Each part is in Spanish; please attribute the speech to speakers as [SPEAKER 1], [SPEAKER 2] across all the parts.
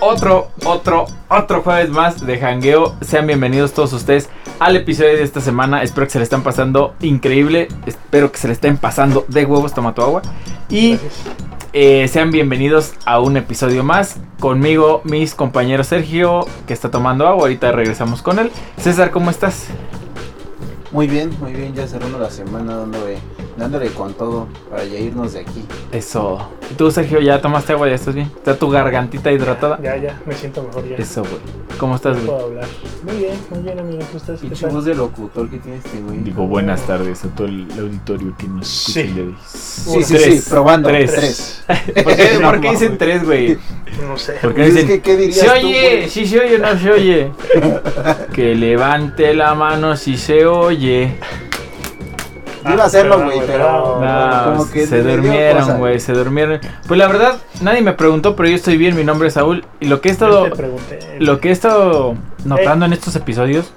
[SPEAKER 1] otro, otro, otro jueves más de jangueo. Sean bienvenidos todos ustedes al episodio de esta semana. Espero que se le están pasando increíble. Espero que se le estén pasando de huevos, toma tu agua. Y eh, sean bienvenidos a un episodio más. Conmigo, mis compañeros Sergio, que está tomando agua. Ahorita regresamos con él. César, ¿cómo estás?
[SPEAKER 2] Muy bien, muy bien, ya cerrando la semana dándole, dándole con todo para ya irnos de aquí.
[SPEAKER 1] Eso. ¿Y tú, Sergio, ya tomaste agua? ¿Ya estás bien? ¿Está tu gargantita hidratada?
[SPEAKER 3] Ya, ya, me siento mejor ya.
[SPEAKER 1] Eso, güey. ¿Cómo estás,
[SPEAKER 3] No
[SPEAKER 1] güey?
[SPEAKER 3] puedo hablar. Muy bien, muy bien, amigos. ¿Ustedes
[SPEAKER 2] Y
[SPEAKER 3] qué
[SPEAKER 2] voz
[SPEAKER 3] tal?
[SPEAKER 2] de locutor que tiene este güey.
[SPEAKER 4] Digo buenas tardes a todo el auditorio que nos escucha
[SPEAKER 3] Sí.
[SPEAKER 4] el día de hoy.
[SPEAKER 2] Sí, sí,
[SPEAKER 1] Tres,
[SPEAKER 2] sí, probando.
[SPEAKER 1] tres.
[SPEAKER 2] Tres.
[SPEAKER 1] ¿Por qué, por qué dicen tres, güey?
[SPEAKER 3] No sé.
[SPEAKER 1] ¿Por qué
[SPEAKER 2] Pues es
[SPEAKER 1] dicen
[SPEAKER 2] que, ¿qué dirías
[SPEAKER 1] Se
[SPEAKER 2] tú,
[SPEAKER 1] oye,
[SPEAKER 2] güey?
[SPEAKER 1] si se oye o no se oye. que levante la mano si se oye.
[SPEAKER 2] Yo Iba a hacerlo,
[SPEAKER 3] Ah,
[SPEAKER 2] güey,
[SPEAKER 3] pero,
[SPEAKER 2] pero
[SPEAKER 1] Nah,
[SPEAKER 2] como que
[SPEAKER 1] se
[SPEAKER 2] me dio cosa.
[SPEAKER 1] durmieron, güey, se durmieron. Pues la verdad, nadie me preguntó, pero yo estoy bien, mi nombre es Saúl. Y lo que he estado,
[SPEAKER 3] Yo te pregunté.
[SPEAKER 1] lo que he
[SPEAKER 3] Eh.
[SPEAKER 1] estado notando en estos episodios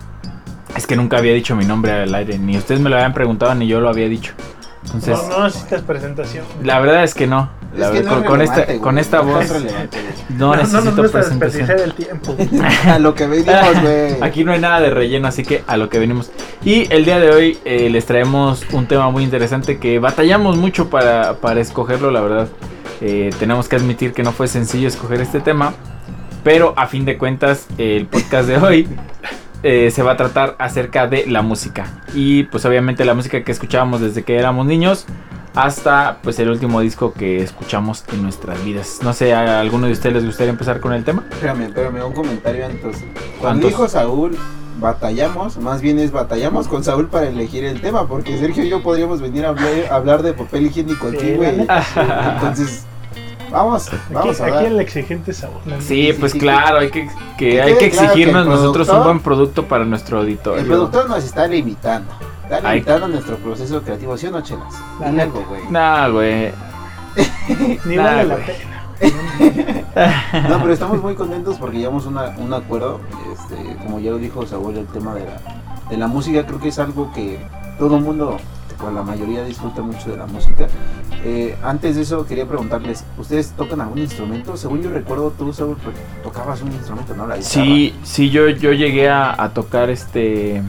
[SPEAKER 1] es que nunca había dicho mi nombre al aire. Ni ustedes me lo habían preguntado, ni yo lo había dicho. Entonces,
[SPEAKER 3] No, no necesitas presentación.
[SPEAKER 1] pues, la verdad es que no.
[SPEAKER 2] Es
[SPEAKER 1] La
[SPEAKER 2] que
[SPEAKER 1] verdad,
[SPEAKER 2] no
[SPEAKER 1] con,
[SPEAKER 2] es
[SPEAKER 1] con
[SPEAKER 2] relevante,
[SPEAKER 1] esta,
[SPEAKER 2] güey,
[SPEAKER 1] con esta
[SPEAKER 2] no
[SPEAKER 1] voz
[SPEAKER 2] es relevante, güey.
[SPEAKER 1] no, necesito
[SPEAKER 3] nos gusta
[SPEAKER 1] presentación.
[SPEAKER 3] desperdiciar el tiempo.
[SPEAKER 2] A lo que venimos, güey.
[SPEAKER 1] Aquí no hay nada de relleno, así que a lo que venimos. Y el día de hoy eh, les traemos un tema muy interesante que batallamos mucho para, para escogerlo, la verdad. Eh, tenemos que admitir que no fue sencillo escoger este tema, pero a fin de cuentas el podcast de hoy eh, se va a tratar acerca de la música. Y pues obviamente la música que escuchábamos desde que éramos niños hasta pues el último disco que escuchamos en nuestras vidas. No sé, ¿a alguno de ustedes les gustaría empezar con el tema?
[SPEAKER 2] Espérame, espérame, un comentario antes. Cuando
[SPEAKER 1] ¿Cuántos?
[SPEAKER 2] dijo Saúl, batallamos, más bien es batallamos con Saúl para elegir el tema, porque Sergio y yo podríamos venir a hablar, a hablar de papel higiénico
[SPEAKER 3] Sí,
[SPEAKER 2] aquí,
[SPEAKER 3] la
[SPEAKER 2] güey.
[SPEAKER 3] neta,
[SPEAKER 2] Entonces, vamos, vamos
[SPEAKER 3] Aquí,
[SPEAKER 2] a
[SPEAKER 3] aquí
[SPEAKER 2] dar.
[SPEAKER 3] el exigente sabor.
[SPEAKER 1] Sí,
[SPEAKER 2] Sí,
[SPEAKER 1] pues
[SPEAKER 2] sí,
[SPEAKER 1] claro, hay que, que hay
[SPEAKER 2] quede
[SPEAKER 1] que
[SPEAKER 2] claro
[SPEAKER 1] exigirnos
[SPEAKER 2] que el
[SPEAKER 1] nosotros un
[SPEAKER 2] productor-
[SPEAKER 1] buen producto para nuestro
[SPEAKER 2] El
[SPEAKER 1] auditorio.
[SPEAKER 2] productor nos está limitando. Está
[SPEAKER 1] Ay.
[SPEAKER 2] limitando nuestro proceso creativo, ¿sí o no, chelas?
[SPEAKER 3] La
[SPEAKER 2] Dile
[SPEAKER 3] neta.
[SPEAKER 2] algo, güey.
[SPEAKER 1] Nah, güey.
[SPEAKER 3] Ni
[SPEAKER 1] Nah,
[SPEAKER 3] vale
[SPEAKER 1] güey.
[SPEAKER 3] la pena.
[SPEAKER 2] No, pero estamos muy contentos porque llevamos una- un acuerdo. Este, como ya lo dijo Saúl, el tema de la, de la música creo que es algo que todo el mundo, o la mayoría, disfruta mucho de la música. Eh, antes de eso, quería preguntarles: ¿Ustedes tocan algún instrumento? Según yo recuerdo, tú, Saúl, pues, tocabas un instrumento, ¿no? La guitarra.
[SPEAKER 1] Sí, sí, yo, yo llegué a, a tocar este.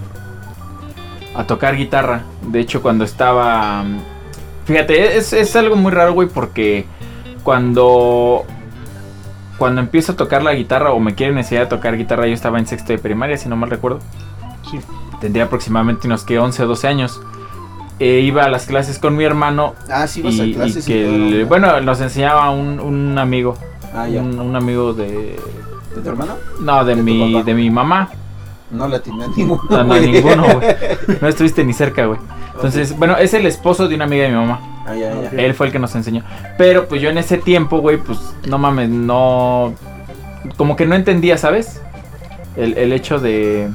[SPEAKER 1] A tocar guitarra. De hecho, cuando estaba. mm, Fíjate, es, es algo muy raro, güey, porque cuando. Cuando empiezo a tocar la guitarra o me quieren enseñar a tocar guitarra, yo estaba en sexto de primaria, si no mal recuerdo.
[SPEAKER 3] Sí.
[SPEAKER 1] Tendría aproximadamente unos que 11 o 12 años. E iba a las clases con mi hermano
[SPEAKER 2] Ah, sí, vas
[SPEAKER 1] y,
[SPEAKER 2] a
[SPEAKER 1] y
[SPEAKER 2] clases. y
[SPEAKER 1] que
[SPEAKER 2] todo,
[SPEAKER 1] el-
[SPEAKER 2] ¿no?
[SPEAKER 1] bueno mm. nos enseñaba un, un amigo
[SPEAKER 2] Ah, ya.
[SPEAKER 1] un, un amigo de
[SPEAKER 2] ¿De tu hermano?
[SPEAKER 1] no de,
[SPEAKER 2] ¿De tu
[SPEAKER 1] mi
[SPEAKER 2] papá?
[SPEAKER 1] de mi mamá
[SPEAKER 2] No la tenía ninguno.
[SPEAKER 1] no, no,
[SPEAKER 2] güey.
[SPEAKER 1] ninguno güey no estuviste ni cerca güey entonces bueno es el esposo de una amiga de mi mamá
[SPEAKER 2] Ah, ya, ya.
[SPEAKER 3] Ok.
[SPEAKER 1] él fue el que nos enseñó pero pues yo en ese tiempo güey pues no mames no como que no entendía sabes el, el hecho de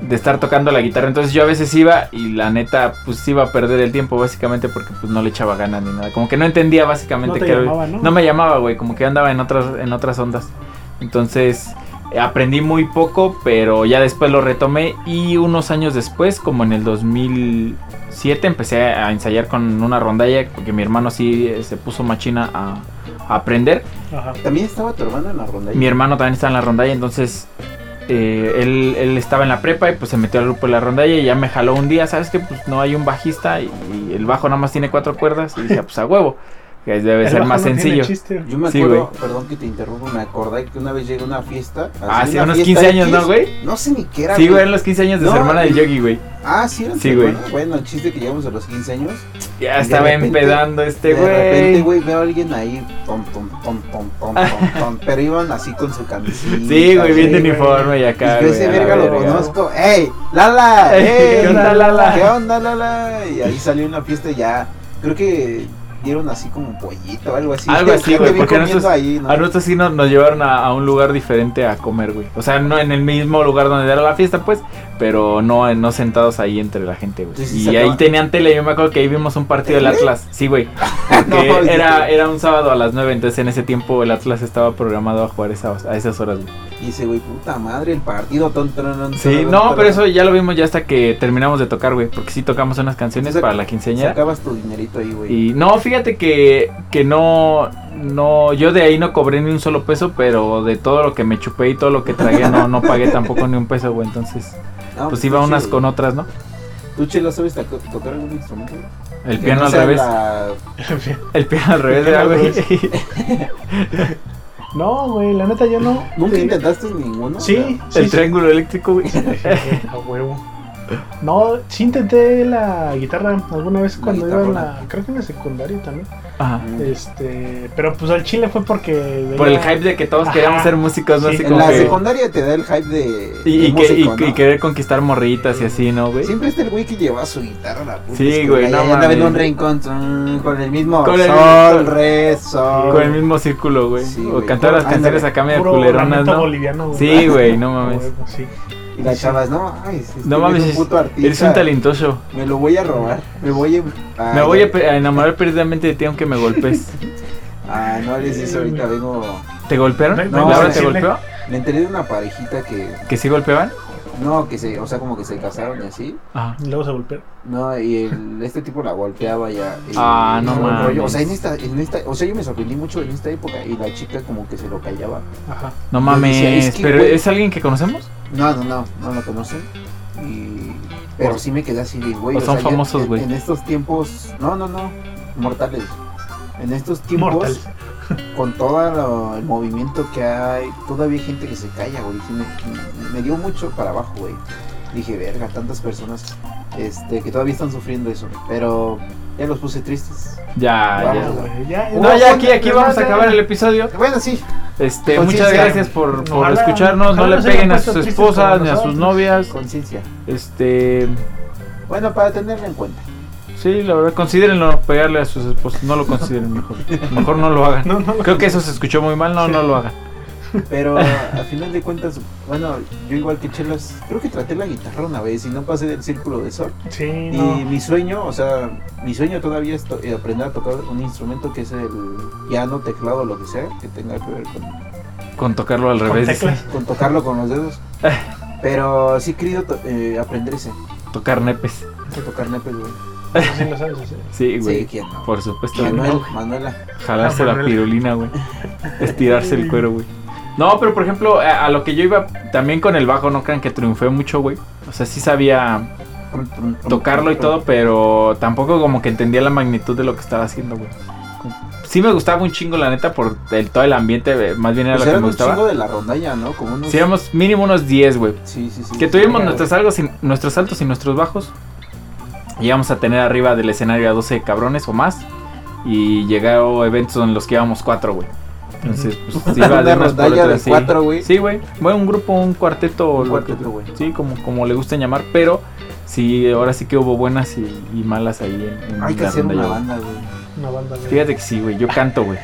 [SPEAKER 1] de estar tocando la guitarra entonces yo a veces iba y la neta pues iba a perder el tiempo básicamente porque pues no le echaba ganas ni nada como que no entendía
[SPEAKER 3] No
[SPEAKER 1] básicamente
[SPEAKER 3] te
[SPEAKER 1] qué era-
[SPEAKER 3] llamaba, ¿no?
[SPEAKER 1] no me llamaba, güey, como que andaba en otras, en otras ondas. Entonces, eh, aprendí muy poco, pero ya después lo retomé y unos años después, como en el 2007, empecé a ensayar con una rondalla que mi hermano sí eh, se puso machina a, a aprender.
[SPEAKER 3] Ajá.
[SPEAKER 2] También estaba tu hermano en la ronda.
[SPEAKER 1] Mi hermano también está en la rondalla, entonces eh, él, él estaba en la prepa y pues se metió al grupo de la rondalla y ya me jaló un día, ¿sabes que Pues no hay un bajista y, y el bajo nada más tiene cuatro cuerdas y dije, "Ah, pues a huevo, que debe
[SPEAKER 3] El
[SPEAKER 1] ser
[SPEAKER 3] bajo
[SPEAKER 1] más
[SPEAKER 3] no tiene
[SPEAKER 1] sencillo.
[SPEAKER 3] chiste.
[SPEAKER 2] Yo me
[SPEAKER 1] Sí,
[SPEAKER 2] acuerdo, perdón que te interrumpo, me acordé que una vez llegué a una fiesta. así,
[SPEAKER 1] Ah, sí,
[SPEAKER 2] una
[SPEAKER 1] unos
[SPEAKER 2] fiesta
[SPEAKER 1] 15 años,
[SPEAKER 2] X,
[SPEAKER 1] ¿no, güey?
[SPEAKER 2] No sé ni qué era.
[SPEAKER 1] Sí, güey, eran los 15 años de
[SPEAKER 2] No,
[SPEAKER 1] su hermana del Yogi, güey.
[SPEAKER 2] Ah, sí, eran
[SPEAKER 1] Sí,
[SPEAKER 2] tus
[SPEAKER 1] güey.
[SPEAKER 2] hermanas. Bueno, el chiste que llegamos a los 15 años.
[SPEAKER 1] Ya estaba
[SPEAKER 2] repente-
[SPEAKER 1] empedando este
[SPEAKER 2] de repente,
[SPEAKER 1] güey.
[SPEAKER 2] güey, veo a alguien ahí, tom, tom, tom, tom, tom, tom, tom, pero iban así con su camisita.
[SPEAKER 1] Sí, güey, bien de
[SPEAKER 3] güey.
[SPEAKER 1] uniforme y acá,
[SPEAKER 2] Y yo
[SPEAKER 1] güey.
[SPEAKER 2] ese
[SPEAKER 1] a la
[SPEAKER 2] verga lo
[SPEAKER 1] verga.
[SPEAKER 2] conozco. ¡Ey! ¡Lala!
[SPEAKER 1] Ey,
[SPEAKER 2] ¡Ey!
[SPEAKER 1] ¿qué onda, Lala?
[SPEAKER 2] ¿Qué onda, Lala? Y ahí salió una fiesta y ya. Creo que dieron así como un pollito o algo así.
[SPEAKER 1] Algo
[SPEAKER 2] Ya
[SPEAKER 1] así,
[SPEAKER 2] te
[SPEAKER 1] güey,
[SPEAKER 2] vi
[SPEAKER 1] porque
[SPEAKER 2] comiendo
[SPEAKER 1] nosotros-
[SPEAKER 2] ahí, ¿no?
[SPEAKER 1] A nosotros sí nos, nos llevaron a, a un lugar diferente a comer, güey. O sea, no en el mismo lugar donde era la fiesta, pues, pero no, no sentados ahí entre la gente, güey.
[SPEAKER 2] Sí, sí,
[SPEAKER 1] Y
[SPEAKER 2] se
[SPEAKER 1] ahí
[SPEAKER 2] acaba-
[SPEAKER 1] tenían tele, yo me acuerdo que ahí vimos un partido del
[SPEAKER 2] ¿Tele?
[SPEAKER 1] Atlas. Sí, ¿Eh? güey.
[SPEAKER 2] No,
[SPEAKER 1] Porque
[SPEAKER 2] sí,
[SPEAKER 1] era,
[SPEAKER 2] sí.
[SPEAKER 1] era un sábado a las 9, entonces en ese tiempo el Atlas estaba programado a jugar esas- a esas horas, güey.
[SPEAKER 2] Y ese güey, puta madre, el partido. Ton, tron, tron,
[SPEAKER 1] Sí,
[SPEAKER 2] tron,
[SPEAKER 1] no,
[SPEAKER 2] tron.
[SPEAKER 1] pero eso ya lo vimos ya hasta que terminamos de tocar, güey. Porque sí tocamos unas canciones
[SPEAKER 2] Saca-
[SPEAKER 1] para la quinceañera.
[SPEAKER 2] Sacabas tu dinerito ahí, güey.
[SPEAKER 1] Y no, fíjate que, que no, no, yo de ahí no cobré ni un solo peso, pero de todo lo que me chupé y todo lo que tragué no, no pagué tampoco ni un peso, güey. Entonces,
[SPEAKER 2] No,
[SPEAKER 1] pues
[SPEAKER 2] tú,
[SPEAKER 1] iba unas
[SPEAKER 2] Chelo.
[SPEAKER 1] con otras, ¿no?
[SPEAKER 2] ¿Tú, Chelo, sabes taco- tocar algún instrumento?
[SPEAKER 1] El
[SPEAKER 2] Que
[SPEAKER 1] piano
[SPEAKER 2] no
[SPEAKER 1] al
[SPEAKER 2] sea
[SPEAKER 1] revés.
[SPEAKER 2] la-
[SPEAKER 1] El piano al revés,
[SPEAKER 3] piano al
[SPEAKER 1] güey.
[SPEAKER 3] No, güey, la neta yo no.
[SPEAKER 2] ¿Nunca
[SPEAKER 3] Eh,
[SPEAKER 2] intentaste ninguno?
[SPEAKER 3] Sí, sí,
[SPEAKER 1] El
[SPEAKER 3] sí.
[SPEAKER 1] triángulo eléctrico, güey.
[SPEAKER 3] A huevo. No, sí intenté la guitarra alguna vez
[SPEAKER 2] La
[SPEAKER 3] cuando iba en
[SPEAKER 2] guitarrona.
[SPEAKER 3] la. Creo que en la secundaria también.
[SPEAKER 1] Ajá.
[SPEAKER 3] Este. Pero pues al chile fue porque.
[SPEAKER 1] Por el
[SPEAKER 3] veía-
[SPEAKER 1] hype de que todos
[SPEAKER 3] Ajá.
[SPEAKER 1] queríamos ser músicos, ¿no?
[SPEAKER 3] Sí.
[SPEAKER 1] Así
[SPEAKER 2] En
[SPEAKER 1] como
[SPEAKER 2] la
[SPEAKER 1] que-
[SPEAKER 2] secundaria te da el hype de.
[SPEAKER 1] y,
[SPEAKER 2] de
[SPEAKER 1] y que- y-
[SPEAKER 2] músico, ¿no?
[SPEAKER 1] y querer conquistar morritas y así, ¿no, güey?
[SPEAKER 2] Siempre está el güey que lleva su guitarra a la puta.
[SPEAKER 1] Sí,
[SPEAKER 2] escuela,
[SPEAKER 1] güey,
[SPEAKER 2] y
[SPEAKER 1] no
[SPEAKER 2] ahí andaba en
[SPEAKER 1] mames.
[SPEAKER 2] un rincón tun, con el mismo
[SPEAKER 1] Con el
[SPEAKER 2] sol,
[SPEAKER 1] mismo-
[SPEAKER 2] re, sol.
[SPEAKER 1] Con el mismo círculo, güey.
[SPEAKER 2] Sí,
[SPEAKER 1] o
[SPEAKER 2] güey.
[SPEAKER 1] cantar las
[SPEAKER 2] Ándale.
[SPEAKER 1] canciones acá medio
[SPEAKER 3] Puro
[SPEAKER 1] culeronas,
[SPEAKER 3] lamento
[SPEAKER 1] ¿no?
[SPEAKER 3] boliviano, güey.
[SPEAKER 1] Sí, güey, no
[SPEAKER 3] A
[SPEAKER 1] mames.
[SPEAKER 3] huevo, sí.
[SPEAKER 2] Y las chavas, no, ay, este
[SPEAKER 1] No
[SPEAKER 2] güey es
[SPEAKER 1] mames,
[SPEAKER 2] un puto artista.
[SPEAKER 1] Eres un talentoso.
[SPEAKER 2] Me lo voy a robar. Me voy a.
[SPEAKER 1] me
[SPEAKER 2] Ay,
[SPEAKER 1] voy a,
[SPEAKER 2] ay,
[SPEAKER 1] pe- a enamorar perdidamente de ti aunque me golpes.
[SPEAKER 2] Ah, no les eso, ahorita vengo.
[SPEAKER 1] ¿Te golpearon?
[SPEAKER 3] Ven,
[SPEAKER 1] No,
[SPEAKER 2] ven,
[SPEAKER 1] ¿Laura
[SPEAKER 2] sí,
[SPEAKER 1] te
[SPEAKER 3] sí,
[SPEAKER 1] golpeó?
[SPEAKER 2] Me enteré de una parejita que.
[SPEAKER 1] ¿Que sí golpeaban?
[SPEAKER 2] No, que se. O sea, como que se casaron y así.
[SPEAKER 1] Ajá.
[SPEAKER 3] Y luego se golpearon.
[SPEAKER 2] No, y el- este tipo la golpeaba ya. y-
[SPEAKER 1] Ah,
[SPEAKER 2] y
[SPEAKER 1] no
[SPEAKER 2] todo el
[SPEAKER 1] mames.
[SPEAKER 2] rollo. O sea, en esta, en esta, o sea, yo me sorprendí mucho en esta época y la chica como que se lo callaba.
[SPEAKER 3] Ajá.
[SPEAKER 1] No
[SPEAKER 2] Yo
[SPEAKER 1] mames.
[SPEAKER 2] decía, es que,
[SPEAKER 1] ¿Pero
[SPEAKER 2] güey-
[SPEAKER 1] es alguien que conocemos?
[SPEAKER 2] No, no, no, no lo conocen. Y... Pero sí me quedé así, de, güey.
[SPEAKER 1] O Pues son
[SPEAKER 2] ya
[SPEAKER 1] famosos,
[SPEAKER 2] en-
[SPEAKER 1] güey.
[SPEAKER 2] En estos tiempos, no, no, no, mortales. En estos tiempos,
[SPEAKER 3] Mortales.
[SPEAKER 2] con todo lo- el movimiento que hay, todavía hay gente que se calla, güey. sí me, me dio mucho para abajo, güey. Dije, verga, tantas personas este, que todavía están sufriendo eso. Pero ya los puse tristes.
[SPEAKER 1] Ya,
[SPEAKER 3] Ya,
[SPEAKER 2] Vamos.
[SPEAKER 1] Ah, ya.
[SPEAKER 3] güey, ya,
[SPEAKER 1] No, ya aquí, aquí
[SPEAKER 3] ya,
[SPEAKER 1] vamos a
[SPEAKER 3] ya,
[SPEAKER 1] acabar
[SPEAKER 3] ya.
[SPEAKER 1] el episodio.
[SPEAKER 2] Bueno, sí,
[SPEAKER 1] Este,
[SPEAKER 2] Conciencia.
[SPEAKER 1] muchas gracias por, por
[SPEAKER 3] Ojalá-
[SPEAKER 1] escucharnos. No
[SPEAKER 3] ojalá
[SPEAKER 1] le
[SPEAKER 3] no se hayan
[SPEAKER 1] peguen a
[SPEAKER 3] puesto
[SPEAKER 1] sus
[SPEAKER 3] tristes
[SPEAKER 1] esposas
[SPEAKER 3] como
[SPEAKER 1] ni a sus
[SPEAKER 3] nosotros.
[SPEAKER 1] novias.
[SPEAKER 2] conciencia.
[SPEAKER 1] Este,
[SPEAKER 2] Bueno, para tenerlo en cuenta.
[SPEAKER 1] sí, la verdad, considérenlo pegarle a sus esposas. No lo consideren mejor. Mejor no lo hagan.
[SPEAKER 3] No, no, no.
[SPEAKER 1] Creo que eso se escuchó muy mal. No,
[SPEAKER 3] Sí.
[SPEAKER 1] no lo hagan.
[SPEAKER 2] Pero a final de cuentas, bueno, yo igual que Chelas, creo que traté la guitarra una vez y no pasé del círculo de sol.
[SPEAKER 3] Sí,
[SPEAKER 2] Y
[SPEAKER 3] no.
[SPEAKER 2] mi sueño, o sea, mi sueño todavía es to- eh, aprender a tocar un instrumento que es el piano, teclado, lo que sea, que tenga que ver con,
[SPEAKER 1] Con tocarlo al
[SPEAKER 3] Con
[SPEAKER 1] revés.
[SPEAKER 3] teclas.
[SPEAKER 1] dice,
[SPEAKER 2] con tocarlo con los dedos. Pero sí he querido to- eh, aprender ese,
[SPEAKER 1] Tocar nepes.
[SPEAKER 2] ese tocar nepes, güey.
[SPEAKER 3] Sí pues, lo sabes hacer.
[SPEAKER 1] Sí, güey.
[SPEAKER 2] Sí, ¿quién no?
[SPEAKER 1] Por supuesto. güey.
[SPEAKER 2] Manuel, Manuela.
[SPEAKER 1] Jalarse la
[SPEAKER 3] Manuel.
[SPEAKER 1] pirulina, güey. Estirarse el cuero, güey. No, pero por ejemplo, a, a lo que yo iba también con el bajo, no crean que triunfé mucho, güey. O sea, sí sabía
[SPEAKER 2] Trum, trum, trum,
[SPEAKER 1] tocarlo y
[SPEAKER 2] trum,
[SPEAKER 1] todo, pero tampoco como que entendía la magnitud de lo que estaba haciendo, güey. Sí me gustaba un chingo, la neta, por el, todo el ambiente, güey, más bien era
[SPEAKER 2] Pues
[SPEAKER 1] lo que
[SPEAKER 2] eran
[SPEAKER 1] me
[SPEAKER 2] un chingo
[SPEAKER 1] gustaba.
[SPEAKER 2] de la rondalla, ¿no? Como unos...
[SPEAKER 1] Si éramos mínimo unos 10, güey.
[SPEAKER 2] sí, sí, sí.
[SPEAKER 1] Que
[SPEAKER 2] sí.
[SPEAKER 1] tuvimos
[SPEAKER 3] güey.
[SPEAKER 1] nuestros, algos y- nuestros altos y nuestros bajos. Llegamos a tener arriba del escenario a 12 cabrones o más. Y llegaron eventos en los que íbamos cuatro, güey. Entonces, pues iba de
[SPEAKER 2] Una
[SPEAKER 1] unos por
[SPEAKER 2] rondalla de
[SPEAKER 1] otros, sí.
[SPEAKER 2] cuatro, güey.
[SPEAKER 1] Sí, güey. Bueno, un grupo, un cuarteto.
[SPEAKER 2] Un
[SPEAKER 1] lo
[SPEAKER 2] cuarteto,
[SPEAKER 1] que-
[SPEAKER 2] güey.
[SPEAKER 1] Sí, como, como le gusta llamar. Pero sí, ahora sí que hubo buenas y, y malas ahí en, en
[SPEAKER 2] Hay que
[SPEAKER 1] la
[SPEAKER 2] hacer una
[SPEAKER 1] rondalla,
[SPEAKER 2] banda, güey.
[SPEAKER 3] Una banda. güey.
[SPEAKER 1] güey. Fíjate que sí, güey. Yo canto, güey.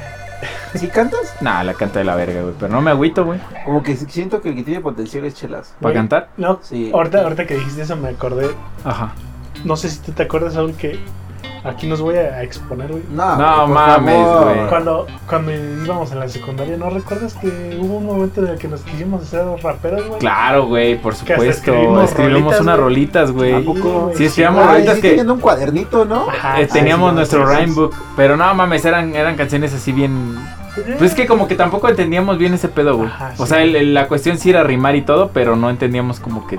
[SPEAKER 2] ¿Sí cantas?
[SPEAKER 1] Nah, la canta de la verga, güey. Pero no me agüito, güey.
[SPEAKER 2] Como que siento que el que tiene potencial es Chelas.
[SPEAKER 1] ¿Para
[SPEAKER 3] Güey.
[SPEAKER 1] cantar?
[SPEAKER 3] No,
[SPEAKER 2] Sí.
[SPEAKER 3] ahorita, ahorita que dijiste eso me acordé.
[SPEAKER 1] Ajá.
[SPEAKER 3] No sé si tú te acuerdas, Saúl, que aquí nos voy a exponer, güey.
[SPEAKER 2] No,
[SPEAKER 1] No
[SPEAKER 2] por
[SPEAKER 1] mames,
[SPEAKER 2] favor.
[SPEAKER 1] güey.
[SPEAKER 3] Cuando, cuando íbamos en la secundaria, ¿no recuerdas que hubo un momento en el que nos quisimos hacer raperos, güey?
[SPEAKER 1] Claro, güey, por
[SPEAKER 3] Que hasta
[SPEAKER 1] supuesto.
[SPEAKER 3] escribimos
[SPEAKER 1] Escribimos
[SPEAKER 3] rolitas,
[SPEAKER 1] unas
[SPEAKER 3] güey.
[SPEAKER 1] rolitas,
[SPEAKER 2] ¿A
[SPEAKER 1] güey.
[SPEAKER 2] poco?
[SPEAKER 3] güey.
[SPEAKER 1] Sí, escribíamos
[SPEAKER 2] Ah, y
[SPEAKER 1] rolitas
[SPEAKER 2] sí
[SPEAKER 1] que
[SPEAKER 2] tienen un cuadernito, ¿no?
[SPEAKER 3] Ajá,
[SPEAKER 1] eh, teníamos
[SPEAKER 2] Ah,
[SPEAKER 3] sí,
[SPEAKER 1] nuestro
[SPEAKER 3] sí, sí, sí.
[SPEAKER 1] rhyme book. Pero no mames, eran, eran canciones así bien. Pues es que como que tampoco entendíamos bien ese pedo, güey.
[SPEAKER 3] Ajá,
[SPEAKER 1] O
[SPEAKER 3] sí.
[SPEAKER 1] sea, el- el- la cuestión sí era rimar y todo, pero no entendíamos como que.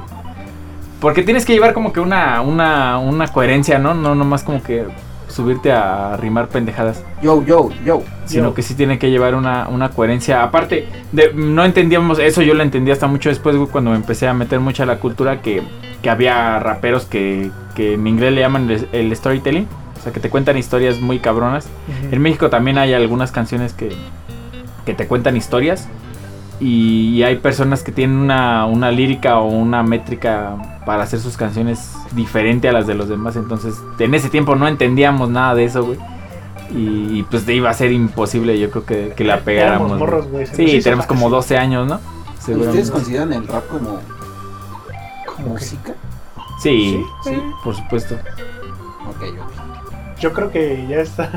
[SPEAKER 1] Porque tienes que llevar como que una, una, una coherencia, ¿no? No nomás como que subirte a rimar pendejadas.
[SPEAKER 2] Yo, yo, yo.
[SPEAKER 1] sino que sí tiene que llevar una, una coherencia. Aparte, de- no entendíamos eso, yo lo entendí hasta mucho después, güey, cuando me empecé a meter mucho a la cultura que, que había raperos que, que en inglés le llaman el, el storytelling. O sea, que te cuentan historias muy cabronas.
[SPEAKER 3] Ujú.
[SPEAKER 1] En México también hay algunas canciones que, que te cuentan historias. Y, y hay personas que tienen una, una lírica o una métrica para hacer sus canciones diferente a las de los demás. Entonces, en ese tiempo no entendíamos nada de eso, güey. Y, y, pues te iba a ser imposible, yo creo que, que la pegáramos.
[SPEAKER 3] Éramos
[SPEAKER 1] güey.
[SPEAKER 3] morros, güey. se nos
[SPEAKER 1] sí,
[SPEAKER 3] hizo
[SPEAKER 1] tenemos como
[SPEAKER 3] fácil.
[SPEAKER 1] 12 años, ¿no?
[SPEAKER 2] ¿Ustedes
[SPEAKER 1] Seguramente.
[SPEAKER 2] consideran el rap como
[SPEAKER 3] Como que-
[SPEAKER 2] música?
[SPEAKER 1] Sí,
[SPEAKER 2] Sí.
[SPEAKER 1] por supuesto.
[SPEAKER 2] Ok, ok.
[SPEAKER 3] Yo creo que ya está.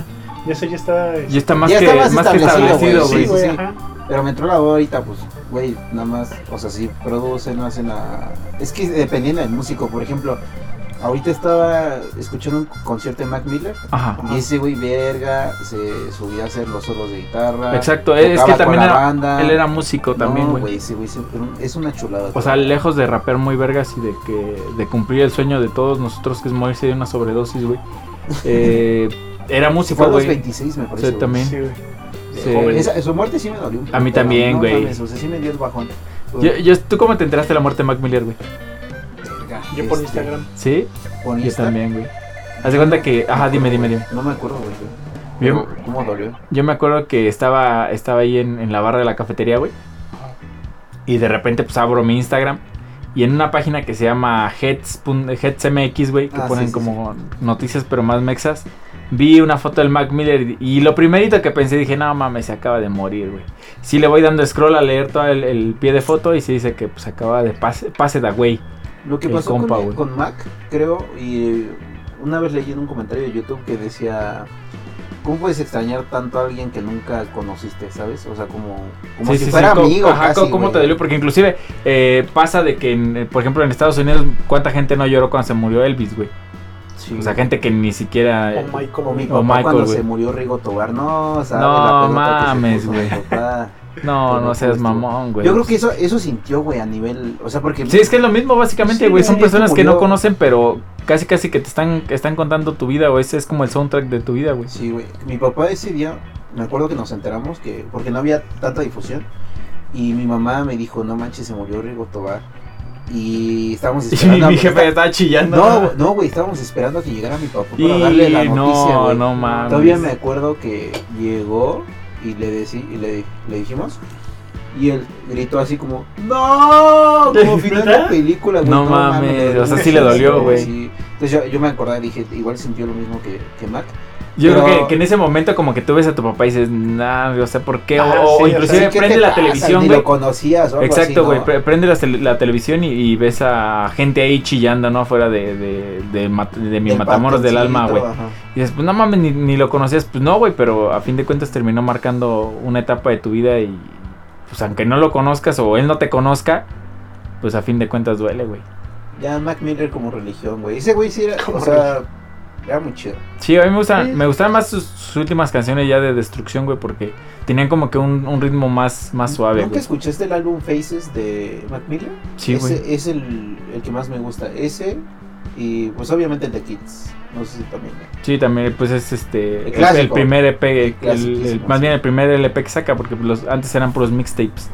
[SPEAKER 3] Ya eso ya está.
[SPEAKER 1] Y está más
[SPEAKER 2] Ya
[SPEAKER 1] que,
[SPEAKER 2] está más
[SPEAKER 1] más que
[SPEAKER 2] establecido,
[SPEAKER 1] establecido,
[SPEAKER 2] güey,
[SPEAKER 1] güey.
[SPEAKER 2] sí, sí.
[SPEAKER 3] ajá.
[SPEAKER 2] Pero me entró la duda ahorita, pues, güey, nada más. O sea, si producen, hacen a. Es que dependiendo del músico, por ejemplo. Ahorita estaba escuchando un concierto de Mac Miller.
[SPEAKER 1] Ajá.
[SPEAKER 2] Y ese güey, verga, se subía a hacer los solos de guitarra.
[SPEAKER 1] Exacto, es
[SPEAKER 2] tocaba
[SPEAKER 1] que
[SPEAKER 2] con
[SPEAKER 1] también
[SPEAKER 2] la
[SPEAKER 1] era,
[SPEAKER 2] banda.
[SPEAKER 1] él era músico también,
[SPEAKER 2] Ah. No,
[SPEAKER 1] güey.
[SPEAKER 2] güey. ese güey se- era un- es una chulada.
[SPEAKER 1] O sea, lejos de rapear muy vergas y de que de cumplir el sueño de todos nosotros que es morirse de una sobredosis, güey. Eh, era
[SPEAKER 2] se
[SPEAKER 1] músico,
[SPEAKER 2] fue a los
[SPEAKER 1] güey.
[SPEAKER 2] 26, me parece.
[SPEAKER 1] Sí,
[SPEAKER 2] güey.
[SPEAKER 1] también.
[SPEAKER 3] Sí, güey.
[SPEAKER 1] Sí.
[SPEAKER 2] Joven. Esa- su muerte sí me dolió. un
[SPEAKER 1] A mí
[SPEAKER 2] putero,
[SPEAKER 1] también,
[SPEAKER 2] no
[SPEAKER 1] güey.
[SPEAKER 2] mames, O sea, sí me dio el bajón.
[SPEAKER 1] Yo- yo- ¿Tú cómo te enteraste de la muerte de Mac Miller, güey?
[SPEAKER 2] Verga,
[SPEAKER 3] Yo por
[SPEAKER 2] este,
[SPEAKER 3] Instagram.
[SPEAKER 1] ¿Sí?
[SPEAKER 2] por
[SPEAKER 1] Yo
[SPEAKER 2] Insta.
[SPEAKER 1] también, güey. Haz de cuenta que. Ajá, dime, dime, dime.
[SPEAKER 2] No me acuerdo, güey.
[SPEAKER 1] Yo,
[SPEAKER 2] Pero, ¿Cómo dolió?
[SPEAKER 1] yo me acuerdo que estaba, estaba ahí en, en la barra de la cafetería, güey.
[SPEAKER 2] Ah.
[SPEAKER 1] Y de repente, pues abro mi Instagram. Y en una página que se llama Heads, pun- Heads MX, güey, que
[SPEAKER 2] Ah, sí,
[SPEAKER 1] ponen
[SPEAKER 2] sí,
[SPEAKER 1] como noticias, pero más mexas. Vi una foto del Mac Miller y, y lo primerito que pensé, dije, no mames, se acaba de morir, güey. Sí le voy dando scroll a leer todo el, el pie de foto y se dice que pues acaba de pase, pase da güey.
[SPEAKER 2] Lo que
[SPEAKER 1] El
[SPEAKER 2] pasó
[SPEAKER 1] compa,
[SPEAKER 2] con,
[SPEAKER 1] güey.
[SPEAKER 2] con Mac, creo, y eh, una vez leí en un comentario de YouTube que decía, ¿cómo puedes extrañar tanto a alguien que nunca conociste, sabes? O sea, como, como
[SPEAKER 1] Sí,
[SPEAKER 2] si
[SPEAKER 1] sí,
[SPEAKER 2] fuera
[SPEAKER 1] sí, co-
[SPEAKER 2] amigo.
[SPEAKER 1] ajá, co-
[SPEAKER 2] casi,
[SPEAKER 1] ¿cómo
[SPEAKER 2] güey.
[SPEAKER 1] te dolió? Porque inclusive eh, pasa de que, en, eh, por ejemplo, en Estados Unidos, ¿cuánta gente no lloró cuando se murió Elvis, güey?
[SPEAKER 2] Sí.
[SPEAKER 1] O sea, gente que ni siquiera... eh,
[SPEAKER 3] O Michael.
[SPEAKER 2] Como mi
[SPEAKER 1] o
[SPEAKER 2] papá
[SPEAKER 1] Michael,
[SPEAKER 2] cuando
[SPEAKER 1] güey.
[SPEAKER 2] se murió Rigo Tobar, no, sabe
[SPEAKER 1] No,
[SPEAKER 2] la pelota que
[SPEAKER 1] mames,
[SPEAKER 2] se puso mi
[SPEAKER 1] güey.
[SPEAKER 2] papá.
[SPEAKER 1] no,
[SPEAKER 2] Como
[SPEAKER 1] no seas
[SPEAKER 2] justo.
[SPEAKER 1] mamón, güey. pues.
[SPEAKER 2] Yo creo que eso, eso sintió, güey, a nivel, o sea, porque...
[SPEAKER 1] Sí, es que es lo mismo básicamente,
[SPEAKER 2] Sí,
[SPEAKER 1] güey. Son
[SPEAKER 2] güey,
[SPEAKER 1] personas
[SPEAKER 2] como
[SPEAKER 1] que no
[SPEAKER 2] yo.
[SPEAKER 1] conocen, pero casi casi que te están, que están contando tu vida, güey. Ese es como el soundtrack de tu vida, güey.
[SPEAKER 2] Sí, güey. Mi papá ese día, me acuerdo que nos enteramos que, porque no había tanta difusión, y mi mamá me dijo, no manches, se murió Rigo Tobar. Y estábamos
[SPEAKER 1] Y
[SPEAKER 2] esperando... a-
[SPEAKER 1] mi jefe estaba chillando.
[SPEAKER 2] No, güey, no, güey, estábamos esperando a que llegara mi papá para
[SPEAKER 1] Y
[SPEAKER 2] darle la noticia,
[SPEAKER 1] no,
[SPEAKER 2] güey.
[SPEAKER 1] no mames.
[SPEAKER 2] Todavía me acuerdo que llegó y le decí, y le, le dijimos y él gritó así como no como final de
[SPEAKER 3] ¿Neta?
[SPEAKER 2] película güey.
[SPEAKER 1] No mames,
[SPEAKER 2] me
[SPEAKER 1] o sea, sí le dolió, güey.
[SPEAKER 2] sí. entonces yo, yo me acordé y dije igual sintió lo mismo que, que Mac
[SPEAKER 1] Yo creo
[SPEAKER 2] Pero-
[SPEAKER 1] que, que en ese momento como que tú ves a tu papá y dices, nah, o sea, ¿por qué?
[SPEAKER 3] Ah,
[SPEAKER 1] o o
[SPEAKER 3] sí,
[SPEAKER 1] inclusive
[SPEAKER 2] Sí, ¿qué
[SPEAKER 1] prende
[SPEAKER 2] te
[SPEAKER 1] la
[SPEAKER 2] pasa?
[SPEAKER 1] televisión,
[SPEAKER 2] Ni
[SPEAKER 1] güey.
[SPEAKER 2] lo conocías o algo así,
[SPEAKER 1] Exacto,
[SPEAKER 2] ¿no?
[SPEAKER 1] güey. pre- Prende la, tele- la televisión y, y ves a gente ahí chillando, ¿no? Afuera de, de, de mat- de mi
[SPEAKER 2] Del
[SPEAKER 1] matamoros del alma, güey.
[SPEAKER 2] patencito, ajá.
[SPEAKER 1] Y dices, pues no mames, ni, ni lo conocías. Pues no, güey, pero a fin de cuentas terminó marcando una etapa de tu vida y, pues aunque no lo conozcas o él no te conozca, pues a fin de cuentas duele, güey.
[SPEAKER 2] ya Mac Miller como religión güey ese güey sí era
[SPEAKER 3] Como
[SPEAKER 2] o sea era muy chido
[SPEAKER 1] Sí, a mí me gustan,
[SPEAKER 3] Sí.
[SPEAKER 1] me gustaban más sus, sus últimas canciones ya de destrucción, güey, porque tenían como que un, un ritmo más,
[SPEAKER 3] Mm,
[SPEAKER 1] más suave,
[SPEAKER 2] ¿Nunca
[SPEAKER 1] güey.
[SPEAKER 2] escuchaste el álbum Faces de Mac Miller?
[SPEAKER 1] Sí, güey.
[SPEAKER 2] Ese es el, el que más me gusta. Ese y pues obviamente el de Kids. No sé si también. ¿no?
[SPEAKER 1] Sí, también, pues es este.
[SPEAKER 2] El
[SPEAKER 1] El,
[SPEAKER 2] clásico.
[SPEAKER 1] el primer EP, el-
[SPEAKER 2] clasiquísimo,
[SPEAKER 1] el- más
[SPEAKER 2] sí.
[SPEAKER 1] bien el primer LP que saca, porque pues, los, antes eran puros mixtapes.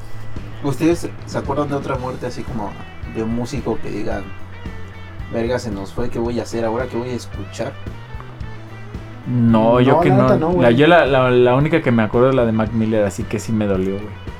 [SPEAKER 2] ¿Ustedes se acuerdan de otra muerte así como de un músico que digan, verga, se nos fue, ¿qué voy a hacer ahora? ¿Qué voy a escuchar?
[SPEAKER 1] No,
[SPEAKER 3] No,
[SPEAKER 1] yo que
[SPEAKER 3] la
[SPEAKER 1] no.
[SPEAKER 3] neta no, güey.
[SPEAKER 1] la, yo la, la- la única que me acuerdo es la de Mac Miller, así que sí me dolió, güey.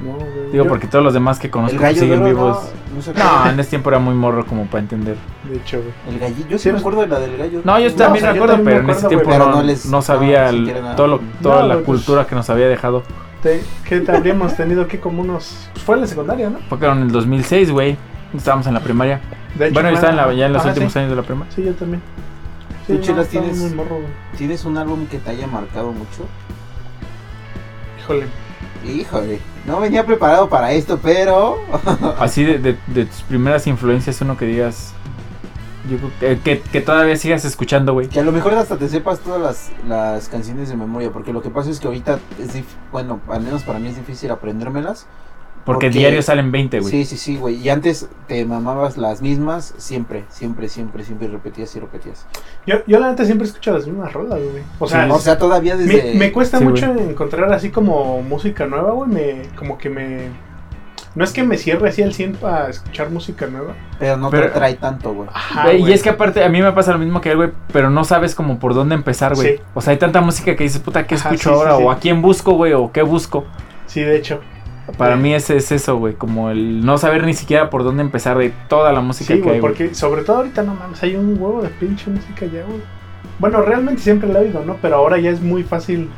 [SPEAKER 3] No, güey.
[SPEAKER 1] Digo,
[SPEAKER 3] Yo,
[SPEAKER 1] porque todos los demás que
[SPEAKER 2] el
[SPEAKER 1] conozco que
[SPEAKER 2] gallo de
[SPEAKER 1] siguen
[SPEAKER 2] Oro,
[SPEAKER 1] vivos.
[SPEAKER 2] No, no se
[SPEAKER 1] No, en
[SPEAKER 2] acuerdan.
[SPEAKER 1] ese tiempo era muy morro como para entender.
[SPEAKER 3] De hecho, güey.
[SPEAKER 2] El gallillo, yo sí
[SPEAKER 3] Sí,
[SPEAKER 2] me
[SPEAKER 3] no-
[SPEAKER 2] acuerdo de la del gallo.
[SPEAKER 1] No, yo
[SPEAKER 3] No,
[SPEAKER 1] también
[SPEAKER 3] o sea,
[SPEAKER 1] me
[SPEAKER 3] yo
[SPEAKER 1] acuerdo,
[SPEAKER 3] también
[SPEAKER 1] pero
[SPEAKER 3] me
[SPEAKER 1] en ese
[SPEAKER 3] acuerdo,
[SPEAKER 1] tiempo
[SPEAKER 2] güey, pero
[SPEAKER 1] no,
[SPEAKER 2] no les-
[SPEAKER 1] no sabía
[SPEAKER 2] no, ni
[SPEAKER 1] el-
[SPEAKER 2] siquiera nada.
[SPEAKER 1] todo lo- toda
[SPEAKER 3] No,
[SPEAKER 1] la
[SPEAKER 3] güey, pues-
[SPEAKER 1] cultura que nos había dejado.
[SPEAKER 3] Te- ¿Qué te habríamos tenido que como unos. Pues fue en la secundaria, ¿no?
[SPEAKER 1] Fue que era en el 2006, güey. Estábamos en la primaria.
[SPEAKER 3] De hecho,
[SPEAKER 1] bueno,
[SPEAKER 3] fue
[SPEAKER 1] yo estaba en la- ya en los
[SPEAKER 3] Ajá,
[SPEAKER 1] últimos
[SPEAKER 3] sí.
[SPEAKER 1] años de la primaria.
[SPEAKER 3] Sí, yo también.
[SPEAKER 2] ¿Tú, Chelas,
[SPEAKER 3] estaba
[SPEAKER 2] tienes-
[SPEAKER 3] muy morro, güey.
[SPEAKER 2] ¿Tienes un álbum que te haya marcado mucho?
[SPEAKER 3] Híjole.
[SPEAKER 2] Híjole, no venía preparado para esto, pero.
[SPEAKER 1] Así de, de- de tus primeras influencias, uno que digas. yo creo que, que- que todavía sigas escuchando, güey.
[SPEAKER 2] Que a lo mejor hasta te sepas todas las, las canciones de memoria, porque lo que pasa es que ahorita es dif- bueno, al menos para mí es difícil aprendérmelas.
[SPEAKER 1] Porque
[SPEAKER 2] Porque-
[SPEAKER 1] diario salen 20, güey.
[SPEAKER 2] Sí, sí, sí, güey. Y antes te mamabas las mismas siempre, siempre, siempre, siempre y repetías y repetías.
[SPEAKER 3] Yo, yo la neta siempre escucho las mismas rolas, güey. O sea,
[SPEAKER 2] o sea, todavía desde
[SPEAKER 3] me, me cuesta
[SPEAKER 1] Sí,
[SPEAKER 3] mucho encontrar así como música nueva, güey. Me, como que me. No es que me cierre así al 100 para escuchar música nueva.
[SPEAKER 2] pero no
[SPEAKER 1] pero-
[SPEAKER 2] te trae tanto, güey.
[SPEAKER 3] Ajá.
[SPEAKER 1] Güey, y
[SPEAKER 3] Ah, güey.
[SPEAKER 1] es que aparte, a mí me pasa lo mismo que él, güey, pero no sabes como por dónde empezar, güey.
[SPEAKER 3] Sí.
[SPEAKER 1] O sea, hay tanta música que dices, puta, ¿qué
[SPEAKER 3] Ajá,
[SPEAKER 1] escucho
[SPEAKER 3] sí, sí,
[SPEAKER 1] ahora?
[SPEAKER 3] sí.
[SPEAKER 1] O ¿a quién busco, güey? ¿O qué busco?
[SPEAKER 3] Sí, de hecho.
[SPEAKER 1] Para
[SPEAKER 3] Sí.
[SPEAKER 1] mí ese es eso, güey, como el no saber ni siquiera por dónde empezar de toda la música
[SPEAKER 3] Sí,
[SPEAKER 1] que hay,
[SPEAKER 3] güey,
[SPEAKER 1] güey.
[SPEAKER 3] porque sobre todo ahorita no mames, hay un huevo de pinche música ya, güey. Bueno, realmente siempre la he oído, ¿no? Pero ahora ya es muy fácil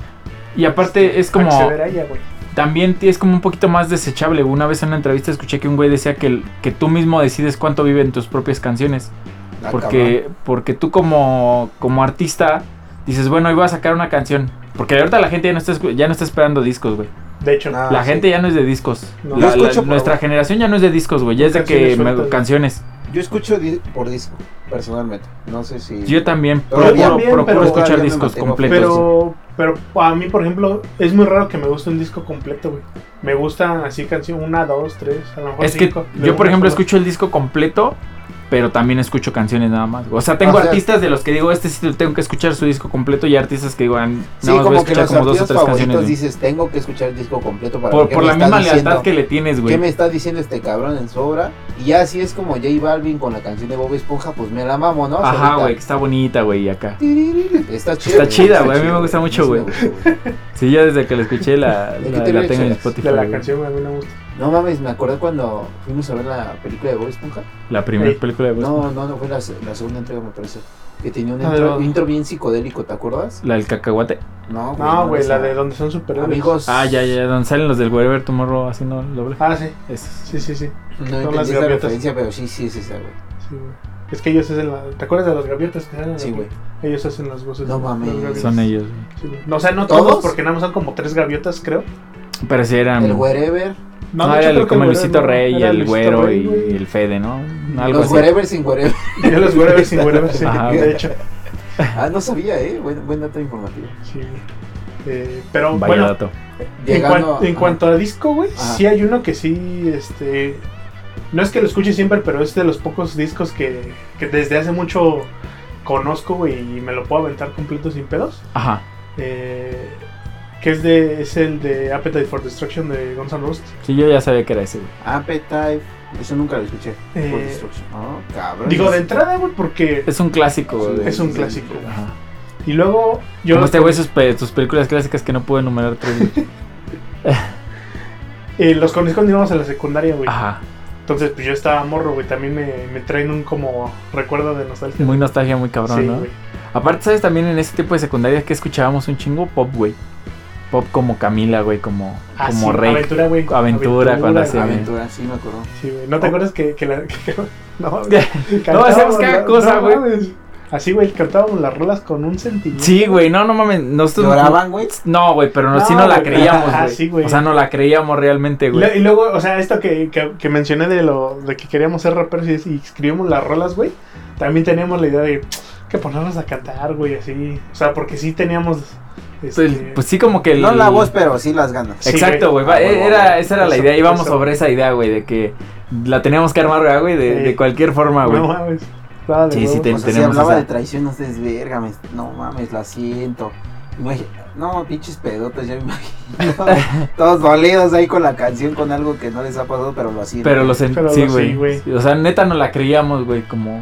[SPEAKER 1] Y aparte es como,
[SPEAKER 3] acceder a ella, güey.
[SPEAKER 1] también es como un poquito más desechable. güey. Una vez en una entrevista escuché que un güey decía que, el- que tú mismo decides cuánto viven tus propias canciones.
[SPEAKER 2] Ah, cabrón.
[SPEAKER 1] Porque, porque tú como, como artista dices, bueno, hoy voy a sacar una canción. Porque ahorita la gente ya no está, escu- ya no está esperando discos, güey.
[SPEAKER 3] De hecho,
[SPEAKER 2] Ah,
[SPEAKER 1] la
[SPEAKER 2] sí.
[SPEAKER 1] gente ya no es de discos.
[SPEAKER 3] No.
[SPEAKER 1] La-
[SPEAKER 2] Yo escucho
[SPEAKER 1] la-
[SPEAKER 2] por-
[SPEAKER 1] nuestra generación ya no es de discos, güey. Ya es de que
[SPEAKER 3] Canciones
[SPEAKER 1] me-
[SPEAKER 3] sueltas.
[SPEAKER 1] canciones.
[SPEAKER 2] Yo escucho di- por disco, personalmente. No sé si.
[SPEAKER 1] Yo también
[SPEAKER 2] Yo
[SPEAKER 1] procuro,
[SPEAKER 3] también,
[SPEAKER 1] procuro
[SPEAKER 3] pero
[SPEAKER 1] escuchar
[SPEAKER 2] todavía me
[SPEAKER 1] discos
[SPEAKER 2] mantengo
[SPEAKER 1] completos.
[SPEAKER 3] Pero, pero a mí, por ejemplo, es muy raro que me guste un disco completo, güey. Me gusta así canción, una, dos, tres, a lo mejor
[SPEAKER 1] Es que
[SPEAKER 3] cinco.
[SPEAKER 1] yo, por ejemplo,
[SPEAKER 3] escucho
[SPEAKER 1] escucho el disco completo, pero también escucho canciones nada más. O sea, tengo
[SPEAKER 2] O sea-
[SPEAKER 1] artistas de los que digo, este sí tengo que escuchar su disco completo y artistas que digo, ah, nada
[SPEAKER 2] Sí,
[SPEAKER 1] más voy a
[SPEAKER 2] como que
[SPEAKER 1] escuchar
[SPEAKER 2] los
[SPEAKER 1] como dos o
[SPEAKER 2] artistas
[SPEAKER 1] tres
[SPEAKER 2] favoritos
[SPEAKER 1] canciones. güey.
[SPEAKER 2] dices, tengo que escuchar el disco completo para
[SPEAKER 1] por
[SPEAKER 2] ver qué
[SPEAKER 1] por
[SPEAKER 2] me
[SPEAKER 1] la
[SPEAKER 2] está
[SPEAKER 1] misma
[SPEAKER 2] diciendo,
[SPEAKER 1] lealtad que le tienes,
[SPEAKER 2] ¿Qué
[SPEAKER 1] güey.
[SPEAKER 2] me está diciendo este cabrón en su obra? Y ya así es como J Balvin con la canción de Bob Esponja, pues me la mamo, ¿no?
[SPEAKER 1] Ajá,
[SPEAKER 2] Solita.
[SPEAKER 1] güey, que está bonita, güey, y acá.
[SPEAKER 2] Tiriririr. Está chida.
[SPEAKER 1] Está chida, güey, a mí
[SPEAKER 2] chido,
[SPEAKER 1] me gusta mucho,
[SPEAKER 2] sí me
[SPEAKER 1] güey.
[SPEAKER 2] gusta, güey.
[SPEAKER 1] Sí, yo desde que la escuché la,
[SPEAKER 2] ¿De qué
[SPEAKER 1] la-
[SPEAKER 2] te
[SPEAKER 1] la
[SPEAKER 2] ves,
[SPEAKER 1] tengo en
[SPEAKER 2] chicas?
[SPEAKER 1] Spotify.
[SPEAKER 3] De la
[SPEAKER 1] güey.
[SPEAKER 3] canción a mí no me gusta.
[SPEAKER 2] No mames, me acordé cuando fuimos a ver la película de Bob Esponja.
[SPEAKER 1] La primera
[SPEAKER 3] Sí.
[SPEAKER 1] película de Bob
[SPEAKER 2] No,
[SPEAKER 1] Esponja.
[SPEAKER 2] no, no fue la, se- la segunda entrega, me parece. Que tenía un
[SPEAKER 3] Ah,
[SPEAKER 2] intro,
[SPEAKER 3] no.
[SPEAKER 2] intro bien psicodélico, ¿te acuerdas?
[SPEAKER 1] La del cacahuate.
[SPEAKER 2] No,
[SPEAKER 3] No, güey,
[SPEAKER 2] esa-
[SPEAKER 3] la de donde son superhéroes.
[SPEAKER 2] Amigos.
[SPEAKER 1] Ah, ya, ya, donde salen los del Wherever Tomorrow haciendo el doble.
[SPEAKER 3] Ah, sí,
[SPEAKER 1] Esos.
[SPEAKER 3] sí, sí, sí.
[SPEAKER 2] No
[SPEAKER 3] Son las
[SPEAKER 2] entendí esa
[SPEAKER 3] gaviotas.
[SPEAKER 2] referencia, pero sí, sí es esa, güey.
[SPEAKER 3] sí, güey. Es que ellos hacen la... ¿Te acuerdas de las gaviotas que salen?
[SPEAKER 2] Sí, güey.
[SPEAKER 3] Ellos hacen las voces.
[SPEAKER 2] No
[SPEAKER 3] de las
[SPEAKER 2] mames.
[SPEAKER 3] gaviotas.
[SPEAKER 1] Son ellos. güey.
[SPEAKER 3] Sí, güey. no, o sea, no todos,
[SPEAKER 2] ¿Todos?
[SPEAKER 3] porque nada más son como tres gaviotas, creo.
[SPEAKER 1] Pero sí eran.
[SPEAKER 2] El Wherever.
[SPEAKER 1] No,
[SPEAKER 3] de
[SPEAKER 1] era
[SPEAKER 3] hecho,
[SPEAKER 1] el,
[SPEAKER 3] creo que
[SPEAKER 1] como el
[SPEAKER 3] güero,
[SPEAKER 1] Luisito
[SPEAKER 3] no,
[SPEAKER 1] Rey,
[SPEAKER 3] era
[SPEAKER 1] el
[SPEAKER 3] Luisito
[SPEAKER 1] güero
[SPEAKER 3] Rey,
[SPEAKER 1] y
[SPEAKER 3] güey.
[SPEAKER 1] el Fede, ¿no? Algo
[SPEAKER 2] los
[SPEAKER 1] así.
[SPEAKER 2] Wherever sin Wherever.
[SPEAKER 3] Yo los wherever sin wherever, sí.
[SPEAKER 1] Ajá,
[SPEAKER 3] de
[SPEAKER 2] güey.
[SPEAKER 3] hecho.
[SPEAKER 2] Ah, no sabía, eh. Buen, buen dato informativo.
[SPEAKER 3] Sí, güey. Eh, pero
[SPEAKER 1] Vaya
[SPEAKER 3] bueno,
[SPEAKER 1] dato.
[SPEAKER 3] en,
[SPEAKER 2] Llegando.
[SPEAKER 3] cuan- en
[SPEAKER 2] ajá. Ah.
[SPEAKER 3] cuanto a disco, güey,
[SPEAKER 2] Ajá.
[SPEAKER 3] sí hay uno que sí, este... No es que lo escuche siempre, pero es de los pocos discos que, que desde hace mucho conozco, güey, y me lo puedo aventar completo sin pedos.
[SPEAKER 1] Ajá.
[SPEAKER 3] eh, que es, de, es el de Appetite for Destruction de Guns N' Roses.
[SPEAKER 1] Sí, yo ya sabía que era ese, güey.
[SPEAKER 2] Appetite. Eso nunca lo escuché.
[SPEAKER 3] Eh,
[SPEAKER 2] Por Destruction. Oh, cabrón.
[SPEAKER 3] Digo, de entrada, güey, porque
[SPEAKER 1] Es un clásico,
[SPEAKER 2] Sí,
[SPEAKER 1] güey.
[SPEAKER 3] es un
[SPEAKER 2] sí.
[SPEAKER 3] clásico. güey.
[SPEAKER 1] Ajá.
[SPEAKER 3] Y luego yo...
[SPEAKER 1] Como este güey, sus, pe- sus películas clásicas que no pude enumerar tres. güey.
[SPEAKER 3] eh, los conocí cuando íbamos a la secundaria, güey.
[SPEAKER 1] Ajá.
[SPEAKER 3] Entonces, pues yo estaba morro, güey. También me, me traen un como recuerdo de nostalgia.
[SPEAKER 1] Muy nostalgia, muy cabrón,
[SPEAKER 3] Sí,
[SPEAKER 1] ¿no?
[SPEAKER 3] güey.
[SPEAKER 1] Aparte, ¿sabes también en ese tipo de secundarias que escuchábamos un chingo? Pop, güey. Pop como Camila, güey, como,
[SPEAKER 3] Ah,
[SPEAKER 1] como
[SPEAKER 3] sí,
[SPEAKER 1] Rey.
[SPEAKER 3] Aventura, güey.
[SPEAKER 1] Aventura, cuando
[SPEAKER 3] güey.
[SPEAKER 1] hace-
[SPEAKER 2] Aventura, sí me acuerdo.
[SPEAKER 3] Sí, güey. ¿No te acuerdas que, que la... que- no, güey.
[SPEAKER 1] Oh. No, hacíamos
[SPEAKER 3] Cantábamos
[SPEAKER 1] cada
[SPEAKER 3] la-
[SPEAKER 1] cosa,
[SPEAKER 3] no
[SPEAKER 1] güey.
[SPEAKER 3] mames. Así, güey, cantábamos las rolas con un sentimiento.
[SPEAKER 1] Sí, güey, no, no mames. Nosotros
[SPEAKER 2] Lloraban, güey.
[SPEAKER 1] No, güey, pero no,
[SPEAKER 3] No,
[SPEAKER 1] sí no la
[SPEAKER 3] güey.
[SPEAKER 1] creíamos,
[SPEAKER 3] Ah,
[SPEAKER 1] güey.
[SPEAKER 3] sí, güey.
[SPEAKER 1] O sea, no la creíamos realmente,
[SPEAKER 3] Y
[SPEAKER 1] güey.
[SPEAKER 3] lo- Y luego, o sea, esto que, que, que mencioné de lo de que queríamos ser raperos y, y escribimos las rolas, güey, también teníamos la idea de que ponernos a cantar, güey, así. O sea, porque sí teníamos. este,
[SPEAKER 1] Pues, pues sí, como que. el-
[SPEAKER 2] No la voz, pero sí las ganas.
[SPEAKER 3] Sí,
[SPEAKER 1] Exacto,
[SPEAKER 3] güey.
[SPEAKER 1] güey. va-
[SPEAKER 2] Ah, güey,
[SPEAKER 1] era,
[SPEAKER 2] güey.
[SPEAKER 1] esa era la
[SPEAKER 3] Eso,
[SPEAKER 1] idea. Íbamos
[SPEAKER 3] eso.
[SPEAKER 1] sobre esa idea, güey, de que la teníamos que armar, güey, de,
[SPEAKER 3] Sí.
[SPEAKER 1] de cualquier forma, güey.
[SPEAKER 3] no mames. estaba de
[SPEAKER 1] Sí, sí
[SPEAKER 3] huevos.
[SPEAKER 1] te-
[SPEAKER 2] O sea, si
[SPEAKER 1] tenemos
[SPEAKER 2] hablaba
[SPEAKER 1] esa.
[SPEAKER 2] de traición, no sé, es verga, me- no mames, la siento. Imagi- No, pinches pedotas, ya me imagino. Todos dolidos ahí con la canción, con algo que no les ha pasado, pero lo siento.
[SPEAKER 1] pero los. en-
[SPEAKER 3] Pero
[SPEAKER 1] sí,
[SPEAKER 3] lo-
[SPEAKER 1] güey.
[SPEAKER 3] sí, güey.
[SPEAKER 1] o sea, neta no la creíamos, güey, como.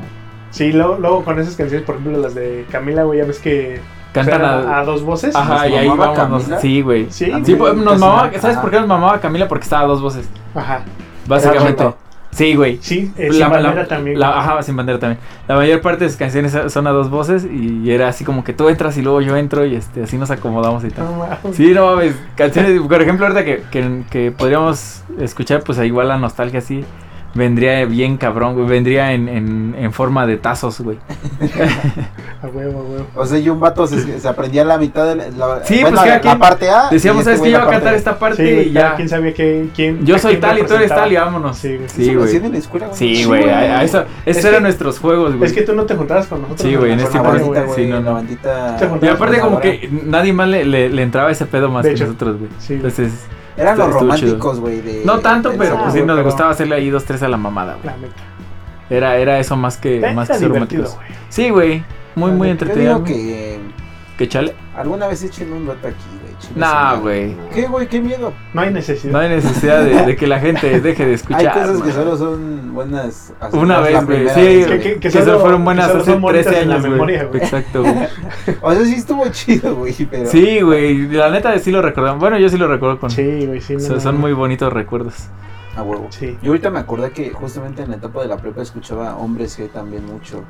[SPEAKER 3] Sí, luego, luego con esas canciones, por ejemplo, las de Camila, güey, ya ves que
[SPEAKER 1] Cantan
[SPEAKER 3] eran
[SPEAKER 1] a.
[SPEAKER 3] a, dos voces.
[SPEAKER 1] Ajá,
[SPEAKER 2] ¿Nos
[SPEAKER 1] y ahí
[SPEAKER 2] mamaba
[SPEAKER 1] vamos. nos-
[SPEAKER 2] Camila?
[SPEAKER 1] Sí, güey.
[SPEAKER 3] Sí,
[SPEAKER 2] A mí
[SPEAKER 1] Sí,
[SPEAKER 2] me
[SPEAKER 1] pues, nos
[SPEAKER 2] impresionaba.
[SPEAKER 1] mamaba. ¿Sabes
[SPEAKER 2] Ajá.
[SPEAKER 1] por qué nos mamaba Camila? Porque estaba a dos voces.
[SPEAKER 3] Ajá.
[SPEAKER 1] Básicamente.
[SPEAKER 3] bonito.
[SPEAKER 1] Sí, güey.
[SPEAKER 3] Sí, eh, Sin Bandera también.
[SPEAKER 1] la-
[SPEAKER 3] güey.
[SPEAKER 1] ajá, sin bandera también. La mayor parte de sus canciones son a dos voces y era así como que tú entras y luego yo entro y este, así nos acomodamos y tal.
[SPEAKER 3] No mames.
[SPEAKER 1] Sí, no mames, canciones, por ejemplo, ahorita que, que, que podríamos escuchar, pues igual la nostalgia así vendría bien cabrón, güey, vendría en, en, en forma de tazos, güey.
[SPEAKER 3] Ah, A huevo, a huevo.
[SPEAKER 2] O sea, y un vato se, se aprendía la mitad de la, la-
[SPEAKER 1] Sí,
[SPEAKER 2] bueno,
[SPEAKER 1] pues, cada
[SPEAKER 2] la,
[SPEAKER 1] quien-
[SPEAKER 2] la parte A.
[SPEAKER 1] Decíamos,
[SPEAKER 2] y este
[SPEAKER 1] ¿sabes
[SPEAKER 2] güey
[SPEAKER 1] que yo voy
[SPEAKER 2] la
[SPEAKER 1] a
[SPEAKER 2] parte
[SPEAKER 1] cantar
[SPEAKER 2] B".
[SPEAKER 1] esta
[SPEAKER 3] Sí,
[SPEAKER 1] parte
[SPEAKER 3] güey,
[SPEAKER 1] y
[SPEAKER 3] cada
[SPEAKER 1] ya?
[SPEAKER 3] quien sabía que, quién.
[SPEAKER 1] Yo
[SPEAKER 3] a
[SPEAKER 1] soy
[SPEAKER 3] quién
[SPEAKER 1] tal y tú eres
[SPEAKER 3] representaba.
[SPEAKER 1] tal y vámonos.
[SPEAKER 3] Sí, güey.
[SPEAKER 1] Sí,
[SPEAKER 2] Eso lo
[SPEAKER 1] güey.
[SPEAKER 2] hacían en la escuela, güey.
[SPEAKER 1] Sí, güey, a- a eso, esos
[SPEAKER 3] que-
[SPEAKER 1] eran nuestros juegos, güey.
[SPEAKER 3] Es que tú no te juntabas con nosotros.
[SPEAKER 1] Sí, güey, en
[SPEAKER 3] la
[SPEAKER 1] este
[SPEAKER 2] La
[SPEAKER 3] primaria,
[SPEAKER 1] momento,
[SPEAKER 2] bandita,
[SPEAKER 1] sí,
[SPEAKER 2] güey,
[SPEAKER 1] no,
[SPEAKER 2] la
[SPEAKER 1] no.
[SPEAKER 2] bandita.
[SPEAKER 3] Te juntabas
[SPEAKER 1] Y aparte como
[SPEAKER 2] Ahora.
[SPEAKER 1] que nadie más le, le, le entraba ese pedo más
[SPEAKER 3] De
[SPEAKER 1] que
[SPEAKER 3] hecho.
[SPEAKER 1] nosotros, güey.
[SPEAKER 3] Sí, güey.
[SPEAKER 1] Entonces,
[SPEAKER 2] Eran los
[SPEAKER 1] estuvo chido.
[SPEAKER 2] románticos, güey. de-
[SPEAKER 1] no tanto,
[SPEAKER 2] del
[SPEAKER 1] pero
[SPEAKER 2] sabor.
[SPEAKER 1] pues sí
[SPEAKER 3] güey,
[SPEAKER 1] nos
[SPEAKER 3] pero-
[SPEAKER 1] gustaba hacerle ahí dos, tres a la mamada, güey.
[SPEAKER 3] La neta.
[SPEAKER 1] Era, era eso más que,
[SPEAKER 3] Era
[SPEAKER 1] más que ser
[SPEAKER 3] divertido,
[SPEAKER 1] románticos.
[SPEAKER 3] güey.
[SPEAKER 1] Sí, güey, muy, muy
[SPEAKER 2] Yo
[SPEAKER 1] entretenido.
[SPEAKER 2] digo
[SPEAKER 1] Que...
[SPEAKER 2] que
[SPEAKER 1] chale?
[SPEAKER 2] alguna vez echen un rato aquí, güey. chingue su
[SPEAKER 1] Nah,
[SPEAKER 2] madre.
[SPEAKER 1] güey.
[SPEAKER 2] ¿Qué, güey? ¿Qué miedo?
[SPEAKER 3] No hay necesidad.
[SPEAKER 1] No hay necesidad de, de que la gente deje de escuchar.
[SPEAKER 2] Hay cosas que
[SPEAKER 1] güey.
[SPEAKER 2] solo son buenas. hasta
[SPEAKER 1] Una
[SPEAKER 2] la
[SPEAKER 1] vez, güey.
[SPEAKER 2] primera
[SPEAKER 1] Sí, que,
[SPEAKER 2] vez, güey.
[SPEAKER 3] que- que
[SPEAKER 1] solo,
[SPEAKER 3] solo-
[SPEAKER 1] fueron buenas
[SPEAKER 3] que solo
[SPEAKER 1] hace
[SPEAKER 3] son bonitas
[SPEAKER 1] 13
[SPEAKER 3] en la
[SPEAKER 1] años,
[SPEAKER 3] memoria,
[SPEAKER 1] güey.
[SPEAKER 3] güey.
[SPEAKER 1] Exacto, güey.
[SPEAKER 2] O sea, sí estuvo chido, güey, pero.
[SPEAKER 1] Sí, güey. La neta sí lo recordamos. Bueno, yo sí lo recuerdo con.
[SPEAKER 3] Sí, güey, sí. no,
[SPEAKER 1] son,
[SPEAKER 3] no,
[SPEAKER 1] son
[SPEAKER 3] no.
[SPEAKER 1] muy bonitos recuerdos.
[SPEAKER 2] A huevo.
[SPEAKER 3] Sí.
[SPEAKER 2] Yo ahorita me acordé que justamente en la etapa de la prepa escuchaba Hombres G también mucho.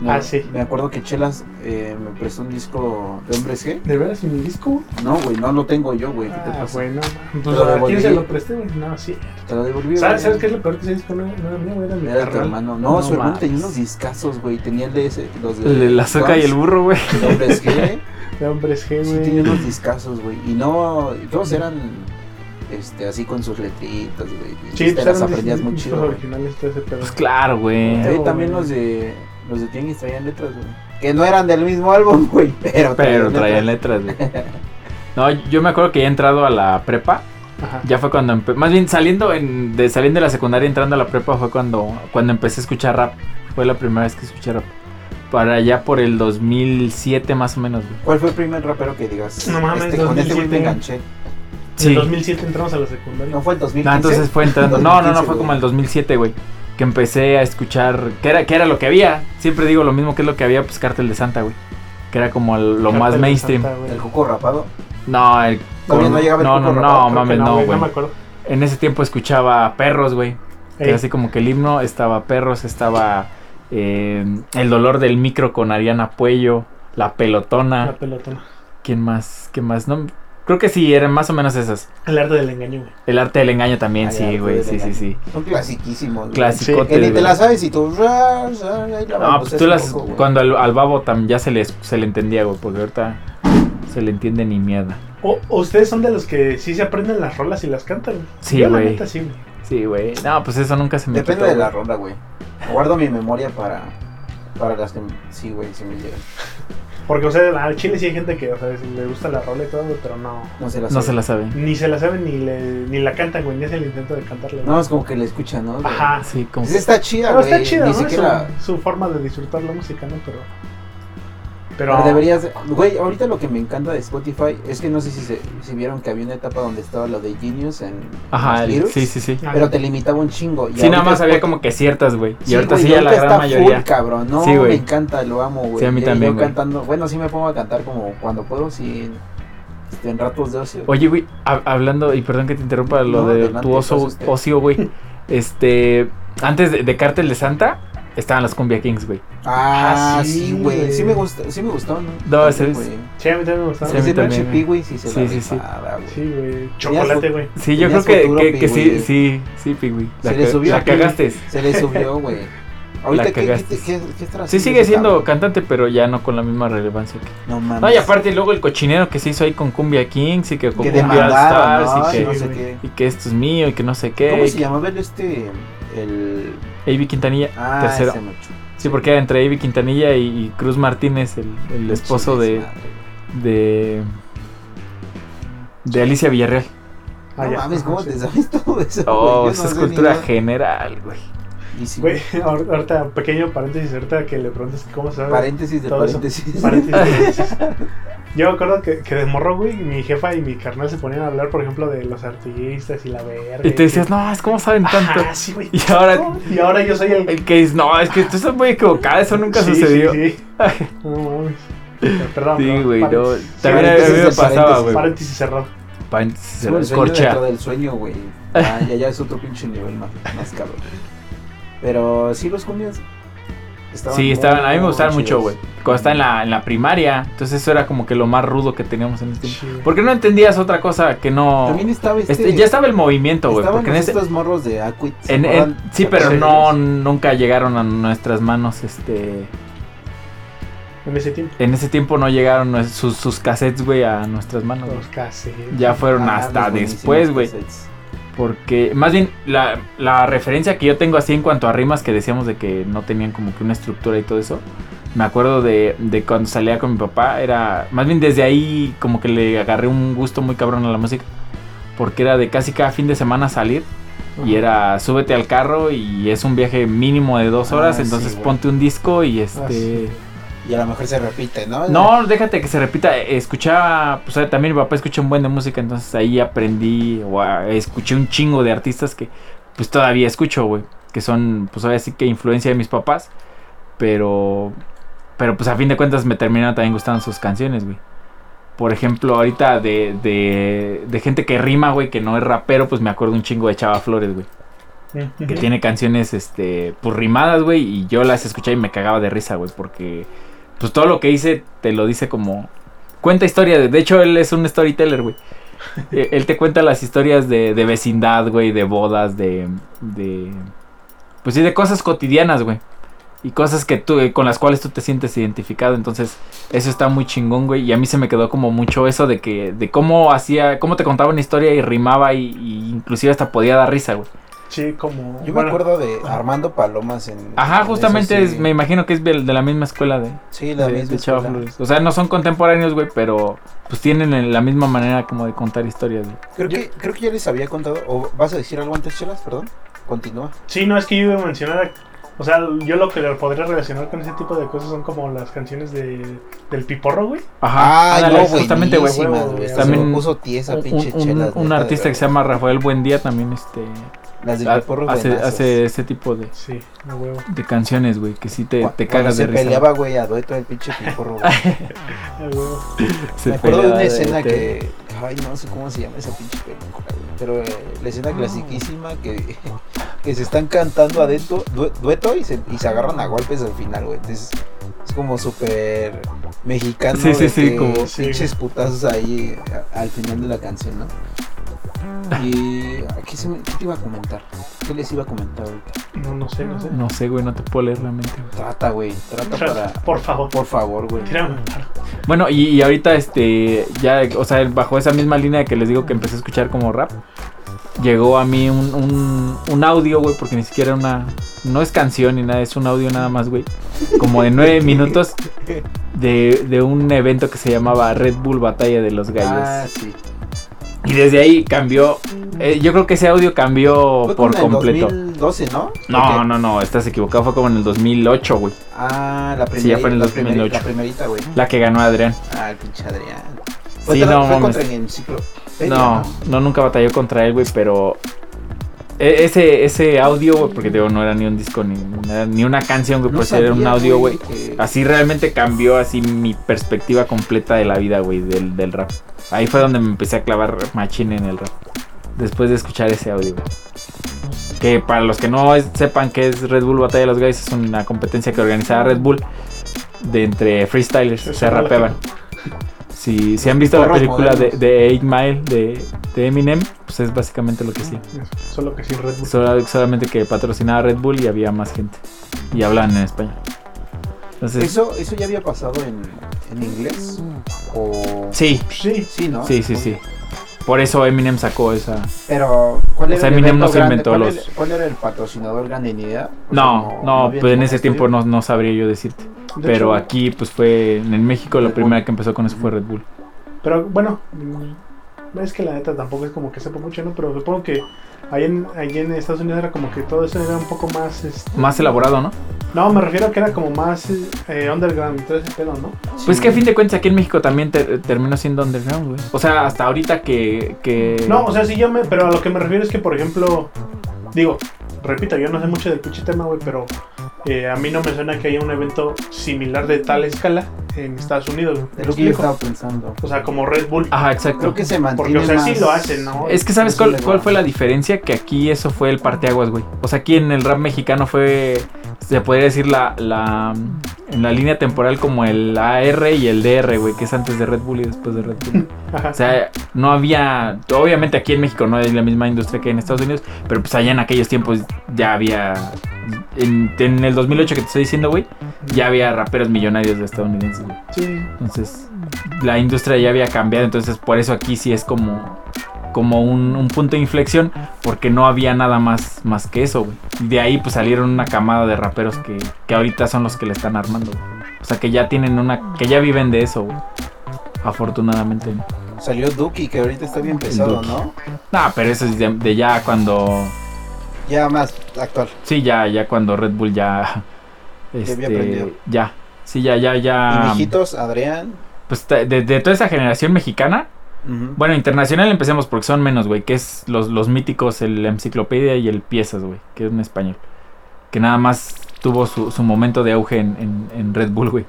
[SPEAKER 2] Me-
[SPEAKER 3] Ah, sí.
[SPEAKER 2] Me acuerdo que Chelas eh, me prestó un disco de Hombres G.
[SPEAKER 3] ¿De veras en mi disco?
[SPEAKER 2] No, güey, no lo tengo yo, güey. ¿Qué te
[SPEAKER 3] Ah,
[SPEAKER 2] pasa?
[SPEAKER 3] bueno. Pues
[SPEAKER 2] Pero
[SPEAKER 3] a quién
[SPEAKER 2] devolví.
[SPEAKER 3] se lo presté, güey. No, sí.
[SPEAKER 2] Te lo devolví.
[SPEAKER 3] ¿Sabes,
[SPEAKER 2] güey.
[SPEAKER 3] ¿Sabes qué es lo peor que se disco? No, no era mío, güey, era mi
[SPEAKER 2] Era tu
[SPEAKER 3] carnal.
[SPEAKER 2] hermano.
[SPEAKER 1] No
[SPEAKER 2] No, su hermano
[SPEAKER 1] mames.
[SPEAKER 2] tenía unos discazos, güey. Tenía el de ese, los de.
[SPEAKER 1] El de la soca y el burro, güey.
[SPEAKER 2] de Hombres G.
[SPEAKER 3] De hombres G,
[SPEAKER 2] Sí, tenía
[SPEAKER 3] güey.
[SPEAKER 2] unos discazos, güey. Y no, todos eran Este, así con sus letritas, güey. y
[SPEAKER 3] Sí,
[SPEAKER 2] te
[SPEAKER 3] pues
[SPEAKER 2] las
[SPEAKER 3] eran
[SPEAKER 2] aprendías
[SPEAKER 3] dis-
[SPEAKER 2] muy
[SPEAKER 3] discos
[SPEAKER 2] chido. güey.
[SPEAKER 3] originales todo ese pedo.
[SPEAKER 1] Pues claro, güey.
[SPEAKER 2] Sí, también los de los de Tianguis traían letras, güey. Que no eran del mismo álbum, güey, pero
[SPEAKER 1] Pero traían letras, güey. No, yo me acuerdo que ya entrado a la prepa,
[SPEAKER 3] Ajá.
[SPEAKER 1] ya fue cuando empe- más bien saliendo en- de saliendo de la secundaria entrando a la prepa fue cuando cuando empecé a escuchar rap. Fue la primera vez que escuché rap. Para allá por el 2007 más o menos, güey.
[SPEAKER 2] ¿Cuál fue el primer rapero que digas?
[SPEAKER 3] No mames,
[SPEAKER 2] este, con este güey
[SPEAKER 3] 2007.
[SPEAKER 2] me enganché.
[SPEAKER 3] En
[SPEAKER 1] Sí.
[SPEAKER 3] 2007 entramos a la secundaria.
[SPEAKER 2] No fue el 2015.
[SPEAKER 1] No, entonces fue entrando. No, no, no,
[SPEAKER 2] 2015,
[SPEAKER 1] fue
[SPEAKER 2] güey.
[SPEAKER 1] como el 2007, güey. Que empecé a escuchar. ¿Qué era, que era lo que había? Siempre digo lo mismo que es lo que había, pues Cártel de Santa, güey. Que era como el- lo más
[SPEAKER 3] Cartel de
[SPEAKER 1] mainstream.
[SPEAKER 3] Santa, güey.
[SPEAKER 2] El Juco Rapado.
[SPEAKER 1] No, el.
[SPEAKER 2] Todavía no llegaba el
[SPEAKER 1] no,
[SPEAKER 2] Coco
[SPEAKER 1] no, no,
[SPEAKER 2] Rapado, creo que
[SPEAKER 1] mames, no,
[SPEAKER 3] No
[SPEAKER 1] güey.
[SPEAKER 3] me acuerdo.
[SPEAKER 1] En ese tiempo escuchaba Perros, güey. Que
[SPEAKER 3] Ey,
[SPEAKER 1] era así como que el himno estaba Perros, estaba eh, El dolor del micro con Ariana Puello, La
[SPEAKER 3] La
[SPEAKER 1] pelotona.
[SPEAKER 3] pelotona.
[SPEAKER 1] ¿Quién más? ¿Quién más? No, creo que sí, eran más o menos esas.
[SPEAKER 3] El arte del engaño, güey.
[SPEAKER 1] El arte del engaño también,
[SPEAKER 2] Ah, el
[SPEAKER 1] sí,
[SPEAKER 2] arte
[SPEAKER 1] güey,
[SPEAKER 2] del
[SPEAKER 1] sí, sí,
[SPEAKER 2] engaño.
[SPEAKER 1] sí.
[SPEAKER 2] Son clasiquísimos. güey.
[SPEAKER 1] Clásico.
[SPEAKER 2] Que ni te la sabes y tú. ra, ra, ahí la
[SPEAKER 1] No,
[SPEAKER 2] vamos,
[SPEAKER 1] pues tú
[SPEAKER 2] es
[SPEAKER 1] las.
[SPEAKER 2] Coco, güey.
[SPEAKER 1] cuando al, al babo tam, ya se, les, se le entendía, güey, porque ahorita se le entiende ni mierda.
[SPEAKER 3] O, o ustedes son de los que sí se aprenden las rolas y las cantan, güey.
[SPEAKER 1] Sí,
[SPEAKER 3] Yo, la
[SPEAKER 1] güey.
[SPEAKER 3] neta, sí, güey.
[SPEAKER 1] Sí, güey. No, pues eso nunca se me
[SPEAKER 2] Depende
[SPEAKER 1] quitó,
[SPEAKER 2] de la
[SPEAKER 1] güey.
[SPEAKER 2] ronda, güey. Guardo mi memoria para, para las que. Sí, güey, sí me llegan.
[SPEAKER 3] Porque, o sea, al chile sí hay gente que, o sea, sí le gusta la rola y todo, güey, pero no.
[SPEAKER 2] No se las
[SPEAKER 1] No se la sabe.
[SPEAKER 3] Ni se la saben ni, le, ni la cantan, güey. Ni es el intento de cantarla. güey.
[SPEAKER 2] No, es como que la escuchan, ¿no? güey?
[SPEAKER 3] Ajá.
[SPEAKER 1] Sí, como.
[SPEAKER 2] Pues está chida,
[SPEAKER 3] Pero
[SPEAKER 2] güey.
[SPEAKER 3] está chido,
[SPEAKER 2] Ni
[SPEAKER 3] ¿no? Es
[SPEAKER 2] siquiera.
[SPEAKER 3] su, su forma de disfrutar la música, ¿no? Pero. Pero.
[SPEAKER 2] Pero deberías. de- Güey, ahorita lo que me encanta de Spotify es que no sé si, se, si vieron que había una etapa donde estaba lo de Genius en.
[SPEAKER 1] Ajá,
[SPEAKER 2] los
[SPEAKER 1] el-
[SPEAKER 2] virus,
[SPEAKER 1] sí, sí, sí.
[SPEAKER 3] Ah,
[SPEAKER 2] Pero te limitaba un chingo. Y
[SPEAKER 1] Sí, nada
[SPEAKER 2] ahorita
[SPEAKER 1] más había
[SPEAKER 2] Spotify-
[SPEAKER 1] como que ciertas, güey. Y ahorita
[SPEAKER 2] güey,
[SPEAKER 1] sí, ya la
[SPEAKER 2] ahorita
[SPEAKER 1] gran
[SPEAKER 2] está
[SPEAKER 1] mayoría.
[SPEAKER 2] Full, cabrón. No,
[SPEAKER 1] Sí, güey.
[SPEAKER 2] me encanta, lo amo, güey.
[SPEAKER 1] Sí, a mí
[SPEAKER 2] Y
[SPEAKER 1] también,
[SPEAKER 2] Yo
[SPEAKER 1] güey.
[SPEAKER 2] cantando, bueno, sí me pongo a cantar como cuando puedo, sí, este, en ratos de ocio.
[SPEAKER 1] Oye, güey, hab- hablando, y perdón que te interrumpa lo
[SPEAKER 2] No,
[SPEAKER 1] de
[SPEAKER 2] adelante,
[SPEAKER 1] tu oso,
[SPEAKER 2] entonces, ¿qué?
[SPEAKER 1] ocio, güey. Este, antes de, de Cártel de Santa, estaban las Cumbia Kings, güey.
[SPEAKER 2] Ah,
[SPEAKER 3] Ah,
[SPEAKER 2] sí,
[SPEAKER 3] sí,
[SPEAKER 2] güey.
[SPEAKER 3] güey.
[SPEAKER 2] Sí me gustó, sí me gustó, ¿no?
[SPEAKER 1] No, ese
[SPEAKER 2] sí,
[SPEAKER 1] es-
[SPEAKER 2] güey.
[SPEAKER 3] Sí, a mí también me gustaba.
[SPEAKER 1] Sí, a mí
[SPEAKER 2] Ese pinche
[SPEAKER 1] también, eh.
[SPEAKER 2] Pi, güey, sí se
[SPEAKER 1] Sí,
[SPEAKER 2] la
[SPEAKER 1] sí, sí.
[SPEAKER 2] rifaba, güey.
[SPEAKER 3] Sí, güey. Chocolate, güey.
[SPEAKER 1] Sí, yo creo
[SPEAKER 2] Tenías
[SPEAKER 1] que,
[SPEAKER 2] futuro,
[SPEAKER 1] que, que sí,
[SPEAKER 2] güey.
[SPEAKER 1] sí, sí, Pi, güey. La,
[SPEAKER 2] Se le
[SPEAKER 1] ca-
[SPEAKER 2] subió
[SPEAKER 1] la
[SPEAKER 2] a Pi.
[SPEAKER 1] cagaste.
[SPEAKER 2] Se le subió, güey. Ahorita, ¿qué, qué,
[SPEAKER 1] cagaste.
[SPEAKER 2] qué, qué, qué estará
[SPEAKER 1] Sí,
[SPEAKER 2] haciendo
[SPEAKER 1] sigue
[SPEAKER 2] ese
[SPEAKER 1] siendo
[SPEAKER 2] cabrón?
[SPEAKER 1] cantante, pero ya no con la misma relevancia. que-
[SPEAKER 2] No mames.
[SPEAKER 1] No, y aparte luego el cochinero que se hizo ahí con Cumbia Kings y que con
[SPEAKER 2] Que
[SPEAKER 1] Cumbia
[SPEAKER 2] demandaron,
[SPEAKER 1] Stars
[SPEAKER 2] ¿no?
[SPEAKER 1] y, que,
[SPEAKER 2] no sé
[SPEAKER 3] güey.
[SPEAKER 2] qué.
[SPEAKER 1] y que esto es mío y que no sé qué.
[SPEAKER 2] ¿Cómo
[SPEAKER 1] y
[SPEAKER 2] se llamaba el este? El.
[SPEAKER 1] que- AB Quintanilla.
[SPEAKER 2] Ah,
[SPEAKER 1] Tercero.
[SPEAKER 2] ese mucho.
[SPEAKER 1] Sí, porque era entre Avi Quintanilla y, y Cruz Martínez, el, el esposo de, de de Alicia Villarreal.
[SPEAKER 3] Ah,
[SPEAKER 2] No
[SPEAKER 3] ya.
[SPEAKER 2] mames, ¿cómo
[SPEAKER 3] Sí.
[SPEAKER 2] te sabes todo eso?
[SPEAKER 1] Oh,
[SPEAKER 2] güey? Yo
[SPEAKER 1] esa
[SPEAKER 2] no
[SPEAKER 1] es
[SPEAKER 2] sé
[SPEAKER 1] cultura
[SPEAKER 2] ni-
[SPEAKER 1] general, güey.
[SPEAKER 2] Y sí,
[SPEAKER 3] Güey, ahor- ahorita, pequeño paréntesis, ahorita que le preguntas cómo se llama.
[SPEAKER 2] Paréntesis de
[SPEAKER 3] Todo eso.
[SPEAKER 2] paréntesis.
[SPEAKER 3] Paréntesis. Yo me acuerdo que, que de morro, güey, mi jefa y mi carnal se ponían a hablar, por ejemplo, de los artistas y la verga.
[SPEAKER 1] Y te decías, no, es como saben tanto.
[SPEAKER 3] Ah, sí, güey.
[SPEAKER 1] Y ahora
[SPEAKER 3] Y ahora yo soy el
[SPEAKER 1] el que dice, no, es que tú estás muy equivocada, eso nunca
[SPEAKER 3] Sí,
[SPEAKER 1] sucedió. Sí,
[SPEAKER 3] Sí, sí. No mames. Perdón. perdón.
[SPEAKER 1] güey, no.
[SPEAKER 3] Paréntesis.
[SPEAKER 1] También a mí me
[SPEAKER 2] Paréntesis,
[SPEAKER 1] pasaba,
[SPEAKER 2] paréntesis,
[SPEAKER 1] güey.
[SPEAKER 3] Paréntesis cerrado.
[SPEAKER 1] Paréntesis,
[SPEAKER 2] Es como el sueño
[SPEAKER 1] Corchea.
[SPEAKER 2] dentro del sueño, güey. Ah, ya, ya es otro pinche nivel más, más cabrón. Pero sí, los cumbias. Estaban
[SPEAKER 1] Sí,
[SPEAKER 2] muy,
[SPEAKER 1] estaban, a mí me
[SPEAKER 2] muy
[SPEAKER 1] gustaban mucho,
[SPEAKER 2] chidos.
[SPEAKER 1] güey. Cuando estaba en la, en la primaria, entonces eso era como que lo más rudo que teníamos en ese tiempo.
[SPEAKER 3] Sí.
[SPEAKER 1] Porque no entendías otra cosa que no.
[SPEAKER 2] También estaba este.
[SPEAKER 1] Este, ya estaba el movimiento, güey.
[SPEAKER 2] estaban
[SPEAKER 1] Porque en ese.
[SPEAKER 2] estos morros de Aquit. ¿se
[SPEAKER 1] en- en-
[SPEAKER 2] acuerdan?
[SPEAKER 1] sí,
[SPEAKER 2] ¿Se
[SPEAKER 1] pero
[SPEAKER 2] acuerdan
[SPEAKER 1] no,
[SPEAKER 2] de ellos?
[SPEAKER 1] nunca llegaron a nuestras manos, este.
[SPEAKER 3] En ese tiempo.
[SPEAKER 1] En ese tiempo no llegaron nues- sus, sus cassettes, güey, a nuestras manos. güey.
[SPEAKER 3] Los caseros.
[SPEAKER 1] Ya fueron
[SPEAKER 2] Ah,
[SPEAKER 1] hasta
[SPEAKER 2] los buenísimos
[SPEAKER 1] después, güey.
[SPEAKER 2] cassettes.
[SPEAKER 1] Porque, más bien, la, la referencia que yo tengo así en cuanto a rimas que decíamos de que no tenían como que una estructura y todo eso. Me acuerdo de, de cuando salía con mi papá, era. Más bien desde ahí, como que le agarré un gusto muy cabrón a la música. Porque era de casi cada fin de semana salir. Y era súbete al carro y es un viaje mínimo de dos
[SPEAKER 2] Ah,
[SPEAKER 1] horas.
[SPEAKER 2] sí,
[SPEAKER 1] entonces
[SPEAKER 2] güey.
[SPEAKER 1] ponte un disco y este.
[SPEAKER 3] Ah, sí.
[SPEAKER 2] Y a lo mejor se repite, ¿no?
[SPEAKER 1] No, déjate que se repita. Escuchaba, pues eh, también mi papá escucha un buen de música, entonces ahí aprendí, o a- escuché un chingo de artistas que pues todavía escucho, güey. Que son, pues ahora sí que influencia de mis papás, pero, pero pues a fin de cuentas me terminaron también gustando sus canciones, güey. Por ejemplo, ahorita de, de, de gente que rima, güey, que no es rapero, pues me acuerdo un chingo de Chava Flores, güey.
[SPEAKER 3] Ujú.
[SPEAKER 1] Que tiene canciones, este, pues rimadas, güey. Y yo las escuchaba y me cagaba de risa, güey. Porque, pues todo lo que hice te lo dice como. Cuenta historia. De, de hecho, él es un storyteller, güey. Eh, él te cuenta las historias de, de vecindad, güey, de bodas, de, de. Pues sí, de cosas cotidianas, güey. y cosas que tú, con las cuales tú te sientes identificado. Entonces, eso está muy chingón, güey. Y a mí se me quedó como mucho eso de que, de cómo hacía, cómo te contaba una historia y rimaba y, y inclusive hasta podía dar risa, güey.
[SPEAKER 3] Sí, como.
[SPEAKER 2] Yo me
[SPEAKER 3] bueno,
[SPEAKER 2] acuerdo de Armando Palomas en.
[SPEAKER 1] Ajá,
[SPEAKER 2] en
[SPEAKER 1] justamente
[SPEAKER 2] eso,
[SPEAKER 1] es- me imagino que es de, de la misma escuela de,
[SPEAKER 2] Sí, la
[SPEAKER 1] de-
[SPEAKER 2] misma.
[SPEAKER 1] de Chava
[SPEAKER 2] escuela.
[SPEAKER 1] Flores. O sea, no son contemporáneos, güey, pero pues tienen el- la misma manera como de contar historias, güey.
[SPEAKER 2] Creo, que, creo que ya les había contado. ¿O vas a decir algo antes, Chelas? Perdón. Continúa.
[SPEAKER 3] Sí, no, es que yo iba a mencionar. O sea, yo lo que le podría relacionar con ese tipo de cosas son como las canciones de, del Piporro, güey.
[SPEAKER 1] Ajá, Ah, ándale,
[SPEAKER 2] Ah, no,
[SPEAKER 1] justamente, güey.
[SPEAKER 2] buenísimas,
[SPEAKER 3] huevo,
[SPEAKER 2] güey.
[SPEAKER 3] güey.
[SPEAKER 2] También
[SPEAKER 1] También
[SPEAKER 2] se me puso tiesa,
[SPEAKER 1] Un,
[SPEAKER 2] pinche
[SPEAKER 1] un- un-
[SPEAKER 2] Chelas.
[SPEAKER 1] un
[SPEAKER 2] neta,
[SPEAKER 1] artista que se llama Rafael Buendía también este
[SPEAKER 2] Las del
[SPEAKER 1] ha-
[SPEAKER 2] Piporro
[SPEAKER 1] hace,
[SPEAKER 2] buenazas.
[SPEAKER 1] hace ese tipo de,
[SPEAKER 3] Sí, a huevo.
[SPEAKER 1] de canciones, güey, que sí te,
[SPEAKER 2] Cu-
[SPEAKER 1] eh, te
[SPEAKER 2] cuando
[SPEAKER 1] cagas de
[SPEAKER 2] se
[SPEAKER 1] risa.
[SPEAKER 2] peleaba, güey, a dueto el pinche Piporro. güey.
[SPEAKER 3] A huevo.
[SPEAKER 1] Se
[SPEAKER 2] Me acuerdo de
[SPEAKER 1] peleaba
[SPEAKER 2] una escena
[SPEAKER 1] te-
[SPEAKER 2] que. Ay, no sé cómo se llama esa pinche película, güey. Pero eh, la escena
[SPEAKER 3] Ah.
[SPEAKER 2] clasiquísima que, que se están cantando adentro, due- dueto y se, y se agarran a golpes al final, güey. Entonces es como súper mexicano.
[SPEAKER 1] Sí, sí,
[SPEAKER 2] de
[SPEAKER 1] sí,
[SPEAKER 2] que
[SPEAKER 1] como-
[SPEAKER 3] sí.
[SPEAKER 2] Pinches putazos ahí a- al final de la canción, ¿no? Y. ¿Qué, se me- qué te iba a comentar? ¿Qué les iba a comentar ahorita?
[SPEAKER 3] No, no sé, no sé.
[SPEAKER 1] No sé, güey, no te puedo leer la mente, güey.
[SPEAKER 2] Trata, güey. Trata para.
[SPEAKER 3] Por favor,
[SPEAKER 2] Por favor, güey.
[SPEAKER 3] tírame un paro.
[SPEAKER 1] Bueno, y, y ahorita, este, ya, o sea, bajo esa misma línea que les digo que empecé a escuchar como rap, llegó a mí un, un, un audio, güey, porque ni siquiera una, no es canción ni nada, es un audio nada más, güey, como de nueve minutos de, de un evento que se llamaba Red Bull Batalla de los Gallos.
[SPEAKER 2] Ah, sí.
[SPEAKER 1] Y desde ahí cambió, eh, yo creo que ese audio cambió
[SPEAKER 2] Fue
[SPEAKER 1] por
[SPEAKER 2] como en
[SPEAKER 1] completo.
[SPEAKER 2] 2012, ¿no?
[SPEAKER 1] No,
[SPEAKER 2] Porque-
[SPEAKER 1] no, no, estás equivocado, fue como en el 2008, güey,
[SPEAKER 2] Ah, la primera.
[SPEAKER 1] Sí, ya fue en el
[SPEAKER 2] la primera-
[SPEAKER 1] 2008.
[SPEAKER 2] La primerita, güey.
[SPEAKER 1] la que ganó Adrián.
[SPEAKER 2] Ah, el pinche Adrián.
[SPEAKER 1] Sí,
[SPEAKER 2] Otra-
[SPEAKER 1] no,
[SPEAKER 2] fue
[SPEAKER 1] mames.
[SPEAKER 2] contra el ciclo.
[SPEAKER 1] No, no, nunca batalló contra él, güey, pero e- ese, ese audio, güey, porque digo, no era ni un disco ni, nada, ni una canción, güey, pues era un audio, güey. Así realmente cambió así mi perspectiva completa de la vida, güey, del, del rap. Ahí fue donde me empecé a clavar machine en el rap. Después de escuchar ese audio, güey. Que para los que no es- sepan que es Red Bull Batalla de los Guys, es una competencia que organizaba Red Bull de entre freestylers,
[SPEAKER 3] Sí,
[SPEAKER 1] se
[SPEAKER 3] sí,
[SPEAKER 1] rapeaban. Si, si han visto la
[SPEAKER 2] Porros
[SPEAKER 1] película de,
[SPEAKER 2] modernos.
[SPEAKER 1] de Eight Mile de, de Eminem, pues es básicamente lo que sí.
[SPEAKER 3] Solo que sin Red Bull.
[SPEAKER 1] Solo- solamente que patrocinaba Red Bull y había más gente. Y hablaban en español. Entonces,
[SPEAKER 2] Eso, eso ya había pasado en, en inglés. O.
[SPEAKER 1] sí,
[SPEAKER 3] Sí,
[SPEAKER 2] Sí, ¿no?
[SPEAKER 1] sí, sí, sí. Por eso Eminem sacó esa.
[SPEAKER 2] Pero, ¿cuál
[SPEAKER 1] O
[SPEAKER 2] era
[SPEAKER 1] sea,
[SPEAKER 2] el
[SPEAKER 1] Eminem no
[SPEAKER 2] evento
[SPEAKER 1] se
[SPEAKER 2] grande?
[SPEAKER 1] inventó
[SPEAKER 2] ¿Cuál
[SPEAKER 1] los-
[SPEAKER 2] era- ¿Cuál era el patrocinador grande en idea? O sea,
[SPEAKER 1] No, no,
[SPEAKER 2] había
[SPEAKER 1] pues en
[SPEAKER 2] ningún
[SPEAKER 1] ese
[SPEAKER 2] estudio.
[SPEAKER 1] tiempo no, no sabría yo decirte.
[SPEAKER 3] de
[SPEAKER 1] Pero
[SPEAKER 3] hecho,
[SPEAKER 1] aquí, pues fue en México, la
[SPEAKER 2] Red
[SPEAKER 1] primera
[SPEAKER 2] Bull.
[SPEAKER 1] que empezó con eso fue Red Bull.
[SPEAKER 3] Pero bueno, mm, es que la neta tampoco es como que sepa mucho, ¿no? Pero supongo que ahí en, ahí en Estados Unidos era como que todo eso era un poco más... este,
[SPEAKER 1] Más elaborado, ¿no?
[SPEAKER 3] No, me refiero a que era como más eh, eh, underground y todo ese pedo, ¿no?
[SPEAKER 1] Pues que a fin de cuentas aquí en México también te- terminó siendo underground, güey. O sea, hasta ahorita que... que...
[SPEAKER 3] No, o sea, sí yo me... Pero a lo que me refiero es que, por ejemplo, digo, repito, yo no sé mucho del pinche tema, güey, pero eh, a mí no me suena que haya un evento similar de tal escala en Estados Unidos, güey. ¿Me
[SPEAKER 2] Es lo que yo
[SPEAKER 3] explico?
[SPEAKER 2] estaba pensando.
[SPEAKER 3] O sea, como Red Bull.
[SPEAKER 1] Ajá, exacto.
[SPEAKER 2] Creo que se mantiene.
[SPEAKER 3] Porque, o sea,
[SPEAKER 2] más...
[SPEAKER 3] sí lo hacen, ¿no?
[SPEAKER 1] Es que sabes
[SPEAKER 2] Eso
[SPEAKER 1] cuál,
[SPEAKER 2] le
[SPEAKER 1] cuál
[SPEAKER 2] da.
[SPEAKER 1] fue la diferencia, que aquí eso fue el parteaguas, güey. O sea, aquí en el rap mexicano fue, se podría decir, la, la en la línea temporal como el AR y el DR, güey, que es antes de Red Bull y después de Red Bull.
[SPEAKER 3] Ajá.
[SPEAKER 1] O sea, no había, obviamente aquí en México no es la misma industria que en Estados Unidos, pero pues allá en aquellos tiempos ya había, en, en el 2008 que te estoy diciendo, güey, ya había raperos millonarios de estadounidenses, güey.
[SPEAKER 3] Sí.
[SPEAKER 1] Entonces, la industria ya había cambiado, entonces por eso aquí sí es como, como un, un punto de inflexión, porque no había nada más, más que eso, güey. Y de ahí pues salieron una camada de raperos que, que ahorita son los que le están armando, güey. O sea, que ya tienen una, que ya viven de eso, güey. Afortunadamente. No,
[SPEAKER 2] Salió Duki, que ahorita está bien pesado,
[SPEAKER 1] Duki.
[SPEAKER 2] ¿no?
[SPEAKER 1] Nah, pero eso es de, de ya cuando,
[SPEAKER 2] Ya más actual.
[SPEAKER 1] sí, ya, ya cuando Red Bull ya, este,
[SPEAKER 2] aprendido.
[SPEAKER 1] ya, sí, ya, ya,
[SPEAKER 2] y
[SPEAKER 1] ya,
[SPEAKER 2] viejitos, Adrián.
[SPEAKER 1] pues de, de toda esa generación mexicana,
[SPEAKER 2] Ujú.
[SPEAKER 1] Bueno, internacional empecemos porque son menos, güey, que es los, los míticos, el la enciclopedia y el piezas, güey, que es un español. Que nada más tuvo su, su momento de auge en, en- en Red Bull, güey.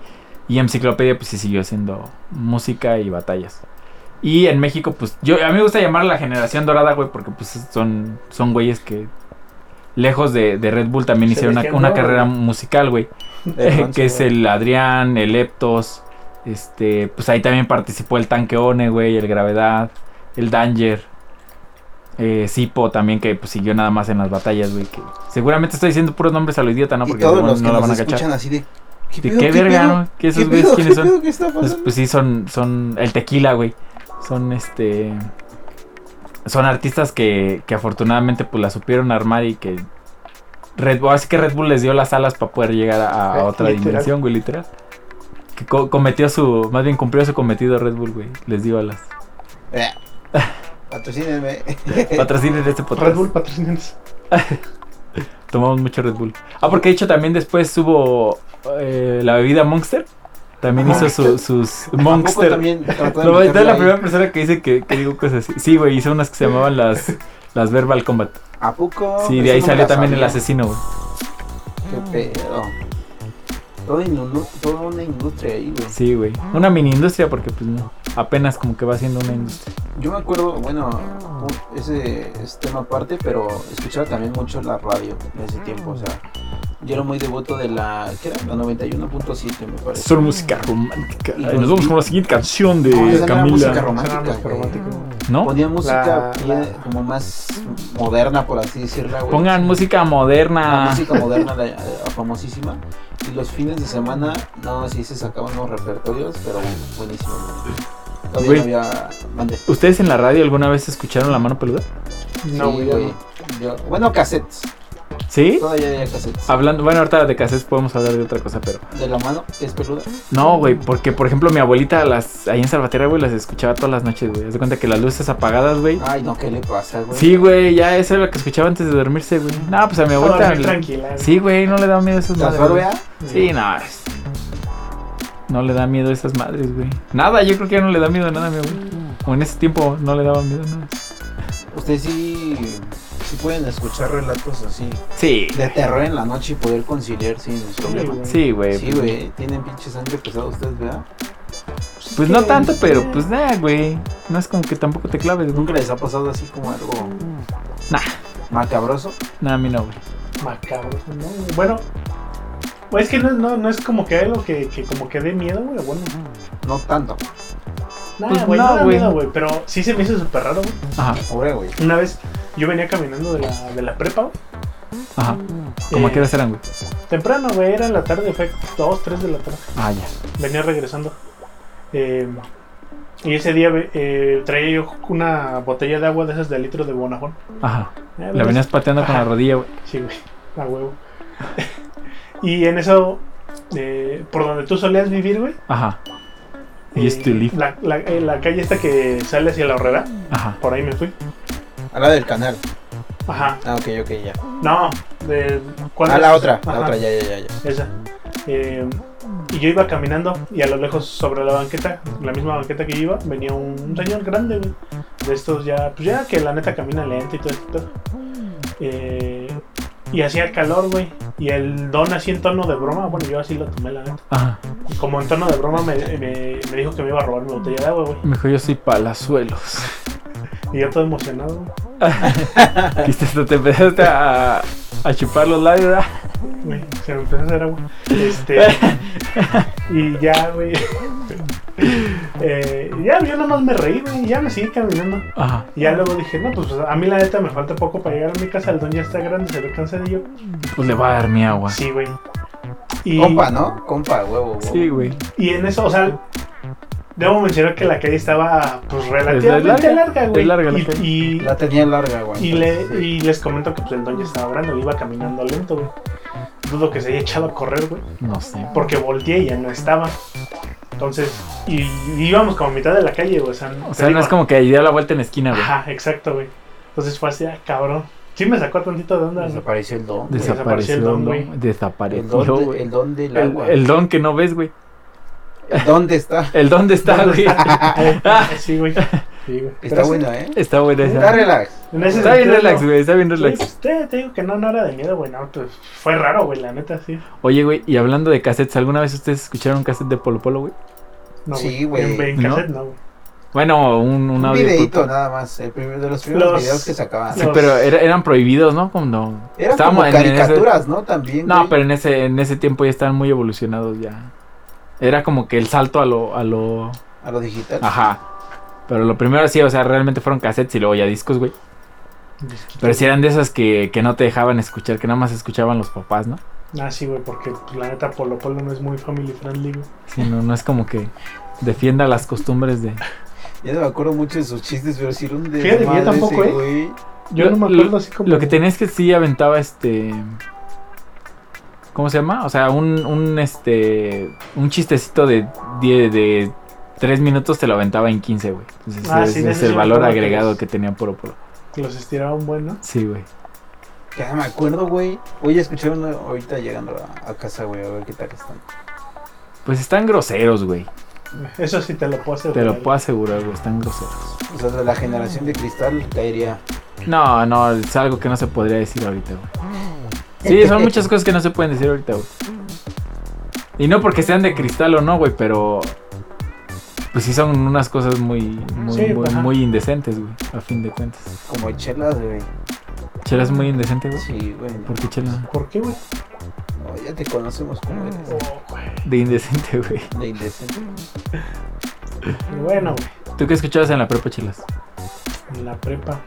[SPEAKER 1] Y enciclopedia, pues sí siguió haciendo música y batallas. Y en México, pues yo a mí me gusta llamar la generación dorada, güey, porque pues son, son güeyes que lejos de, de Red Bull también
[SPEAKER 3] Se
[SPEAKER 1] hicieron una,
[SPEAKER 3] defienden,
[SPEAKER 1] una
[SPEAKER 3] ¿no?
[SPEAKER 1] carrera musical, güey.
[SPEAKER 2] De bronce,
[SPEAKER 1] que es
[SPEAKER 2] güey.
[SPEAKER 1] el Adrián, el Eptos, este, pues ahí también participó el Tanque One, güey, el Gravedad, el Danger. Eh, Sipo también que pues, siguió nada más en las batallas, güey. que seguramente estoy diciendo puros nombres a lo idiota, ¿no?
[SPEAKER 2] y
[SPEAKER 1] Porque
[SPEAKER 2] todos
[SPEAKER 1] seguro
[SPEAKER 2] los que
[SPEAKER 1] no la van
[SPEAKER 2] nos
[SPEAKER 1] a cachar.
[SPEAKER 2] escuchan así de... ¿Qué,
[SPEAKER 1] ¿De
[SPEAKER 2] pedo,
[SPEAKER 1] qué verga,
[SPEAKER 2] pedo?
[SPEAKER 1] no? ¿Qué
[SPEAKER 2] ¿Qué
[SPEAKER 1] esos güeyes
[SPEAKER 2] pedo?
[SPEAKER 1] quiénes
[SPEAKER 2] ¿Qué
[SPEAKER 1] son?
[SPEAKER 2] pedo? ¿Qué está
[SPEAKER 1] Pues,
[SPEAKER 2] pasando?
[SPEAKER 1] pues sí, son, son el tequila, güey. Son este. Son artistas que, que afortunadamente pues la supieron armar y que. Red Bull, así que Red Bull les dio las alas para poder llegar a, a
[SPEAKER 3] Eh,
[SPEAKER 1] otra
[SPEAKER 3] literal.
[SPEAKER 1] dimensión, güey, literal. Que co- cometió su. Más bien cumplió su cometido Red Bull, güey. Les dio alas.
[SPEAKER 2] Eh, Patrocínenme.
[SPEAKER 1] Patrocinen este podcast.
[SPEAKER 3] Eh, Red Bull patrocinados.
[SPEAKER 1] Tomamos mucho Red Bull. Ah, porque de hecho también después hubo eh, la bebida Monster. También hizo su- sus
[SPEAKER 2] Monster.
[SPEAKER 1] Monster.
[SPEAKER 2] También trató de
[SPEAKER 1] No, es
[SPEAKER 2] meterle
[SPEAKER 1] la
[SPEAKER 2] ahí?
[SPEAKER 1] primera persona que dice que, que digo cosas así. Sí, güey, hizo unas que se llamaban las, las Verbal Combat.
[SPEAKER 2] ¿A poco?
[SPEAKER 1] Sí, de
[SPEAKER 2] Eso
[SPEAKER 1] ahí
[SPEAKER 2] no me
[SPEAKER 1] salió
[SPEAKER 2] la
[SPEAKER 1] también el
[SPEAKER 2] sabía.
[SPEAKER 1] asesino, güey.
[SPEAKER 2] Qué pedo. Todo inunu- Toda una industria ahí, güey.
[SPEAKER 1] Sí, güey. Una mini industria porque pues no. Apenas como que va siendo una industria.
[SPEAKER 2] Yo me acuerdo, bueno, un- ese es tema aparte, pero escuchaba también mucho la radio en ese tiempo, o sea, yo era muy devoto de la, ¿qué era? La 91.7 me parece.
[SPEAKER 4] Solo música romántica.
[SPEAKER 2] Y
[SPEAKER 4] Ay,
[SPEAKER 2] los
[SPEAKER 4] nos vamos
[SPEAKER 2] vi-
[SPEAKER 4] con la siguiente canción de
[SPEAKER 2] No, esa no era música
[SPEAKER 4] Camila.
[SPEAKER 2] romántica,
[SPEAKER 3] Suena música
[SPEAKER 2] güey.
[SPEAKER 3] romántica.
[SPEAKER 1] ¿No?
[SPEAKER 2] Ponían música
[SPEAKER 3] La-
[SPEAKER 2] bien- como más moderna, por así decirla, güey.
[SPEAKER 1] Pongan música
[SPEAKER 2] La
[SPEAKER 1] moderna.
[SPEAKER 2] música moderna, la, la famosísima. Y los fines de semana, no, sí se sacaban unos repertorios, pero buenísimo. güey. Todavía
[SPEAKER 1] Güey.
[SPEAKER 2] no había... mande.
[SPEAKER 1] ¿Ustedes en la radio alguna vez escucharon La Mano Peluda?
[SPEAKER 3] No,
[SPEAKER 2] Sí,
[SPEAKER 3] güey. ya
[SPEAKER 2] güey.
[SPEAKER 3] no.
[SPEAKER 2] Yo- Bueno, cassettes.
[SPEAKER 1] ¿Sí?
[SPEAKER 2] Todavía había cassettes.
[SPEAKER 1] Hablando, bueno, ahorita de cassettes podemos hablar de otra cosa, pero...
[SPEAKER 2] De la mano, que es peluda.
[SPEAKER 1] No, güey, porque por ejemplo mi abuelita las ahí en Salvatierra, güey, las escuchaba todas las noches, güey. Haz de cuenta que las luces apagadas, güey.
[SPEAKER 2] Ay, no, ¿qué le pasa, güey?
[SPEAKER 1] Sí, güey, ya eso era lo que escuchaba antes de dormirse, güey. No, pues a mi
[SPEAKER 3] Para
[SPEAKER 1] abuelita.
[SPEAKER 3] dormir tranquila.
[SPEAKER 1] Sí, güey, no le da miedo a esas
[SPEAKER 2] ¿La
[SPEAKER 1] madres. güey.
[SPEAKER 2] vea?
[SPEAKER 1] Sí, no. es- No le da miedo a esas madres, güey. Nada, yo creo que ya no le da miedo a nada, mi abuelo. O en ese tiempo no le daba miedo a nada.
[SPEAKER 2] Ustedes sí, sí pueden escuchar relatos así
[SPEAKER 1] Sí.
[SPEAKER 2] de terror en la noche y poder conciliar sin
[SPEAKER 3] Sí,
[SPEAKER 2] problema.
[SPEAKER 3] güey.
[SPEAKER 1] Sí, güey.
[SPEAKER 2] Sí, güey, tienen pinche sangre pesada ustedes, ¿verdad?
[SPEAKER 1] Pues
[SPEAKER 3] este,
[SPEAKER 1] no tanto, pero pues nada, güey. No es como que tampoco te claves, güey.
[SPEAKER 2] Pues, ¿Nunca les ha pasado así como algo
[SPEAKER 1] Nah.
[SPEAKER 2] macabroso?
[SPEAKER 1] Nada, a mí no, güey.
[SPEAKER 3] Macabro, ¿no? güey? Bueno, pues es que no, no, no es como que algo que, que como que dé miedo, güey. Bueno,
[SPEAKER 2] No tanto.
[SPEAKER 3] nada,
[SPEAKER 1] Pues
[SPEAKER 3] güey,
[SPEAKER 1] no,
[SPEAKER 3] no da
[SPEAKER 1] güey.
[SPEAKER 3] miedo, güey. Pero sí se me hizo súper raro, güey.
[SPEAKER 1] Ajá,
[SPEAKER 2] Pobre, güey.
[SPEAKER 3] Una vez yo venía caminando de la, de la prepa, güey.
[SPEAKER 1] ajá. Como
[SPEAKER 3] Eh,
[SPEAKER 1] quieras eran, güey.
[SPEAKER 3] Temprano, güey, era en la tarde, fue 2, 3 de la tarde.
[SPEAKER 1] Ah, ya.
[SPEAKER 3] Venía regresando. Eh, y ese día ve- eh, traía yo una botella de agua de esas de litro de Bonajón.
[SPEAKER 1] Ajá.
[SPEAKER 3] Eh,
[SPEAKER 1] La
[SPEAKER 3] ves-
[SPEAKER 1] venías pateando con la
[SPEAKER 3] Ajá.
[SPEAKER 1] rodilla, güey.
[SPEAKER 3] Sí, güey, a huevo. y en eso, eh, por donde tú solías vivir, güey.
[SPEAKER 1] Ajá,
[SPEAKER 3] eh,
[SPEAKER 1] Used to live.
[SPEAKER 3] La, la- eh, la calle esta que sale hacia la horrera,
[SPEAKER 1] ajá.
[SPEAKER 3] por ahí me fui.
[SPEAKER 2] A la del canal.
[SPEAKER 3] Ajá,
[SPEAKER 2] Ah, ok, ok, ya.
[SPEAKER 3] no, de, ¿cuál
[SPEAKER 2] A
[SPEAKER 3] es?
[SPEAKER 2] Ah, la otra, la
[SPEAKER 3] Ajá.
[SPEAKER 2] otra, ya, ya, ya. ya.
[SPEAKER 3] Esa. Eh, y yo iba caminando y a lo lejos sobre la banqueta, la misma banqueta que yo iba, venía un señor grande, güey. De estos ya, pues ya que la neta camina lento y todo esto. Eh, y hacía calor, güey. Y el don así en tono de broma, bueno, yo así lo tomé, la neta.
[SPEAKER 1] Ajá.
[SPEAKER 3] Y como en tono de broma me, me- me dijo que me iba a robar mi botella de agua, güey.
[SPEAKER 1] Me dijo, yo soy palazuelos.
[SPEAKER 3] Y yo todo emocionado, güey.
[SPEAKER 1] Viste, hasta te empezaste a, a chupar los labios, ¿verdad?
[SPEAKER 3] Güey, se me empezó a hacer agua. Este. y ya, güey. Eh, ya, yo nomás me reí, güey. y Ya me seguí caminando.
[SPEAKER 1] Ajá.
[SPEAKER 3] Y ya luego dije, no, pues a mí la neta me falta poco para llegar a mi casa. El don ya está grande, se ve cansadillo.
[SPEAKER 1] Pues le va a dar mi agua.
[SPEAKER 3] Sí, güey. Y,
[SPEAKER 2] Compa, ¿no? Compa, huevo, huevo.
[SPEAKER 1] Sí, güey.
[SPEAKER 3] y en eso, o sea, debo mencionar que la calle estaba, pues,
[SPEAKER 1] Es
[SPEAKER 3] relativamente
[SPEAKER 1] larga,
[SPEAKER 3] larga, güey.
[SPEAKER 1] es larga la
[SPEAKER 3] Y-
[SPEAKER 1] calle.
[SPEAKER 3] y,
[SPEAKER 2] La tenía larga, güey.
[SPEAKER 3] Y, le,
[SPEAKER 2] Sí.
[SPEAKER 3] y les comento que pues, el don ya estaba grande, iba caminando lento, güey. Dudo que se haya echado a correr, güey.
[SPEAKER 1] No sé.
[SPEAKER 3] Porque volteé y ya no estaba. Entonces, y, y íbamos como a mitad de la calle, güey. O sea,
[SPEAKER 1] O sea, no es como que ahí dio la vuelta en esquina, güey.
[SPEAKER 3] Ajá, exacto, güey. Entonces fue así, ah, cabrón. Sí me sacó tantito de onda, ¿no?
[SPEAKER 2] Desapareció el don. güey.
[SPEAKER 1] Desapareció el don,
[SPEAKER 3] güey.
[SPEAKER 2] El
[SPEAKER 1] Desapareció,
[SPEAKER 2] don, de-
[SPEAKER 1] güey.
[SPEAKER 2] el don del
[SPEAKER 1] El,
[SPEAKER 2] agua.
[SPEAKER 1] el don que no ves, güey.
[SPEAKER 2] ¿Dónde está?
[SPEAKER 1] El don de está, güey.
[SPEAKER 3] sí, güey. Sí, güey.
[SPEAKER 2] Está
[SPEAKER 3] Pero
[SPEAKER 2] buena, ¿eh?
[SPEAKER 1] Está buena
[SPEAKER 2] Está
[SPEAKER 1] esa.
[SPEAKER 2] relax.
[SPEAKER 3] En ese
[SPEAKER 1] Está bien
[SPEAKER 3] sentido,
[SPEAKER 1] relax,
[SPEAKER 3] no.
[SPEAKER 1] güey. Está bien
[SPEAKER 3] Sí,
[SPEAKER 1] relax.
[SPEAKER 3] pues, te, te digo que no, no era de miedo, güey. No, pues, fue raro, güey, la neta, sí.
[SPEAKER 1] Oye, güey, y hablando de cassettes, ¿alguna vez ustedes escucharon un cassette de Polo Polo, güey?
[SPEAKER 3] No,
[SPEAKER 2] Sí, güey.
[SPEAKER 3] En, en
[SPEAKER 1] ¿No?
[SPEAKER 3] cassette, no, güey.
[SPEAKER 1] Bueno, un, un
[SPEAKER 2] Un,
[SPEAKER 1] audio.
[SPEAKER 2] videito nada más. El primer, de los primeros
[SPEAKER 3] Los-
[SPEAKER 2] videos que sacaban.
[SPEAKER 1] Sí,
[SPEAKER 3] los-
[SPEAKER 1] pero era- eran prohibidos, ¿no? Cuando
[SPEAKER 2] Eran
[SPEAKER 1] estábamos
[SPEAKER 2] como
[SPEAKER 1] en- en ese-
[SPEAKER 2] caricaturas, ¿no? También.
[SPEAKER 1] No,
[SPEAKER 2] güey.
[SPEAKER 1] pero en ese, en ese tiempo ya estaban muy evolucionados ya. Era como que el salto a lo, a lo.
[SPEAKER 2] A lo digital.
[SPEAKER 1] Ajá. Pero lo primero sí, o sea, realmente fueron cassettes y luego ya discos, güey. Pero si eran de esas que, que no te dejaban escuchar, que nada más escuchaban los papás, ¿no?
[SPEAKER 3] Ah, sí, güey, porque pues, la neta Polo Polo no es muy family friendly, güey.
[SPEAKER 1] Sí, no, no es como que defienda las costumbres de...
[SPEAKER 2] Ya no me acuerdo mucho de sus chistes, pero si era un de
[SPEAKER 3] Fíjate que yo
[SPEAKER 2] madre ese
[SPEAKER 3] tampoco, ¿eh?
[SPEAKER 2] güey.
[SPEAKER 3] Yo no me
[SPEAKER 1] Lo-
[SPEAKER 3] acuerdo así como.
[SPEAKER 1] Lo que tenías que sí aventaba este... ¿Cómo se llama? O sea, un, un, este, un chistecito de, die- de 3 minutos te lo aventaba en 15, güey. Entonces,
[SPEAKER 3] Ah,
[SPEAKER 1] es,
[SPEAKER 3] sí, de
[SPEAKER 1] es
[SPEAKER 3] eso
[SPEAKER 1] el
[SPEAKER 3] sí me
[SPEAKER 1] valor
[SPEAKER 3] acuerdo que
[SPEAKER 1] agregado
[SPEAKER 3] es-
[SPEAKER 1] que tenía Poro Poro.
[SPEAKER 3] Los estiraba un buen, ¿no?
[SPEAKER 1] Sí, güey.
[SPEAKER 2] Ya me acuerdo, güey. Oye, escuché uno ahorita llegando a, a casa, güey, a ver qué tal están.
[SPEAKER 1] Pues están groseros, güey.
[SPEAKER 3] Eso sí te lo puedo hacer.
[SPEAKER 1] Te lo puedo asegurar, güey. Están groseros.
[SPEAKER 2] O sea, de la generación de cristal caería.
[SPEAKER 1] No, no, es algo que no se podría decir ahorita, güey. Sí, son muchas cosas que no se pueden decir ahorita, güey. Y no porque sean de cristal o no, güey, pero. Pues sí son unas cosas muy, muy,
[SPEAKER 3] Sí,
[SPEAKER 1] muy,
[SPEAKER 3] ajá.
[SPEAKER 1] muy indecentes, güey. A fin de cuentas.
[SPEAKER 2] Como chelas, güey.
[SPEAKER 1] Chela es muy indecente, güey.
[SPEAKER 2] Sí, güey. no.
[SPEAKER 1] ¿Por qué Chela?
[SPEAKER 3] ¿Por qué, güey?
[SPEAKER 2] No, ya te conocemos como eres.
[SPEAKER 3] Oh, güey.
[SPEAKER 1] De indecente, güey.
[SPEAKER 2] De indecente.
[SPEAKER 3] Y Bueno, güey.
[SPEAKER 1] ¿Tú qué escuchabas en la prepa, Chelas?
[SPEAKER 3] En la prepa.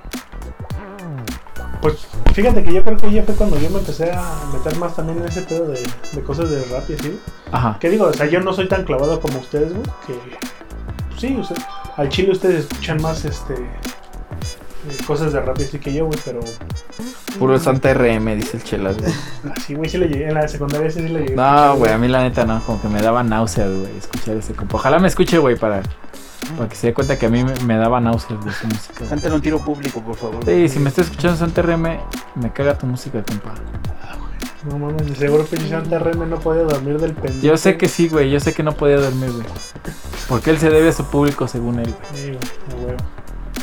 [SPEAKER 3] Pues fíjate que yo creo que ya fue cuando yo me empecé a meter más también en ese pedo de, de cosas de rap y así. güey.
[SPEAKER 1] Ajá.
[SPEAKER 3] ¿Qué digo? O sea, yo no soy tan clavado como ustedes, güey. Que pues, sí, o sea, al chile ustedes escuchan más este eh, cosas de rap y así que yo, güey, pero
[SPEAKER 1] Puro Santa RM, dice el Chelas, güey.
[SPEAKER 3] así, güey, sí le llegué. En la secundaria sí, sí le llegué.
[SPEAKER 1] No, güey, a mí la neta no, como que me daba náuseas, güey, escuchar ese compa. Ojalá me escuche, güey, para, para que se dé cuenta que a mí me, me daba náuseas, güey, su música. güey.
[SPEAKER 2] Cántale un tiro público, por favor.
[SPEAKER 1] Sí, si me está escuchando Santa RM, me caga tu música, compa.
[SPEAKER 3] No mames, de seguro pinche Santa Reme no podía dormir del pendejo.
[SPEAKER 1] Yo sé que sí, güey, yo sé que no podía dormir, güey. Porque él se debe a su público, según él, güey.
[SPEAKER 3] Sí, güey, a huevo.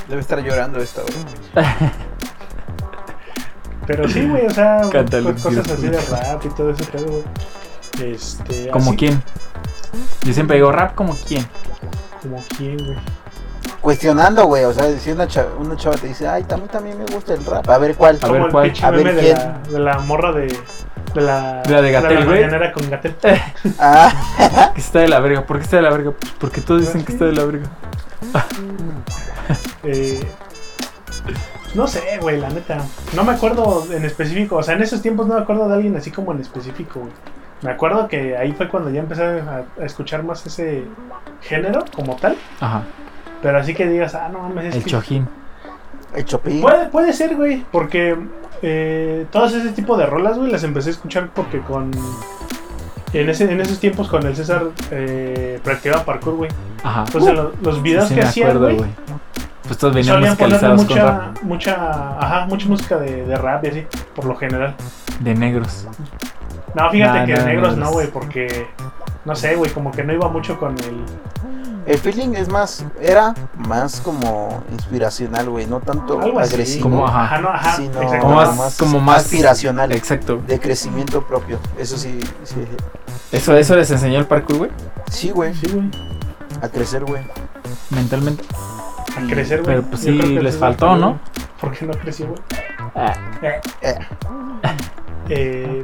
[SPEAKER 2] Debe estar llorando esta, güey.
[SPEAKER 3] Pero sí, güey, o sea,
[SPEAKER 1] Cántale,
[SPEAKER 3] co- cosas
[SPEAKER 1] tío.
[SPEAKER 3] así de rap y todo ese pedo, güey. Este,
[SPEAKER 1] ¿Como
[SPEAKER 3] así-
[SPEAKER 1] quién? Yo siempre digo, rap como quién.
[SPEAKER 3] Como quién, güey.
[SPEAKER 2] Cuestionando, güey. O sea, si una chava, una chava te dice, ay, también, también me gusta el rap. A ver cuál.
[SPEAKER 1] A ver,
[SPEAKER 3] Como el
[SPEAKER 1] ¿cuál?
[SPEAKER 3] pinche
[SPEAKER 2] A ver,
[SPEAKER 3] meme de
[SPEAKER 2] ¿quién?
[SPEAKER 3] la, de la morra de. De la.
[SPEAKER 1] De la de Gatell, güey.
[SPEAKER 3] mañanera con Gatel.
[SPEAKER 2] Ah,
[SPEAKER 1] Que está de la verga, ¿por qué está de la verga? Pues porque todos dicen que está de la verga.
[SPEAKER 3] Eh, no sé, güey, la neta. No me acuerdo en específico. O sea, en esos tiempos no me acuerdo de alguien así como en específico, güey. Me acuerdo que ahí fue cuando ya empecé a, a escuchar más ese género como tal.
[SPEAKER 1] Ajá,
[SPEAKER 3] Pero así que digas, ah, no mames, es
[SPEAKER 1] el
[SPEAKER 3] que-
[SPEAKER 1] chojín.
[SPEAKER 2] el chopín.
[SPEAKER 3] Puede, puede ser, güey, porque eh, todos ese tipo de rolas, güey, las empecé a escuchar porque con... En, ese, en esos tiempos con el César eh, practicaba parkour, güey.
[SPEAKER 1] Ajá.
[SPEAKER 3] Entonces lo- pues los
[SPEAKER 1] Sí,
[SPEAKER 3] videos
[SPEAKER 1] sí
[SPEAKER 3] que
[SPEAKER 1] me
[SPEAKER 3] hacían,
[SPEAKER 1] acuerdo,
[SPEAKER 3] güey,
[SPEAKER 1] Pues todos venían
[SPEAKER 3] solían ponerle
[SPEAKER 1] musicalizados con
[SPEAKER 3] mucha,
[SPEAKER 1] rap
[SPEAKER 3] mucha, ajá, mucha música de, de rap y así, por lo general.
[SPEAKER 1] de negros.
[SPEAKER 3] No, fíjate
[SPEAKER 1] Nah,
[SPEAKER 3] que
[SPEAKER 1] nah,
[SPEAKER 3] negros
[SPEAKER 1] nah,
[SPEAKER 3] no,
[SPEAKER 1] nah.
[SPEAKER 3] güey, porque, no sé, güey, como que no iba mucho con el...
[SPEAKER 2] El feeling es más, era más como inspiracional, güey, no tanto
[SPEAKER 3] Algo así.
[SPEAKER 2] agresivo,
[SPEAKER 1] Como, ajá.
[SPEAKER 3] Ajá, no, ajá,
[SPEAKER 2] sino
[SPEAKER 3] exacto.
[SPEAKER 1] Como más-
[SPEAKER 2] más,
[SPEAKER 1] como más-
[SPEAKER 2] aspiracional,
[SPEAKER 1] Exacto.
[SPEAKER 2] de crecimiento propio. Eso sí, sí,
[SPEAKER 1] ¿Eso, eso les enseñó el parkour, güey?
[SPEAKER 2] sí, güey,
[SPEAKER 3] Sí, güey,
[SPEAKER 2] a crecer, güey.
[SPEAKER 1] Mentalmente.
[SPEAKER 3] a crecer, güey.
[SPEAKER 1] Pero, pues,
[SPEAKER 3] Yo
[SPEAKER 1] sí,
[SPEAKER 3] creo que
[SPEAKER 1] les
[SPEAKER 3] eso es
[SPEAKER 1] faltó,
[SPEAKER 3] lo que-
[SPEAKER 1] ¿no?
[SPEAKER 3] Porque no creció, güey.
[SPEAKER 1] Ah,
[SPEAKER 3] Eh,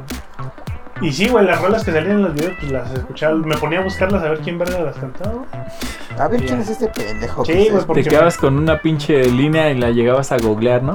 [SPEAKER 3] y sí, güey, las rolas que salían en los videos, pues las escuchaba. Me ponía a buscarlas a ver quién verga las cantaba. güey.
[SPEAKER 2] A ver
[SPEAKER 3] Ya.
[SPEAKER 2] quién es este pendejo.
[SPEAKER 3] Sí,
[SPEAKER 2] que
[SPEAKER 3] güey,
[SPEAKER 2] se-
[SPEAKER 1] te
[SPEAKER 3] porque.
[SPEAKER 1] quedabas con una pinche línea y la llegabas a googlear, ¿no?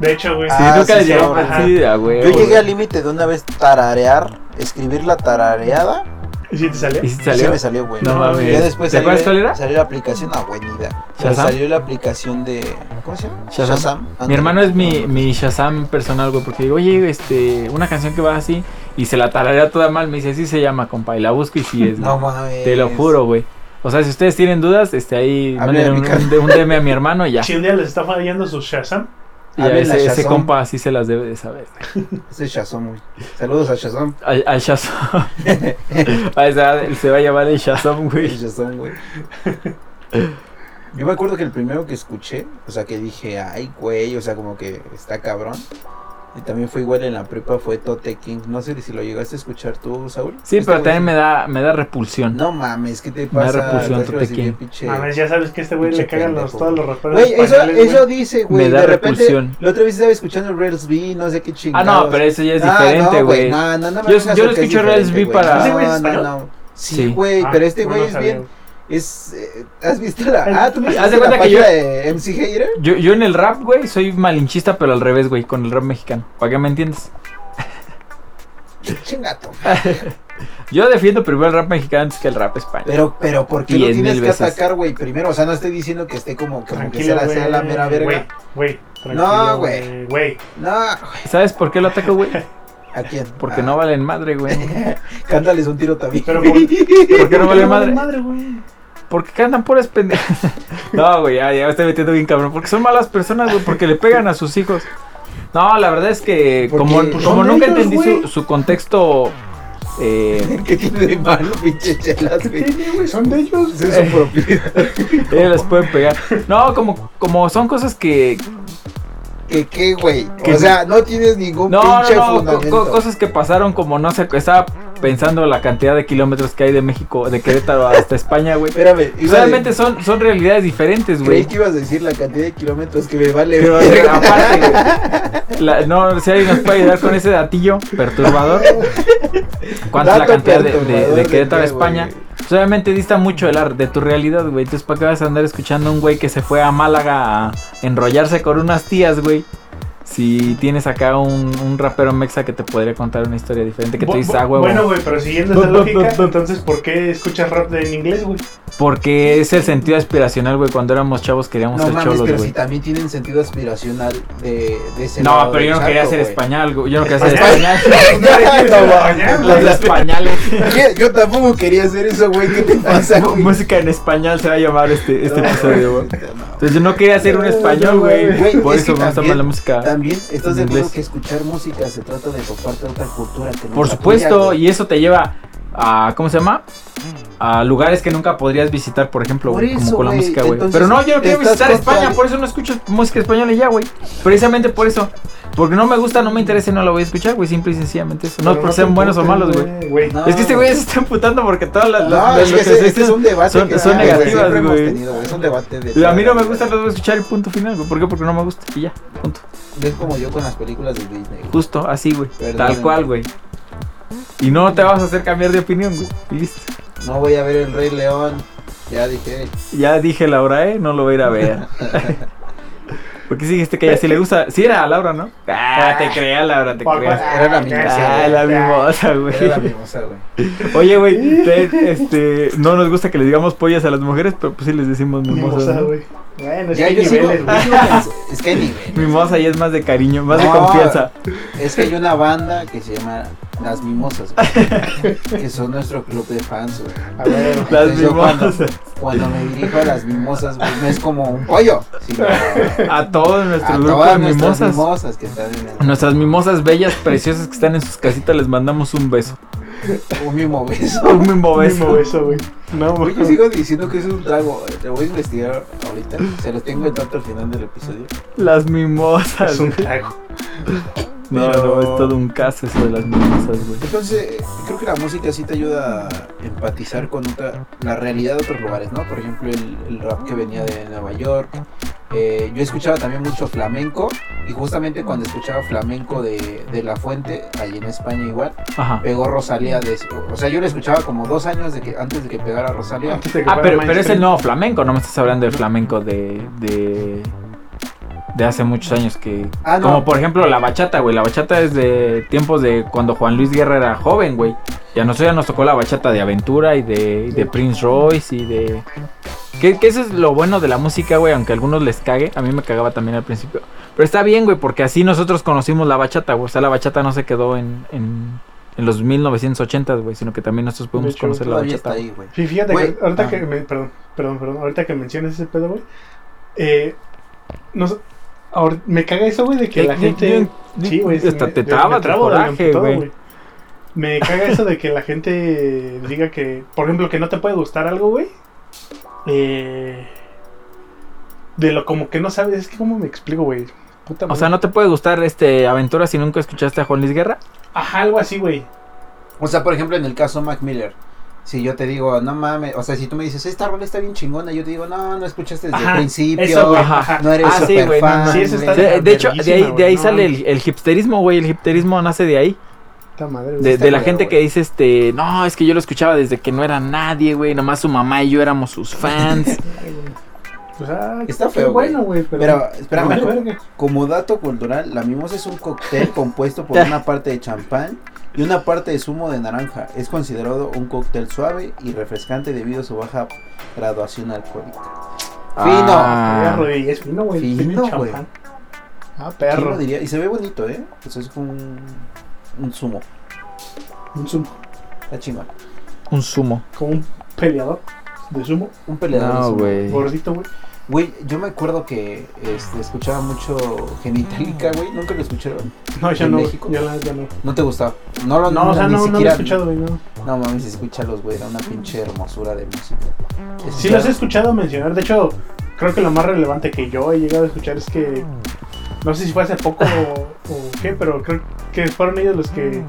[SPEAKER 3] De hecho, güey.
[SPEAKER 1] Sí,
[SPEAKER 2] Ah,
[SPEAKER 1] nunca
[SPEAKER 2] sí,
[SPEAKER 1] les
[SPEAKER 2] sí,
[SPEAKER 1] llegaba
[SPEAKER 3] ajá.
[SPEAKER 1] así de a huevo,
[SPEAKER 2] Yo llegué
[SPEAKER 1] güey.
[SPEAKER 2] al límite de una vez tararear, escribir la tarareada,
[SPEAKER 3] ¿Y si te salía?
[SPEAKER 1] ¿Y si te
[SPEAKER 2] y se
[SPEAKER 1] salió?
[SPEAKER 2] me salió, güey.
[SPEAKER 1] No mames.
[SPEAKER 2] Ya después
[SPEAKER 1] ¿Te
[SPEAKER 2] salió,
[SPEAKER 1] acuerdas cuál era?
[SPEAKER 2] salió la aplicación a buenida.
[SPEAKER 1] ¿Shazam?
[SPEAKER 2] Salió la aplicación de ¿cómo se llama?
[SPEAKER 1] Shazam. Mi
[SPEAKER 2] ándale.
[SPEAKER 1] hermano es mi, mi Shazam personal, güey, porque digo, oye, este, una canción que va así y se la tararea toda mal, me dice, así se llama, compa, y la busco y sí es, güey.
[SPEAKER 2] No mames.
[SPEAKER 1] Te lo juro, güey. O sea, si ustedes tienen dudas, este, ahí
[SPEAKER 2] Hablen
[SPEAKER 1] manden
[SPEAKER 2] a mi
[SPEAKER 1] un,
[SPEAKER 2] casa.
[SPEAKER 1] un de- un DM a mi hermano y ya.
[SPEAKER 3] Si un día les está fallando su Shazam,
[SPEAKER 1] Y a
[SPEAKER 2] Hablen a
[SPEAKER 1] ese, ese
[SPEAKER 2] Shazam.
[SPEAKER 1] compa así se las debe de saber.
[SPEAKER 2] Ese es Shazam, güey. Saludos a Shazam.
[SPEAKER 1] Al, al Shazam. A esa- se va a llamar el Shazam,
[SPEAKER 2] El
[SPEAKER 1] güey.
[SPEAKER 2] Shazam, güey. Yo me acuerdo que el primero que escuché, o sea, que dije, ay, güey, o sea, como que está cabrón. Y también fue igual en la prepa, fue Tote King. No sé si lo llegaste a escuchar tú, Saúl.
[SPEAKER 1] Sí,
[SPEAKER 2] Este
[SPEAKER 1] pero
[SPEAKER 2] güey-
[SPEAKER 1] también me da, me da repulsión.
[SPEAKER 2] No mames, ¿qué te
[SPEAKER 1] da
[SPEAKER 2] pasa?
[SPEAKER 1] repulsión
[SPEAKER 2] Estás
[SPEAKER 1] Tote
[SPEAKER 2] así bien
[SPEAKER 1] King.
[SPEAKER 2] pinche-
[SPEAKER 3] mames, ya sabes que a este güey le
[SPEAKER 2] Pinche
[SPEAKER 3] cagan los,
[SPEAKER 2] pendejo,
[SPEAKER 3] todos los raperos.
[SPEAKER 2] Güey, eso,
[SPEAKER 3] españoles,
[SPEAKER 2] eso
[SPEAKER 3] güey.
[SPEAKER 2] dice, güey.
[SPEAKER 1] Me da
[SPEAKER 2] de repente,
[SPEAKER 1] repulsión.
[SPEAKER 2] La otra vez estaba escuchando Rails B, no sé qué
[SPEAKER 1] ah,
[SPEAKER 2] chingados.
[SPEAKER 1] no, pero eso ya es
[SPEAKER 2] Ah,
[SPEAKER 1] diferente,
[SPEAKER 2] no,
[SPEAKER 1] güey.
[SPEAKER 2] No, no, no me
[SPEAKER 1] Yo-
[SPEAKER 2] vengas
[SPEAKER 1] yo
[SPEAKER 2] a
[SPEAKER 1] lo
[SPEAKER 2] que es
[SPEAKER 1] escucho Rails
[SPEAKER 2] diferente,
[SPEAKER 1] B
[SPEAKER 2] güey.
[SPEAKER 1] para-
[SPEAKER 3] ¿Ese güey es
[SPEAKER 2] No, no,
[SPEAKER 3] español?
[SPEAKER 2] no.
[SPEAKER 1] Sí.
[SPEAKER 2] Sí, güey,
[SPEAKER 3] Ah,
[SPEAKER 2] pero este güey
[SPEAKER 3] no
[SPEAKER 2] es
[SPEAKER 3] sabía,
[SPEAKER 2] bien. Es, eh, ¿Has visto la.? Ah, ¿tú viste
[SPEAKER 1] Haz de
[SPEAKER 2] la
[SPEAKER 1] cuenta que yo-
[SPEAKER 2] página de MC Hater?
[SPEAKER 1] Yo, yo en el rap, güey, soy malinchista, pero al revés, güey, con el rap mexicano. ¿Para qué me entiendes?
[SPEAKER 2] Chingato.
[SPEAKER 1] Yo defiendo primero el rap mexicano antes que el rap español.
[SPEAKER 2] Pero, pero, ¿por qué lo
[SPEAKER 1] Diez mil
[SPEAKER 2] tienes que
[SPEAKER 1] veces.
[SPEAKER 2] atacar, güey? Primero, o sea, no estoy diciendo que esté como, como que
[SPEAKER 3] Tranquilo,
[SPEAKER 2] sea la,
[SPEAKER 3] güey.
[SPEAKER 2] sea la mera verga.
[SPEAKER 3] Güey, güey, tranquilo.
[SPEAKER 2] No,
[SPEAKER 3] güey. Güey,
[SPEAKER 2] No,
[SPEAKER 1] ¿Sabes por qué lo ataco, güey?
[SPEAKER 2] ¿a quién?
[SPEAKER 1] Porque
[SPEAKER 2] Ah,
[SPEAKER 1] no valen madre, güey.
[SPEAKER 2] Cántales un tiro también.
[SPEAKER 3] Pero por-
[SPEAKER 1] ¿Por qué no vale
[SPEAKER 3] vale
[SPEAKER 1] madre?
[SPEAKER 3] güey.
[SPEAKER 1] Porque cantan puras pendejas. No, güey, ya, ya me estoy metiendo bien cabrón. Porque son malas personas, güey, porque le pegan a sus hijos. No, la verdad es que
[SPEAKER 2] Porque,
[SPEAKER 1] como,
[SPEAKER 2] pues,
[SPEAKER 1] como
[SPEAKER 3] son
[SPEAKER 1] nunca
[SPEAKER 3] ellos,
[SPEAKER 1] entendí su,
[SPEAKER 3] güey.
[SPEAKER 1] su contexto... Eh,
[SPEAKER 2] ¿Qué tiene de malo, pinche chelas, güey?
[SPEAKER 3] tiene, güey? Son de ellos.
[SPEAKER 2] Esa Es su propiedad.
[SPEAKER 1] ellos les pueden pegar. No, como, como son cosas que...
[SPEAKER 2] ¿Qué, qué, güey?
[SPEAKER 1] Que-
[SPEAKER 2] O sea, no tienes ningún
[SPEAKER 1] No,
[SPEAKER 2] pinche
[SPEAKER 1] no, no, co-
[SPEAKER 2] fundamento.
[SPEAKER 1] co- cosas que pasaron como no sé, estaba pensando la cantidad de kilómetros que hay de México, de Querétaro hasta España, güey.
[SPEAKER 2] Espérame, iba a-
[SPEAKER 1] Solamente son, son realidades diferentes,
[SPEAKER 2] creí
[SPEAKER 1] güey.
[SPEAKER 2] que ibas a decir la cantidad de kilómetros que me vale.
[SPEAKER 1] Pero
[SPEAKER 2] verga.
[SPEAKER 1] aparte, güey, la- no, si alguien nos puede ayudar con ese datillo perturbador. ¿Cuánto es la
[SPEAKER 2] Dato
[SPEAKER 1] cantidad de, de,
[SPEAKER 2] perturbador
[SPEAKER 1] de Querétaro a
[SPEAKER 2] qué, güey?
[SPEAKER 1] España? Solamente dista mucho el ar de tu realidad, güey. Entonces, ¿para qué vas a andar escuchando a un güey que se fue a Málaga a enrollarse con unas tías, güey? Si tienes acá un, un rapero mexa que te podría contar una historia diferente, que tú
[SPEAKER 3] Bu-
[SPEAKER 1] dices,
[SPEAKER 3] bu-
[SPEAKER 1] ah, huevo,
[SPEAKER 3] Bueno, güey, pero siguiendo esa
[SPEAKER 1] Bu- bu-
[SPEAKER 3] lógica,
[SPEAKER 1] bu- bu-
[SPEAKER 3] entonces, ¿por qué escuchas rap de- en inglés, güey?
[SPEAKER 1] porque es el sentido aspiracional, güey. Cuando éramos chavos queríamos
[SPEAKER 2] No
[SPEAKER 1] ser
[SPEAKER 2] mames,
[SPEAKER 1] cholos,
[SPEAKER 2] pero
[SPEAKER 1] güey.
[SPEAKER 2] si también tienen sentido aspiracional de, de ese
[SPEAKER 1] No,
[SPEAKER 2] lado
[SPEAKER 1] pero
[SPEAKER 2] del
[SPEAKER 1] yo no quería
[SPEAKER 2] charco,
[SPEAKER 1] ser
[SPEAKER 2] güey.
[SPEAKER 1] español, güey. Yo no quería ser
[SPEAKER 2] Español.
[SPEAKER 1] español.
[SPEAKER 2] No mames.
[SPEAKER 1] Los españoles.
[SPEAKER 2] ¿Qué? Yo tampoco quería hacer eso, güey. ¿Qué te pasa,
[SPEAKER 1] Mu-
[SPEAKER 2] güey?
[SPEAKER 1] Música en español se va a llamar este, este
[SPEAKER 2] No,
[SPEAKER 1] episodio, güey.
[SPEAKER 2] no.
[SPEAKER 1] Entonces yo no quería ser un español,
[SPEAKER 2] Güey,
[SPEAKER 1] güey. Por
[SPEAKER 2] es
[SPEAKER 1] eso
[SPEAKER 2] que
[SPEAKER 1] me gusta más
[SPEAKER 2] también-
[SPEAKER 1] la música.
[SPEAKER 2] También estás de
[SPEAKER 1] En
[SPEAKER 2] acuerdo
[SPEAKER 1] inglés.
[SPEAKER 2] que escuchar música se trata de parte de otra cultura. que no
[SPEAKER 1] Por
[SPEAKER 2] es la
[SPEAKER 1] supuesto,
[SPEAKER 2] tuya, güey.
[SPEAKER 1] y eso te lleva a. ¿Cómo se llama? A lugares que nunca podrías visitar, por ejemplo,
[SPEAKER 2] Por
[SPEAKER 1] güey,
[SPEAKER 2] eso,
[SPEAKER 1] como con la
[SPEAKER 2] güey,
[SPEAKER 1] música, güey.
[SPEAKER 2] entonces,
[SPEAKER 1] Pero no, yo no quiero
[SPEAKER 2] estás
[SPEAKER 1] visitar
[SPEAKER 2] contra-
[SPEAKER 1] España, por eso no escucho música española y ya, güey. Precisamente por eso. Porque no me gusta, no me interesa y no la voy a escuchar, güey. Simple y sencillamente eso. No es
[SPEAKER 3] Pero
[SPEAKER 1] por
[SPEAKER 3] te
[SPEAKER 1] sean buenos o
[SPEAKER 3] importa,
[SPEAKER 1] malos, güey.
[SPEAKER 3] güey.
[SPEAKER 2] No,
[SPEAKER 1] Es que este güey se está emputando porque todas las.
[SPEAKER 2] No,
[SPEAKER 1] las-
[SPEAKER 2] es
[SPEAKER 1] lo
[SPEAKER 2] que
[SPEAKER 1] que
[SPEAKER 2] ese-
[SPEAKER 1] se
[SPEAKER 2] este es
[SPEAKER 1] dice-
[SPEAKER 2] un debate
[SPEAKER 1] son-
[SPEAKER 2] que
[SPEAKER 1] son
[SPEAKER 2] siempre
[SPEAKER 1] negativas,
[SPEAKER 2] hemos
[SPEAKER 1] güey.
[SPEAKER 2] tenido, güey, Es un debate de.
[SPEAKER 1] A mí no me gusta, no voy a escuchar el punto final, güey. ¿Por qué? Porque no me gusta. Y ya, punto.
[SPEAKER 2] Es como yo con las películas de Disney. güey.
[SPEAKER 1] Justo, así, güey. Tal
[SPEAKER 2] Perdónenme.
[SPEAKER 1] cual, güey. Y no te vas a hacer cambiar de opinión, güey. Y listo.
[SPEAKER 2] No voy a ver El Rey León. Ya dije.
[SPEAKER 1] Ya dije Laura, ¿eh? No lo voy a ir a ver. Porque sí dijiste que a ella sí le gusta. Sí era a Laura, ¿no? Ah, te creas, Laura, te
[SPEAKER 3] Papá.
[SPEAKER 1] creas.
[SPEAKER 2] Era la mitad.
[SPEAKER 1] Ah, la mimosa, güey.
[SPEAKER 2] Era la mimosa, güey.
[SPEAKER 1] Oye, güey, te- este, no nos gusta que le digamos pollas a las mujeres, pero pues sí les decimos mimosas.
[SPEAKER 3] Mimosa,
[SPEAKER 1] ¿no?
[SPEAKER 3] güey. Bueno, es que
[SPEAKER 2] Ya
[SPEAKER 3] hay
[SPEAKER 2] yo sigo.
[SPEAKER 3] niveles,
[SPEAKER 2] yo
[SPEAKER 3] güey.
[SPEAKER 2] sigo pens- Es que hay niveles.
[SPEAKER 1] Mimosa y es más de cariño, más de
[SPEAKER 2] No.
[SPEAKER 1] confianza.
[SPEAKER 2] Es que hay una banda que se llama Las Mimosas, güey, que son nuestro club de fans, güey.
[SPEAKER 3] A ver,
[SPEAKER 1] Las
[SPEAKER 2] Entonces, yo cuando-
[SPEAKER 1] mimosas.
[SPEAKER 2] Cuando me dirijo a las mimosas, güey, no es como un pollo, sino a
[SPEAKER 1] A todo nuestro grupo de
[SPEAKER 2] todas nuestras
[SPEAKER 1] mimosas.
[SPEAKER 2] mimosas que están en el,
[SPEAKER 1] Nuestras mimosas bellas, preciosas que están en sus casitas, les mandamos un beso.
[SPEAKER 2] un mimo beso.
[SPEAKER 1] Un mimo beso.
[SPEAKER 3] mimo beso, güey. No,
[SPEAKER 2] Güey,
[SPEAKER 3] güey.
[SPEAKER 2] Yo sigo diciendo que es un trago, eh, te voy a investigar ahorita, se los tengo en tanto al final del episodio.
[SPEAKER 1] Las mimosas.
[SPEAKER 3] Es un trago.
[SPEAKER 1] No,
[SPEAKER 2] Pero-
[SPEAKER 1] no, es todo un caso eso de las mimosas, güey.
[SPEAKER 2] Entonces, creo que la música sí te ayuda a empatizar con otra, la realidad de otros lugares, ¿no? Por ejemplo, el, el rap que venía de Nueva York. Eh, yo escuchaba también mucho flamenco y justamente cuando escuchaba flamenco de, de La Fuente, allí en España igual,
[SPEAKER 1] Ajá.
[SPEAKER 2] pegó Rosalía de eso. O sea, yo lo escuchaba como dos años de que, antes de que pegara Rosalía.
[SPEAKER 3] Antes de que
[SPEAKER 1] Ah,
[SPEAKER 3] fuera
[SPEAKER 1] pero, pero es el
[SPEAKER 3] mainstream.
[SPEAKER 1] nuevo flamenco, no me estás hablando del flamenco de. de. de hace muchos años que.
[SPEAKER 2] Ah, no.
[SPEAKER 1] Como por ejemplo la bachata, güey. La bachata es de tiempos de cuando Juan Luis Guerra era joven, güey. Y a nosotros ya nos tocó la bachata de Aventura y de, y de Prince Royce y de. Que, que eso es lo bueno de la música, güey. Aunque a algunos les cague. A mí me cagaba también al principio. Pero está bien, güey, porque así nosotros conocimos la bachata, güey. O sea, la bachata no se quedó en. en en los 1980, güey, sino que también nosotros podemos
[SPEAKER 3] hecho,
[SPEAKER 1] conocer la
[SPEAKER 2] Todavía
[SPEAKER 1] bachata.
[SPEAKER 2] está ahí, güey.
[SPEAKER 3] Sí, fíjate
[SPEAKER 2] Güey,
[SPEAKER 3] que ahorita
[SPEAKER 2] ah.
[SPEAKER 3] que me- perdón, perdón, perdón, ahorita que mencionas ese pedo, güey. Eh, no sé, ahor- me caga eso, güey, de que
[SPEAKER 1] Eh,
[SPEAKER 3] la
[SPEAKER 1] yo-
[SPEAKER 3] gente
[SPEAKER 1] yo-
[SPEAKER 3] Sí, güey,
[SPEAKER 1] Hasta
[SPEAKER 3] me-
[SPEAKER 1] te
[SPEAKER 3] yo-
[SPEAKER 1] traba,
[SPEAKER 3] me
[SPEAKER 1] te
[SPEAKER 3] trabo del
[SPEAKER 1] coraje,
[SPEAKER 3] emputado,
[SPEAKER 1] güey.
[SPEAKER 3] güey. Me caga eso de que la gente diga que, por ejemplo, que no te puede gustar algo, güey. Eh, de lo como que no sabes, es que cómo me explico, güey. Puta
[SPEAKER 1] O sea,
[SPEAKER 3] madre.
[SPEAKER 1] no te puede gustar este aventura si nunca escuchaste a Juan Luis Guerra.
[SPEAKER 3] Ajá, algo así, güey.
[SPEAKER 2] O sea, por ejemplo, en el caso Mac Miller. Si yo te digo, no mames, o sea, si tú me dices, esta rola está bien chingona, yo te digo, no, no escuchaste desde
[SPEAKER 3] Ajá,
[SPEAKER 2] el principio.
[SPEAKER 3] eso, güey.
[SPEAKER 1] ajá.
[SPEAKER 3] Ajá.
[SPEAKER 2] No eres
[SPEAKER 1] Ah, sí,
[SPEAKER 2] super
[SPEAKER 1] güey, no,
[SPEAKER 2] fan.
[SPEAKER 1] no,
[SPEAKER 3] sí, eso está
[SPEAKER 1] De, de hecho, de ahí,
[SPEAKER 3] verguísima,
[SPEAKER 1] de ahí
[SPEAKER 3] güey, no,
[SPEAKER 1] sale el, el hipsterismo, güey. El hipsterismo nace de ahí.
[SPEAKER 3] Puta madre, güey,
[SPEAKER 1] De,
[SPEAKER 3] está
[SPEAKER 1] de la
[SPEAKER 3] culero,
[SPEAKER 1] gente que
[SPEAKER 3] güey.
[SPEAKER 1] dice, este, no, es que yo lo escuchaba desde que no era nadie, güey, nomás su mamá y yo éramos sus fans.
[SPEAKER 3] Ay, güey. Pues, ah,
[SPEAKER 2] Está
[SPEAKER 3] qué
[SPEAKER 2] feo, güey.
[SPEAKER 3] bueno, güey, pero...
[SPEAKER 2] Pero, espérame,
[SPEAKER 3] Vale, verga.
[SPEAKER 2] como dato cultural, la mimosa es un cóctel compuesto por una parte de champán y una parte de zumo de naranja. Es considerado un cóctel suave y refrescante debido a su baja graduación alcohólica. Fino.
[SPEAKER 1] Ah,
[SPEAKER 3] Perro, y es fino, güey.
[SPEAKER 2] Fino,
[SPEAKER 3] Tiene
[SPEAKER 2] güey.
[SPEAKER 3] champán. Ah,
[SPEAKER 2] ¿Quién lo
[SPEAKER 3] perro.
[SPEAKER 2] diría? Y se ve bonito, ¿eh? Pues es como un, un zumo.
[SPEAKER 3] Un sumo.
[SPEAKER 2] Está chingón.
[SPEAKER 1] un sumo.
[SPEAKER 3] Como un peleador de sumo.
[SPEAKER 2] Un peleador. de
[SPEAKER 1] No,
[SPEAKER 2] zumo.
[SPEAKER 1] güey.
[SPEAKER 3] Gordito, güey.
[SPEAKER 2] Güey, yo me acuerdo que este, escuchaba mucho Genitalica, güey. Nunca lo escucharon.
[SPEAKER 3] No, ya
[SPEAKER 2] ¿En
[SPEAKER 3] no. güey.
[SPEAKER 2] México?
[SPEAKER 3] Yo la neta no.
[SPEAKER 2] No te gustaba. No lo
[SPEAKER 3] No, o sea,
[SPEAKER 2] ni
[SPEAKER 3] no, no lo he
[SPEAKER 2] siquiera-
[SPEAKER 3] escuchado, güey, no.
[SPEAKER 2] No mames, escúchalos, güey. Era una pinche hermosura de música.
[SPEAKER 3] Sí
[SPEAKER 2] Escuchaba-
[SPEAKER 3] los he escuchado mencionar, de hecho, creo que lo más relevante que yo he llegado a escuchar es que, no sé si fue hace poco o, o qué, pero creo que fueron ellos los que,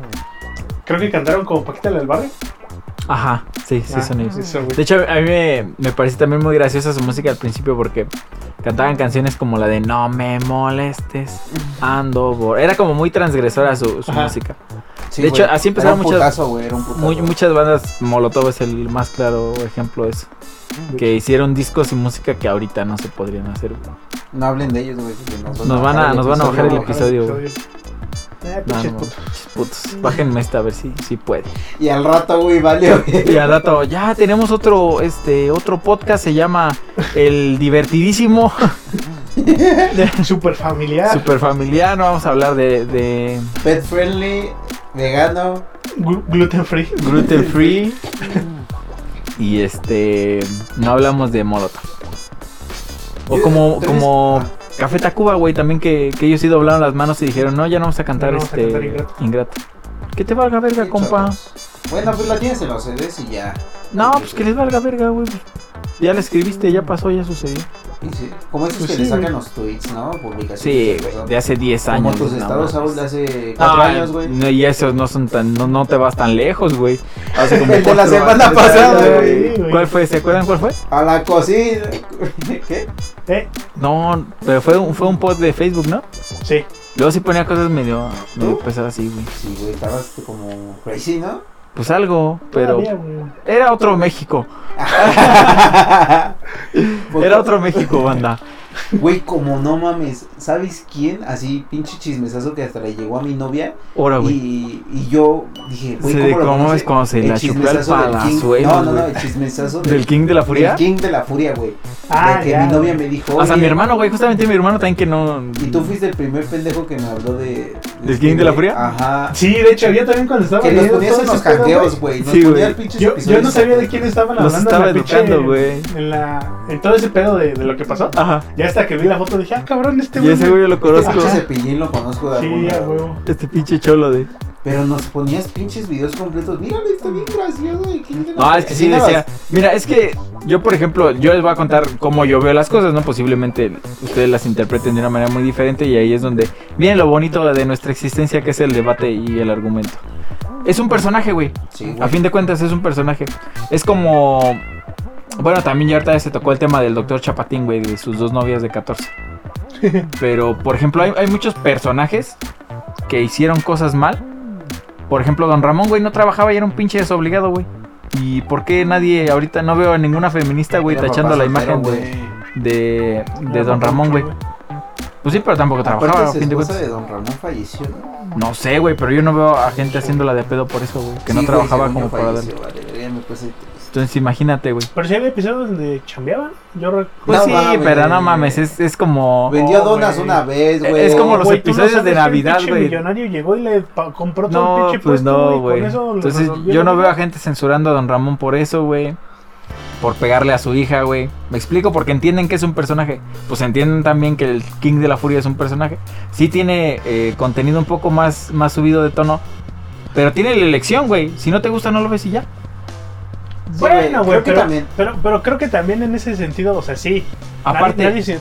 [SPEAKER 3] creo que cantaron como Paquita la del barrio.
[SPEAKER 1] Ajá, sí, sí,
[SPEAKER 3] Ah,
[SPEAKER 1] son ellos.
[SPEAKER 3] eso, güey.
[SPEAKER 1] De hecho, a mí me, me pareció también muy graciosa su música al principio porque cantaban canciones como la de No me molestes, ando por... Era como muy transgresora su, su
[SPEAKER 3] Ajá.
[SPEAKER 1] música.
[SPEAKER 2] Sí,
[SPEAKER 1] De
[SPEAKER 2] güey.
[SPEAKER 1] hecho, así empezaron
[SPEAKER 2] era un
[SPEAKER 1] muchas-
[SPEAKER 2] Putazo, güey, era un putazo.
[SPEAKER 1] Muy- muchas bandas, Molotov es el más claro ejemplo Ah, de eso. Que hicieron discos y música que ahorita no se podrían hacer.
[SPEAKER 2] No hablen de ellos, güey. porque
[SPEAKER 1] Nos van a-
[SPEAKER 2] bajar el
[SPEAKER 1] nos van a
[SPEAKER 2] episodio,
[SPEAKER 1] bajar el
[SPEAKER 2] güey.
[SPEAKER 1] episodio,
[SPEAKER 3] Eh,
[SPEAKER 1] No,
[SPEAKER 3] pinches
[SPEAKER 1] no,
[SPEAKER 3] putos.
[SPEAKER 1] putos, bájenme esta a ver si, si puede.
[SPEAKER 2] Y al rato, güey, vale, güey.
[SPEAKER 1] Y al rato, ya tenemos otro, este, otro podcast, se llama El Divertidísimo.
[SPEAKER 3] Super familiar.
[SPEAKER 1] Super familiar, vamos a hablar de, de
[SPEAKER 2] Pet friendly, vegano.
[SPEAKER 3] glu- Gluten free.
[SPEAKER 1] gluten free. Y este, no hablamos de Molotov. O
[SPEAKER 2] Yo-
[SPEAKER 1] como,
[SPEAKER 2] tal vez-
[SPEAKER 1] como
[SPEAKER 2] ah,
[SPEAKER 1] Café Tacuba, güey, también que, que ellos sí doblaron las manos y dijeron, no, ya no vamos a cantar
[SPEAKER 3] No vamos a
[SPEAKER 1] este
[SPEAKER 3] cantar
[SPEAKER 1] ingrato.
[SPEAKER 3] Ingrato".
[SPEAKER 1] Que te valga verga,
[SPEAKER 2] sí,
[SPEAKER 1] compa.
[SPEAKER 2] chavos. Bueno, pues la tienes en los CDs y ya.
[SPEAKER 1] No, pues que les valga verga, güey. pues, Ya le escribiste, ya pasó, ya sucedió.
[SPEAKER 2] Y sí, Como esos
[SPEAKER 3] Pues
[SPEAKER 2] que
[SPEAKER 3] sí,
[SPEAKER 2] le sacan
[SPEAKER 3] güey.
[SPEAKER 2] los tweets, ¿no? Publicaciones.
[SPEAKER 1] Sí,
[SPEAKER 2] o sea,
[SPEAKER 1] güey, de hace 10 años.
[SPEAKER 2] Como tus
[SPEAKER 1] no
[SPEAKER 2] estados
[SPEAKER 1] mames.
[SPEAKER 2] aún de hace
[SPEAKER 1] No,
[SPEAKER 2] 4 años, güey.
[SPEAKER 1] Ah, no, y esos no son tan, no, no te vas tan lejos, güey. Hace como
[SPEAKER 2] El de la
[SPEAKER 1] cuatro
[SPEAKER 2] semana
[SPEAKER 1] años,
[SPEAKER 2] pasada,
[SPEAKER 3] güey.
[SPEAKER 2] güey.
[SPEAKER 1] ¿Cuál fue? ¿Se acuerdan cuál fue?
[SPEAKER 2] A la cocina. ¿Qué?
[SPEAKER 3] Eh,
[SPEAKER 1] No, pero fue un, fue un post de Facebook, ¿no?
[SPEAKER 3] sí.
[SPEAKER 1] Luego sí ponía cosas medio, medio pesadas así, güey.
[SPEAKER 2] Sí, güey, estabas como crazy, ¿no?
[SPEAKER 1] Pues algo,
[SPEAKER 2] Ah,
[SPEAKER 1] pero
[SPEAKER 3] Todavía, güey.
[SPEAKER 1] era otro México.
[SPEAKER 2] Pues
[SPEAKER 1] Era otro México, banda.
[SPEAKER 2] Güey, como no mames, ¿sabes quién? Así, pinche chismesazo que hasta le llegó a mi novia.
[SPEAKER 1] Ahora, Ah, güey.
[SPEAKER 2] Y, y yo dije, güey,
[SPEAKER 1] Se
[SPEAKER 2] ¿cómo lo
[SPEAKER 1] declamó,
[SPEAKER 2] conoce?
[SPEAKER 1] es cuando se
[SPEAKER 2] El
[SPEAKER 1] la chupó al
[SPEAKER 2] chismesazo del King.
[SPEAKER 1] palazuelo,
[SPEAKER 2] No, no, no,
[SPEAKER 1] güey.
[SPEAKER 2] el chismesazo del,
[SPEAKER 1] ¿Del King de la Furia?
[SPEAKER 2] del King de la Furia, güey.
[SPEAKER 3] Ah,
[SPEAKER 2] de que
[SPEAKER 3] ya,
[SPEAKER 2] mi novia
[SPEAKER 3] güey.
[SPEAKER 2] me dijo,
[SPEAKER 1] Hasta
[SPEAKER 2] oye,
[SPEAKER 1] mi hermano, güey. Justamente mi hermano también que no.
[SPEAKER 2] Y tú fuiste el primer pendejo que me habló de... este,
[SPEAKER 1] ¿Del King de la Furia?
[SPEAKER 2] Ajá.
[SPEAKER 3] Sí, de hecho, yo también cuando estaba
[SPEAKER 2] Que nos
[SPEAKER 3] leyendo
[SPEAKER 2] ponías
[SPEAKER 3] todo
[SPEAKER 2] en
[SPEAKER 3] ese
[SPEAKER 2] los
[SPEAKER 3] pedo,
[SPEAKER 2] candeos, güey. Nos
[SPEAKER 1] Sí, güey.
[SPEAKER 2] ponías pinches
[SPEAKER 3] Yo, yo no
[SPEAKER 2] episodios
[SPEAKER 3] sabía de
[SPEAKER 2] acá.
[SPEAKER 3] quién estaban
[SPEAKER 1] Los
[SPEAKER 3] hablando.
[SPEAKER 1] estaba
[SPEAKER 3] en, la pinche-
[SPEAKER 1] educando, güey.
[SPEAKER 3] en la- en todo ese pedo de, de lo que pasó.
[SPEAKER 1] Ajá.
[SPEAKER 3] Ya hasta que vi la foto dije, ah, cabrón, este
[SPEAKER 1] Y ese güey yo lo
[SPEAKER 2] Este
[SPEAKER 1] conozco.
[SPEAKER 2] pinche cepillín lo conozco de algún
[SPEAKER 3] Sí, a
[SPEAKER 2] lado.
[SPEAKER 3] huevo.
[SPEAKER 1] Este pinche cholo de.
[SPEAKER 2] Pero nos ponías pinches videos completos. Míralo, está bien gracioso. el King de la
[SPEAKER 1] No, es que sí
[SPEAKER 2] Furia".
[SPEAKER 1] decía. Mira, es que yo, por ejemplo, yo les voy a contar cómo yo veo las cosas, ¿no? Posiblemente ustedes las interpreten de una manera muy diferente y ahí es donde viene lo bonito de nuestra existencia, que es el debate y el argumento. Es un personaje, güey.
[SPEAKER 2] Sí, güey.
[SPEAKER 1] A fin de cuentas es un personaje. Es como... Bueno, también ya ahorita se tocó el tema del doctor Chapatín, güey, de sus dos novias de 14. Pero, por ejemplo, hay, hay muchos personajes que hicieron cosas mal. Por ejemplo, Don Ramón, güey, no trabajaba y era un pinche desobligado, güey. ¿Y por qué nadie, ahorita no veo a ninguna feminista, güey,
[SPEAKER 2] Era
[SPEAKER 1] tachando
[SPEAKER 2] papá
[SPEAKER 1] la
[SPEAKER 2] soltero,
[SPEAKER 1] imagen
[SPEAKER 2] güey.
[SPEAKER 1] de, de, de Don Ramón, güey? Pues sí, pero tampoco trabajaba, a
[SPEAKER 2] Aparte, su
[SPEAKER 1] fin de
[SPEAKER 2] esposa
[SPEAKER 1] cuentas.
[SPEAKER 2] de Don Ramón falleció, ¿no?
[SPEAKER 1] No sé, güey, pero yo no veo a gente haciéndola de pedo por eso, güey. Que no
[SPEAKER 2] Sí, güey,
[SPEAKER 1] trabajaba
[SPEAKER 2] según
[SPEAKER 1] como
[SPEAKER 2] yo
[SPEAKER 1] para darle.
[SPEAKER 2] falleció, vale, pues, ya me puse triste.
[SPEAKER 1] Entonces imagínate, güey.
[SPEAKER 3] Pero si había episodios donde chambeaban. Yo recuerdo.
[SPEAKER 1] Pues
[SPEAKER 2] No
[SPEAKER 1] sí,
[SPEAKER 2] mames.
[SPEAKER 1] pero no mames, es, es como...
[SPEAKER 2] Vendió
[SPEAKER 3] Oh,
[SPEAKER 2] donas
[SPEAKER 3] güey.
[SPEAKER 2] una vez, güey.
[SPEAKER 1] Es como los
[SPEAKER 3] Güey, tú
[SPEAKER 1] episodios de
[SPEAKER 3] sabes que un
[SPEAKER 1] Navidad,
[SPEAKER 3] pinche
[SPEAKER 1] güey.
[SPEAKER 3] millonario llegó y le pa- compró todo el
[SPEAKER 1] No,
[SPEAKER 3] pinche
[SPEAKER 1] pues
[SPEAKER 3] puesto,
[SPEAKER 1] no,
[SPEAKER 3] y
[SPEAKER 1] güey.
[SPEAKER 3] con eso lo
[SPEAKER 1] Entonces yo
[SPEAKER 3] resolvieron.
[SPEAKER 1] no veo a gente censurando a Don Ramón por eso, güey. Por pegarle a su hija, güey. Me explico, porque entienden que es un personaje. Pues entienden también que el King de la Furia es un personaje. Sí tiene eh, contenido un poco más, más subido de tono. Pero tiene la elección, güey. Si no te gusta, no lo ves y ya.
[SPEAKER 2] Sí,
[SPEAKER 3] Bueno, güey,
[SPEAKER 2] creo que
[SPEAKER 3] pero,
[SPEAKER 2] también.
[SPEAKER 3] pero, pero creo que también en ese sentido, o sea, sí. nadie-
[SPEAKER 1] Aparte,
[SPEAKER 3] nadie se-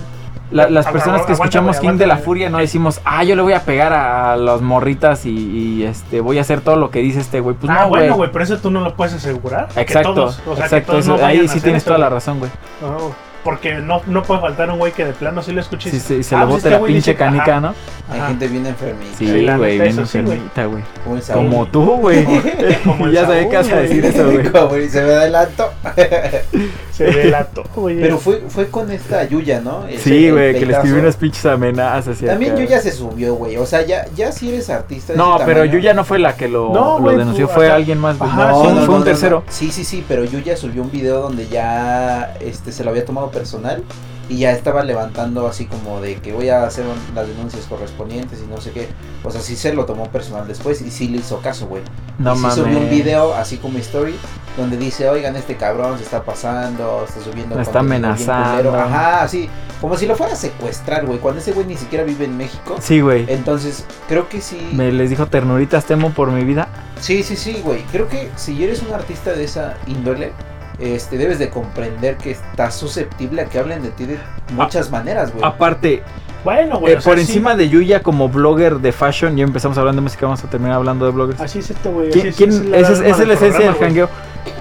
[SPEAKER 1] la- las
[SPEAKER 3] agu-
[SPEAKER 1] personas que
[SPEAKER 3] aguanta,
[SPEAKER 1] escuchamos
[SPEAKER 3] güey,
[SPEAKER 1] King de
[SPEAKER 3] aguanta,
[SPEAKER 1] la
[SPEAKER 3] güey.
[SPEAKER 1] Furia no decimos, ah, yo le voy a pegar a las morritas y, y, este, voy a hacer todo lo que dice este güey. Pues
[SPEAKER 3] ah,
[SPEAKER 1] no, güey.
[SPEAKER 3] bueno, güey, pero eso tú no lo puedes asegurar. que
[SPEAKER 1] Exacto,
[SPEAKER 3] todos, o sea, que
[SPEAKER 1] exacto.
[SPEAKER 3] todos no
[SPEAKER 1] eso- ahí
[SPEAKER 3] vayan
[SPEAKER 1] sí
[SPEAKER 3] a hacer
[SPEAKER 1] tienes
[SPEAKER 3] eso,
[SPEAKER 1] toda la
[SPEAKER 3] güey.
[SPEAKER 1] razón, güey.
[SPEAKER 3] No, Porque no, no puede faltar un güey que de plano sí lo escuches.
[SPEAKER 1] Sí, sí, se
[SPEAKER 3] Ah,
[SPEAKER 1] le
[SPEAKER 3] pues
[SPEAKER 1] bota
[SPEAKER 3] este
[SPEAKER 1] la
[SPEAKER 3] güey
[SPEAKER 1] pinche
[SPEAKER 3] dice,
[SPEAKER 1] canica,
[SPEAKER 3] ajá.
[SPEAKER 1] ¿no?
[SPEAKER 2] Hay
[SPEAKER 3] Ajá.
[SPEAKER 2] gente bien enfermita.
[SPEAKER 1] Sí,
[SPEAKER 3] Sí, la
[SPEAKER 1] güey,
[SPEAKER 3] neta,
[SPEAKER 1] bien
[SPEAKER 3] eso sí, güey.
[SPEAKER 1] enfermita, güey.
[SPEAKER 2] Como el Saúl.
[SPEAKER 1] Como tú, güey.
[SPEAKER 3] Como el
[SPEAKER 1] ya sabía
[SPEAKER 3] Saúl,
[SPEAKER 1] que vas a
[SPEAKER 3] güey.
[SPEAKER 1] decir eso, güey.
[SPEAKER 2] Como el- se me adelanto.
[SPEAKER 3] Se delató, güey.
[SPEAKER 2] Pero fue, fue con esta Yuya, ¿no? El-
[SPEAKER 1] Sí,
[SPEAKER 2] el
[SPEAKER 1] güey, que le
[SPEAKER 2] peitazo.
[SPEAKER 1] escribí unas pinches amenazas. y
[SPEAKER 2] También
[SPEAKER 1] acá.
[SPEAKER 2] Yuya se subió, güey. O sea, ya, ya si eres artista. de
[SPEAKER 1] No,
[SPEAKER 2] ese
[SPEAKER 1] pero
[SPEAKER 2] tamaño-
[SPEAKER 1] Yuya no fue la que lo,
[SPEAKER 3] No,
[SPEAKER 1] lo
[SPEAKER 3] güey,
[SPEAKER 1] denunció,
[SPEAKER 3] tú,
[SPEAKER 1] fue
[SPEAKER 3] ajá.
[SPEAKER 1] alguien más. güey.
[SPEAKER 3] Ajá,
[SPEAKER 1] no,
[SPEAKER 3] sí,
[SPEAKER 1] fue
[SPEAKER 3] no,
[SPEAKER 1] un tercero.
[SPEAKER 2] Sí, sí, sí, pero Yuya subió un video donde ya este, se lo había tomado personal y ya estaba levantando así como de que voy a hacer un- las denuncias correspondientes y no sé qué. O sea, sí se lo tomó personal después y sí le hizo caso, güey.
[SPEAKER 1] No,
[SPEAKER 2] y sí
[SPEAKER 1] mames.
[SPEAKER 2] subió un video así como story donde dice, oigan, este cabrón se está pasando, está subiendo.
[SPEAKER 1] Me está
[SPEAKER 2] contenido bien
[SPEAKER 1] amenazando.
[SPEAKER 2] culero". Ajá, sí. Como si lo fuera a secuestrar, güey. Cuando ese güey ni siquiera vive en México.
[SPEAKER 1] Sí, güey.
[SPEAKER 2] Entonces, creo que sí.
[SPEAKER 1] Me les dijo ternuritas, temo por mi vida.
[SPEAKER 2] Sí, sí, sí, güey. Creo que si eres un artista de esa índole, este, debes de comprender que estás susceptible a que hablen de ti de muchas maneras, güey.
[SPEAKER 1] Aparte,
[SPEAKER 3] Bueno, güey.
[SPEAKER 1] eh,
[SPEAKER 3] o sea,
[SPEAKER 1] por
[SPEAKER 3] sí.
[SPEAKER 1] encima de Yuya como blogger de fashion, ya empezamos hablando de música, vamos a terminar hablando de bloggers.
[SPEAKER 3] Así es este, güey.
[SPEAKER 1] ¿Quién,
[SPEAKER 3] así
[SPEAKER 1] quién-
[SPEAKER 3] es,
[SPEAKER 1] esa es,
[SPEAKER 3] alma
[SPEAKER 1] esa es la
[SPEAKER 3] del
[SPEAKER 1] esencia del
[SPEAKER 3] programa, güey.
[SPEAKER 1] jangueo.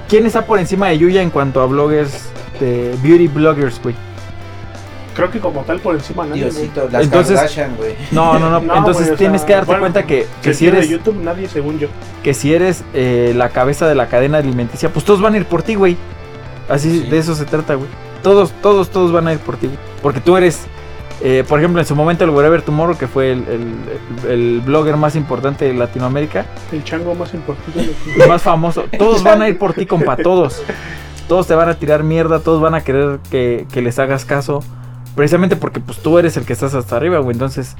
[SPEAKER 1] ¿Quién está por encima de Yuya en cuanto a bloggers, de beauty bloggers, güey?
[SPEAKER 3] Creo que como tal por encima nadie. güey.
[SPEAKER 2] Diosito, las
[SPEAKER 1] Entonces-
[SPEAKER 2] Kardashian, güey.
[SPEAKER 1] No, no, no.
[SPEAKER 3] No,
[SPEAKER 1] Entonces
[SPEAKER 3] güey, o
[SPEAKER 1] tienes
[SPEAKER 3] sea,
[SPEAKER 1] que darte
[SPEAKER 3] bueno,
[SPEAKER 1] cuenta que, que
[SPEAKER 3] Que
[SPEAKER 1] si
[SPEAKER 3] de
[SPEAKER 1] eres,
[SPEAKER 3] YouTube nadie, según yo.
[SPEAKER 1] que si eres eh, la cabeza de la cadena alimenticia, pues todos van a ir por ti, güey. Así
[SPEAKER 2] Sí.
[SPEAKER 1] de eso se trata, güey. Todos, todos, todos van a ir por ti, güey. Porque tú eres, eh, por ejemplo, en su momento el Wherever Tomorrow, que fue el, el- el blogger más importante de Latinoamérica,
[SPEAKER 3] El chango más importante. de aquí.
[SPEAKER 1] el más famoso, todos van a ir por ti, compa, todos. Todos te van a tirar mierda, todos van a querer que, que les hagas caso. Precisamente porque pues tú eres el que estás hasta arriba, güey. Entonces,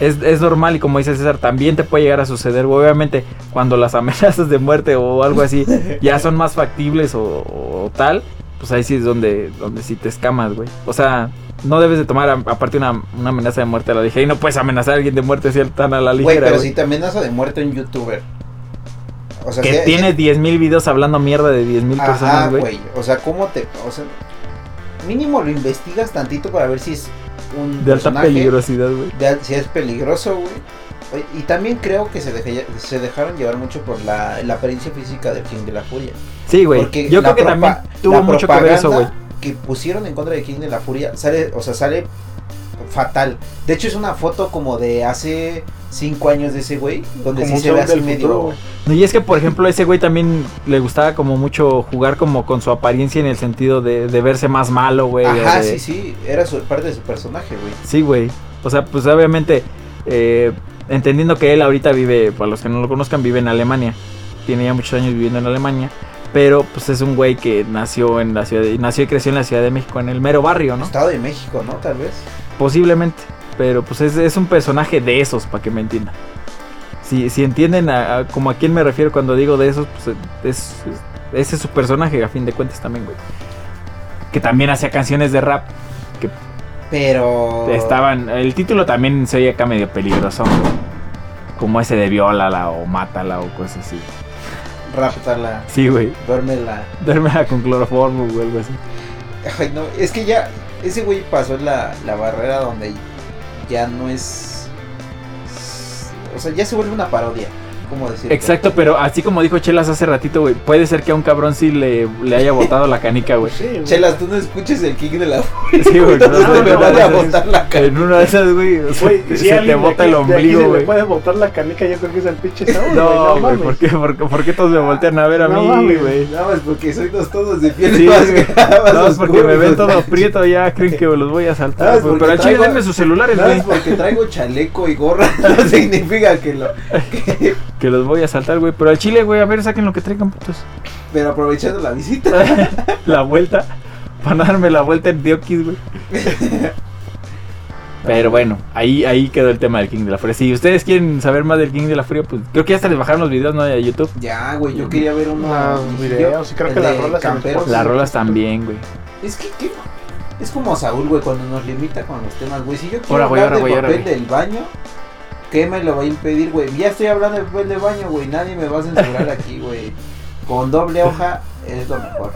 [SPEAKER 1] es, es normal y como dice César, también te puede llegar a suceder, güey. Obviamente, cuando las amenazas de muerte o algo así ya son más factibles o, o tal, pues ahí sí es donde, donde sí te escamas, güey. O sea, no debes de tomar a- aparte una, una amenaza de muerte a la ligera. Y no puedes amenazar a alguien de muerte si tan a la
[SPEAKER 2] Güey,
[SPEAKER 1] ligera,
[SPEAKER 2] pero
[SPEAKER 1] güey.
[SPEAKER 2] si te amenaza de muerte un youtuber. O sea,
[SPEAKER 1] Que
[SPEAKER 2] si-
[SPEAKER 1] tiene 10.000 videos hablando mierda de 10.000
[SPEAKER 2] Ajá,
[SPEAKER 1] personas, güey.
[SPEAKER 2] güey. O sea, ¿cómo te. O sea, mínimo lo investigas tantito para ver si es un.
[SPEAKER 1] De alta
[SPEAKER 2] personaje,
[SPEAKER 1] peligrosidad, güey.
[SPEAKER 2] de al- si es peligroso, güey. Oye, Y también creo que se, deje- se dejaron llevar mucho por la, la apariencia física del King de la Furia.
[SPEAKER 1] Sí, güey.
[SPEAKER 2] Porque
[SPEAKER 1] Yo
[SPEAKER 2] la
[SPEAKER 1] creo que
[SPEAKER 2] propa-
[SPEAKER 1] también tuvo
[SPEAKER 2] la
[SPEAKER 1] mucho que ver eso, güey.
[SPEAKER 2] propaganda Que pusieron en contra de King de la Furia sale, o sea, sale fatal. De hecho, es una foto como de hace cinco años de ese güey, donde
[SPEAKER 3] Como
[SPEAKER 2] sí
[SPEAKER 3] un
[SPEAKER 2] se ve
[SPEAKER 3] Saúl
[SPEAKER 2] así
[SPEAKER 3] del futuro,
[SPEAKER 2] medio.
[SPEAKER 3] güey.
[SPEAKER 1] No, Y es que, por ejemplo, ese güey también le gustaba como mucho jugar como con su apariencia en el sentido de, de verse más malo, güey. o
[SPEAKER 2] Ajá,
[SPEAKER 1] de-
[SPEAKER 2] sí, sí, era su- parte de su personaje, güey.
[SPEAKER 1] Sí, güey. O sea, pues obviamente, eh, entendiendo que él ahorita vive, para los que no lo conozcan, vive en Alemania. Tiene ya muchos años viviendo en Alemania. Pero pues es un güey que nació en la ciudad, de- nació y creció en la Ciudad de México, en el mero barrio, ¿no?
[SPEAKER 2] Estado de México, ¿no? Tal vez.
[SPEAKER 1] Posiblemente. Pero pues es, es un personaje de esos, para que me entiendan. Si, si entienden a, a- como a quién me refiero cuando digo de esos, pues es, es- ese es su personaje, a fin de cuentas también, güey. Que también hacía canciones de rap.
[SPEAKER 2] Pero.
[SPEAKER 1] Estaban. El título también se oye acá medio peligroso. güey. Como ese de viólala o mátala o cosas así.
[SPEAKER 2] Ráptala,
[SPEAKER 1] Sí, güey.
[SPEAKER 2] duérmela.
[SPEAKER 1] Dármela con cloroformo o algo así.
[SPEAKER 2] Ay, no, es que ya, ese güey pasó la, la barrera donde ya no es... O sea, ya se vuelve una parodia, ¿cómo decirlo?
[SPEAKER 1] Exacto, pero así como dijo Chelas hace ratito, güey. Puede ser que a un cabrón sí le, le haya botado la canica, güey.
[SPEAKER 3] Sí, güey.
[SPEAKER 2] Chelas, tú no escuches el kick de la...
[SPEAKER 1] Sí, güey.
[SPEAKER 2] No,
[SPEAKER 1] no sé,
[SPEAKER 2] te
[SPEAKER 1] pero
[SPEAKER 2] van a
[SPEAKER 1] puede ser-
[SPEAKER 2] botar la cara.
[SPEAKER 1] En una de esas, güey, o sea,
[SPEAKER 3] Güey,
[SPEAKER 1] se,
[SPEAKER 3] si
[SPEAKER 1] se te
[SPEAKER 3] alguien de
[SPEAKER 1] bota
[SPEAKER 3] aquí-
[SPEAKER 1] el
[SPEAKER 3] de aquí se
[SPEAKER 1] ombligo,
[SPEAKER 3] le
[SPEAKER 1] güey.
[SPEAKER 3] puede botar la canica, yo creo que es el pinche Saúl,
[SPEAKER 1] No, güey,
[SPEAKER 3] mames.
[SPEAKER 1] ¿por qué, por, qué- por qué todos me voltean a ver a
[SPEAKER 3] No
[SPEAKER 1] mí,
[SPEAKER 3] mames.
[SPEAKER 1] güey?
[SPEAKER 2] Nada más porque soy dos todos de piel
[SPEAKER 1] Sí,
[SPEAKER 2] más
[SPEAKER 1] güey.
[SPEAKER 2] grabas
[SPEAKER 1] No, es porque
[SPEAKER 2] oscuros,
[SPEAKER 1] me ven todo
[SPEAKER 2] ¿no?
[SPEAKER 1] prieto, ya creen que los voy a
[SPEAKER 2] Ah,
[SPEAKER 1] saltar,
[SPEAKER 2] es
[SPEAKER 1] güey.
[SPEAKER 2] porque
[SPEAKER 1] Pero al chile
[SPEAKER 2] traigo-
[SPEAKER 1] denme sus celulares,
[SPEAKER 2] Nada
[SPEAKER 1] güey.
[SPEAKER 2] más porque traigo chaleco y gorra, no significa que lo...
[SPEAKER 1] Que los voy a saltar, güey. Pero al chile, güey, a ver, saquen lo que traigan, putos.
[SPEAKER 2] Pero aprovechando la visita.
[SPEAKER 1] la vuelta. Para darme la vuelta en Diokis, güey. Pero bueno, ahí, ahí quedó el tema del King de la Furia. Si ustedes quieren saber más del King de la Furia, pues creo que ya hasta les bajaron los videos, ¿no? De YouTube.
[SPEAKER 2] Ya, güey, yo quería ver unos
[SPEAKER 3] Unos videos, y creo que
[SPEAKER 2] el
[SPEAKER 3] las
[SPEAKER 2] de
[SPEAKER 3] rolas en
[SPEAKER 2] camperos.
[SPEAKER 3] Spotify.
[SPEAKER 1] Las rolas también, güey.
[SPEAKER 2] Es que, ¿qué? Es como Saúl, güey, cuando nos limita con los temas, güey. Si yo quiero
[SPEAKER 1] Ahora, güey,
[SPEAKER 2] hablar
[SPEAKER 1] ahora, güey,
[SPEAKER 2] de
[SPEAKER 1] ahora,
[SPEAKER 2] papel
[SPEAKER 1] güey.
[SPEAKER 2] del baño, ¿qué me lo va a impedir, güey? Ya estoy hablando de papel del baño, güey. Nadie me va a censurar aquí, güey. Con doble hoja es lo mejor.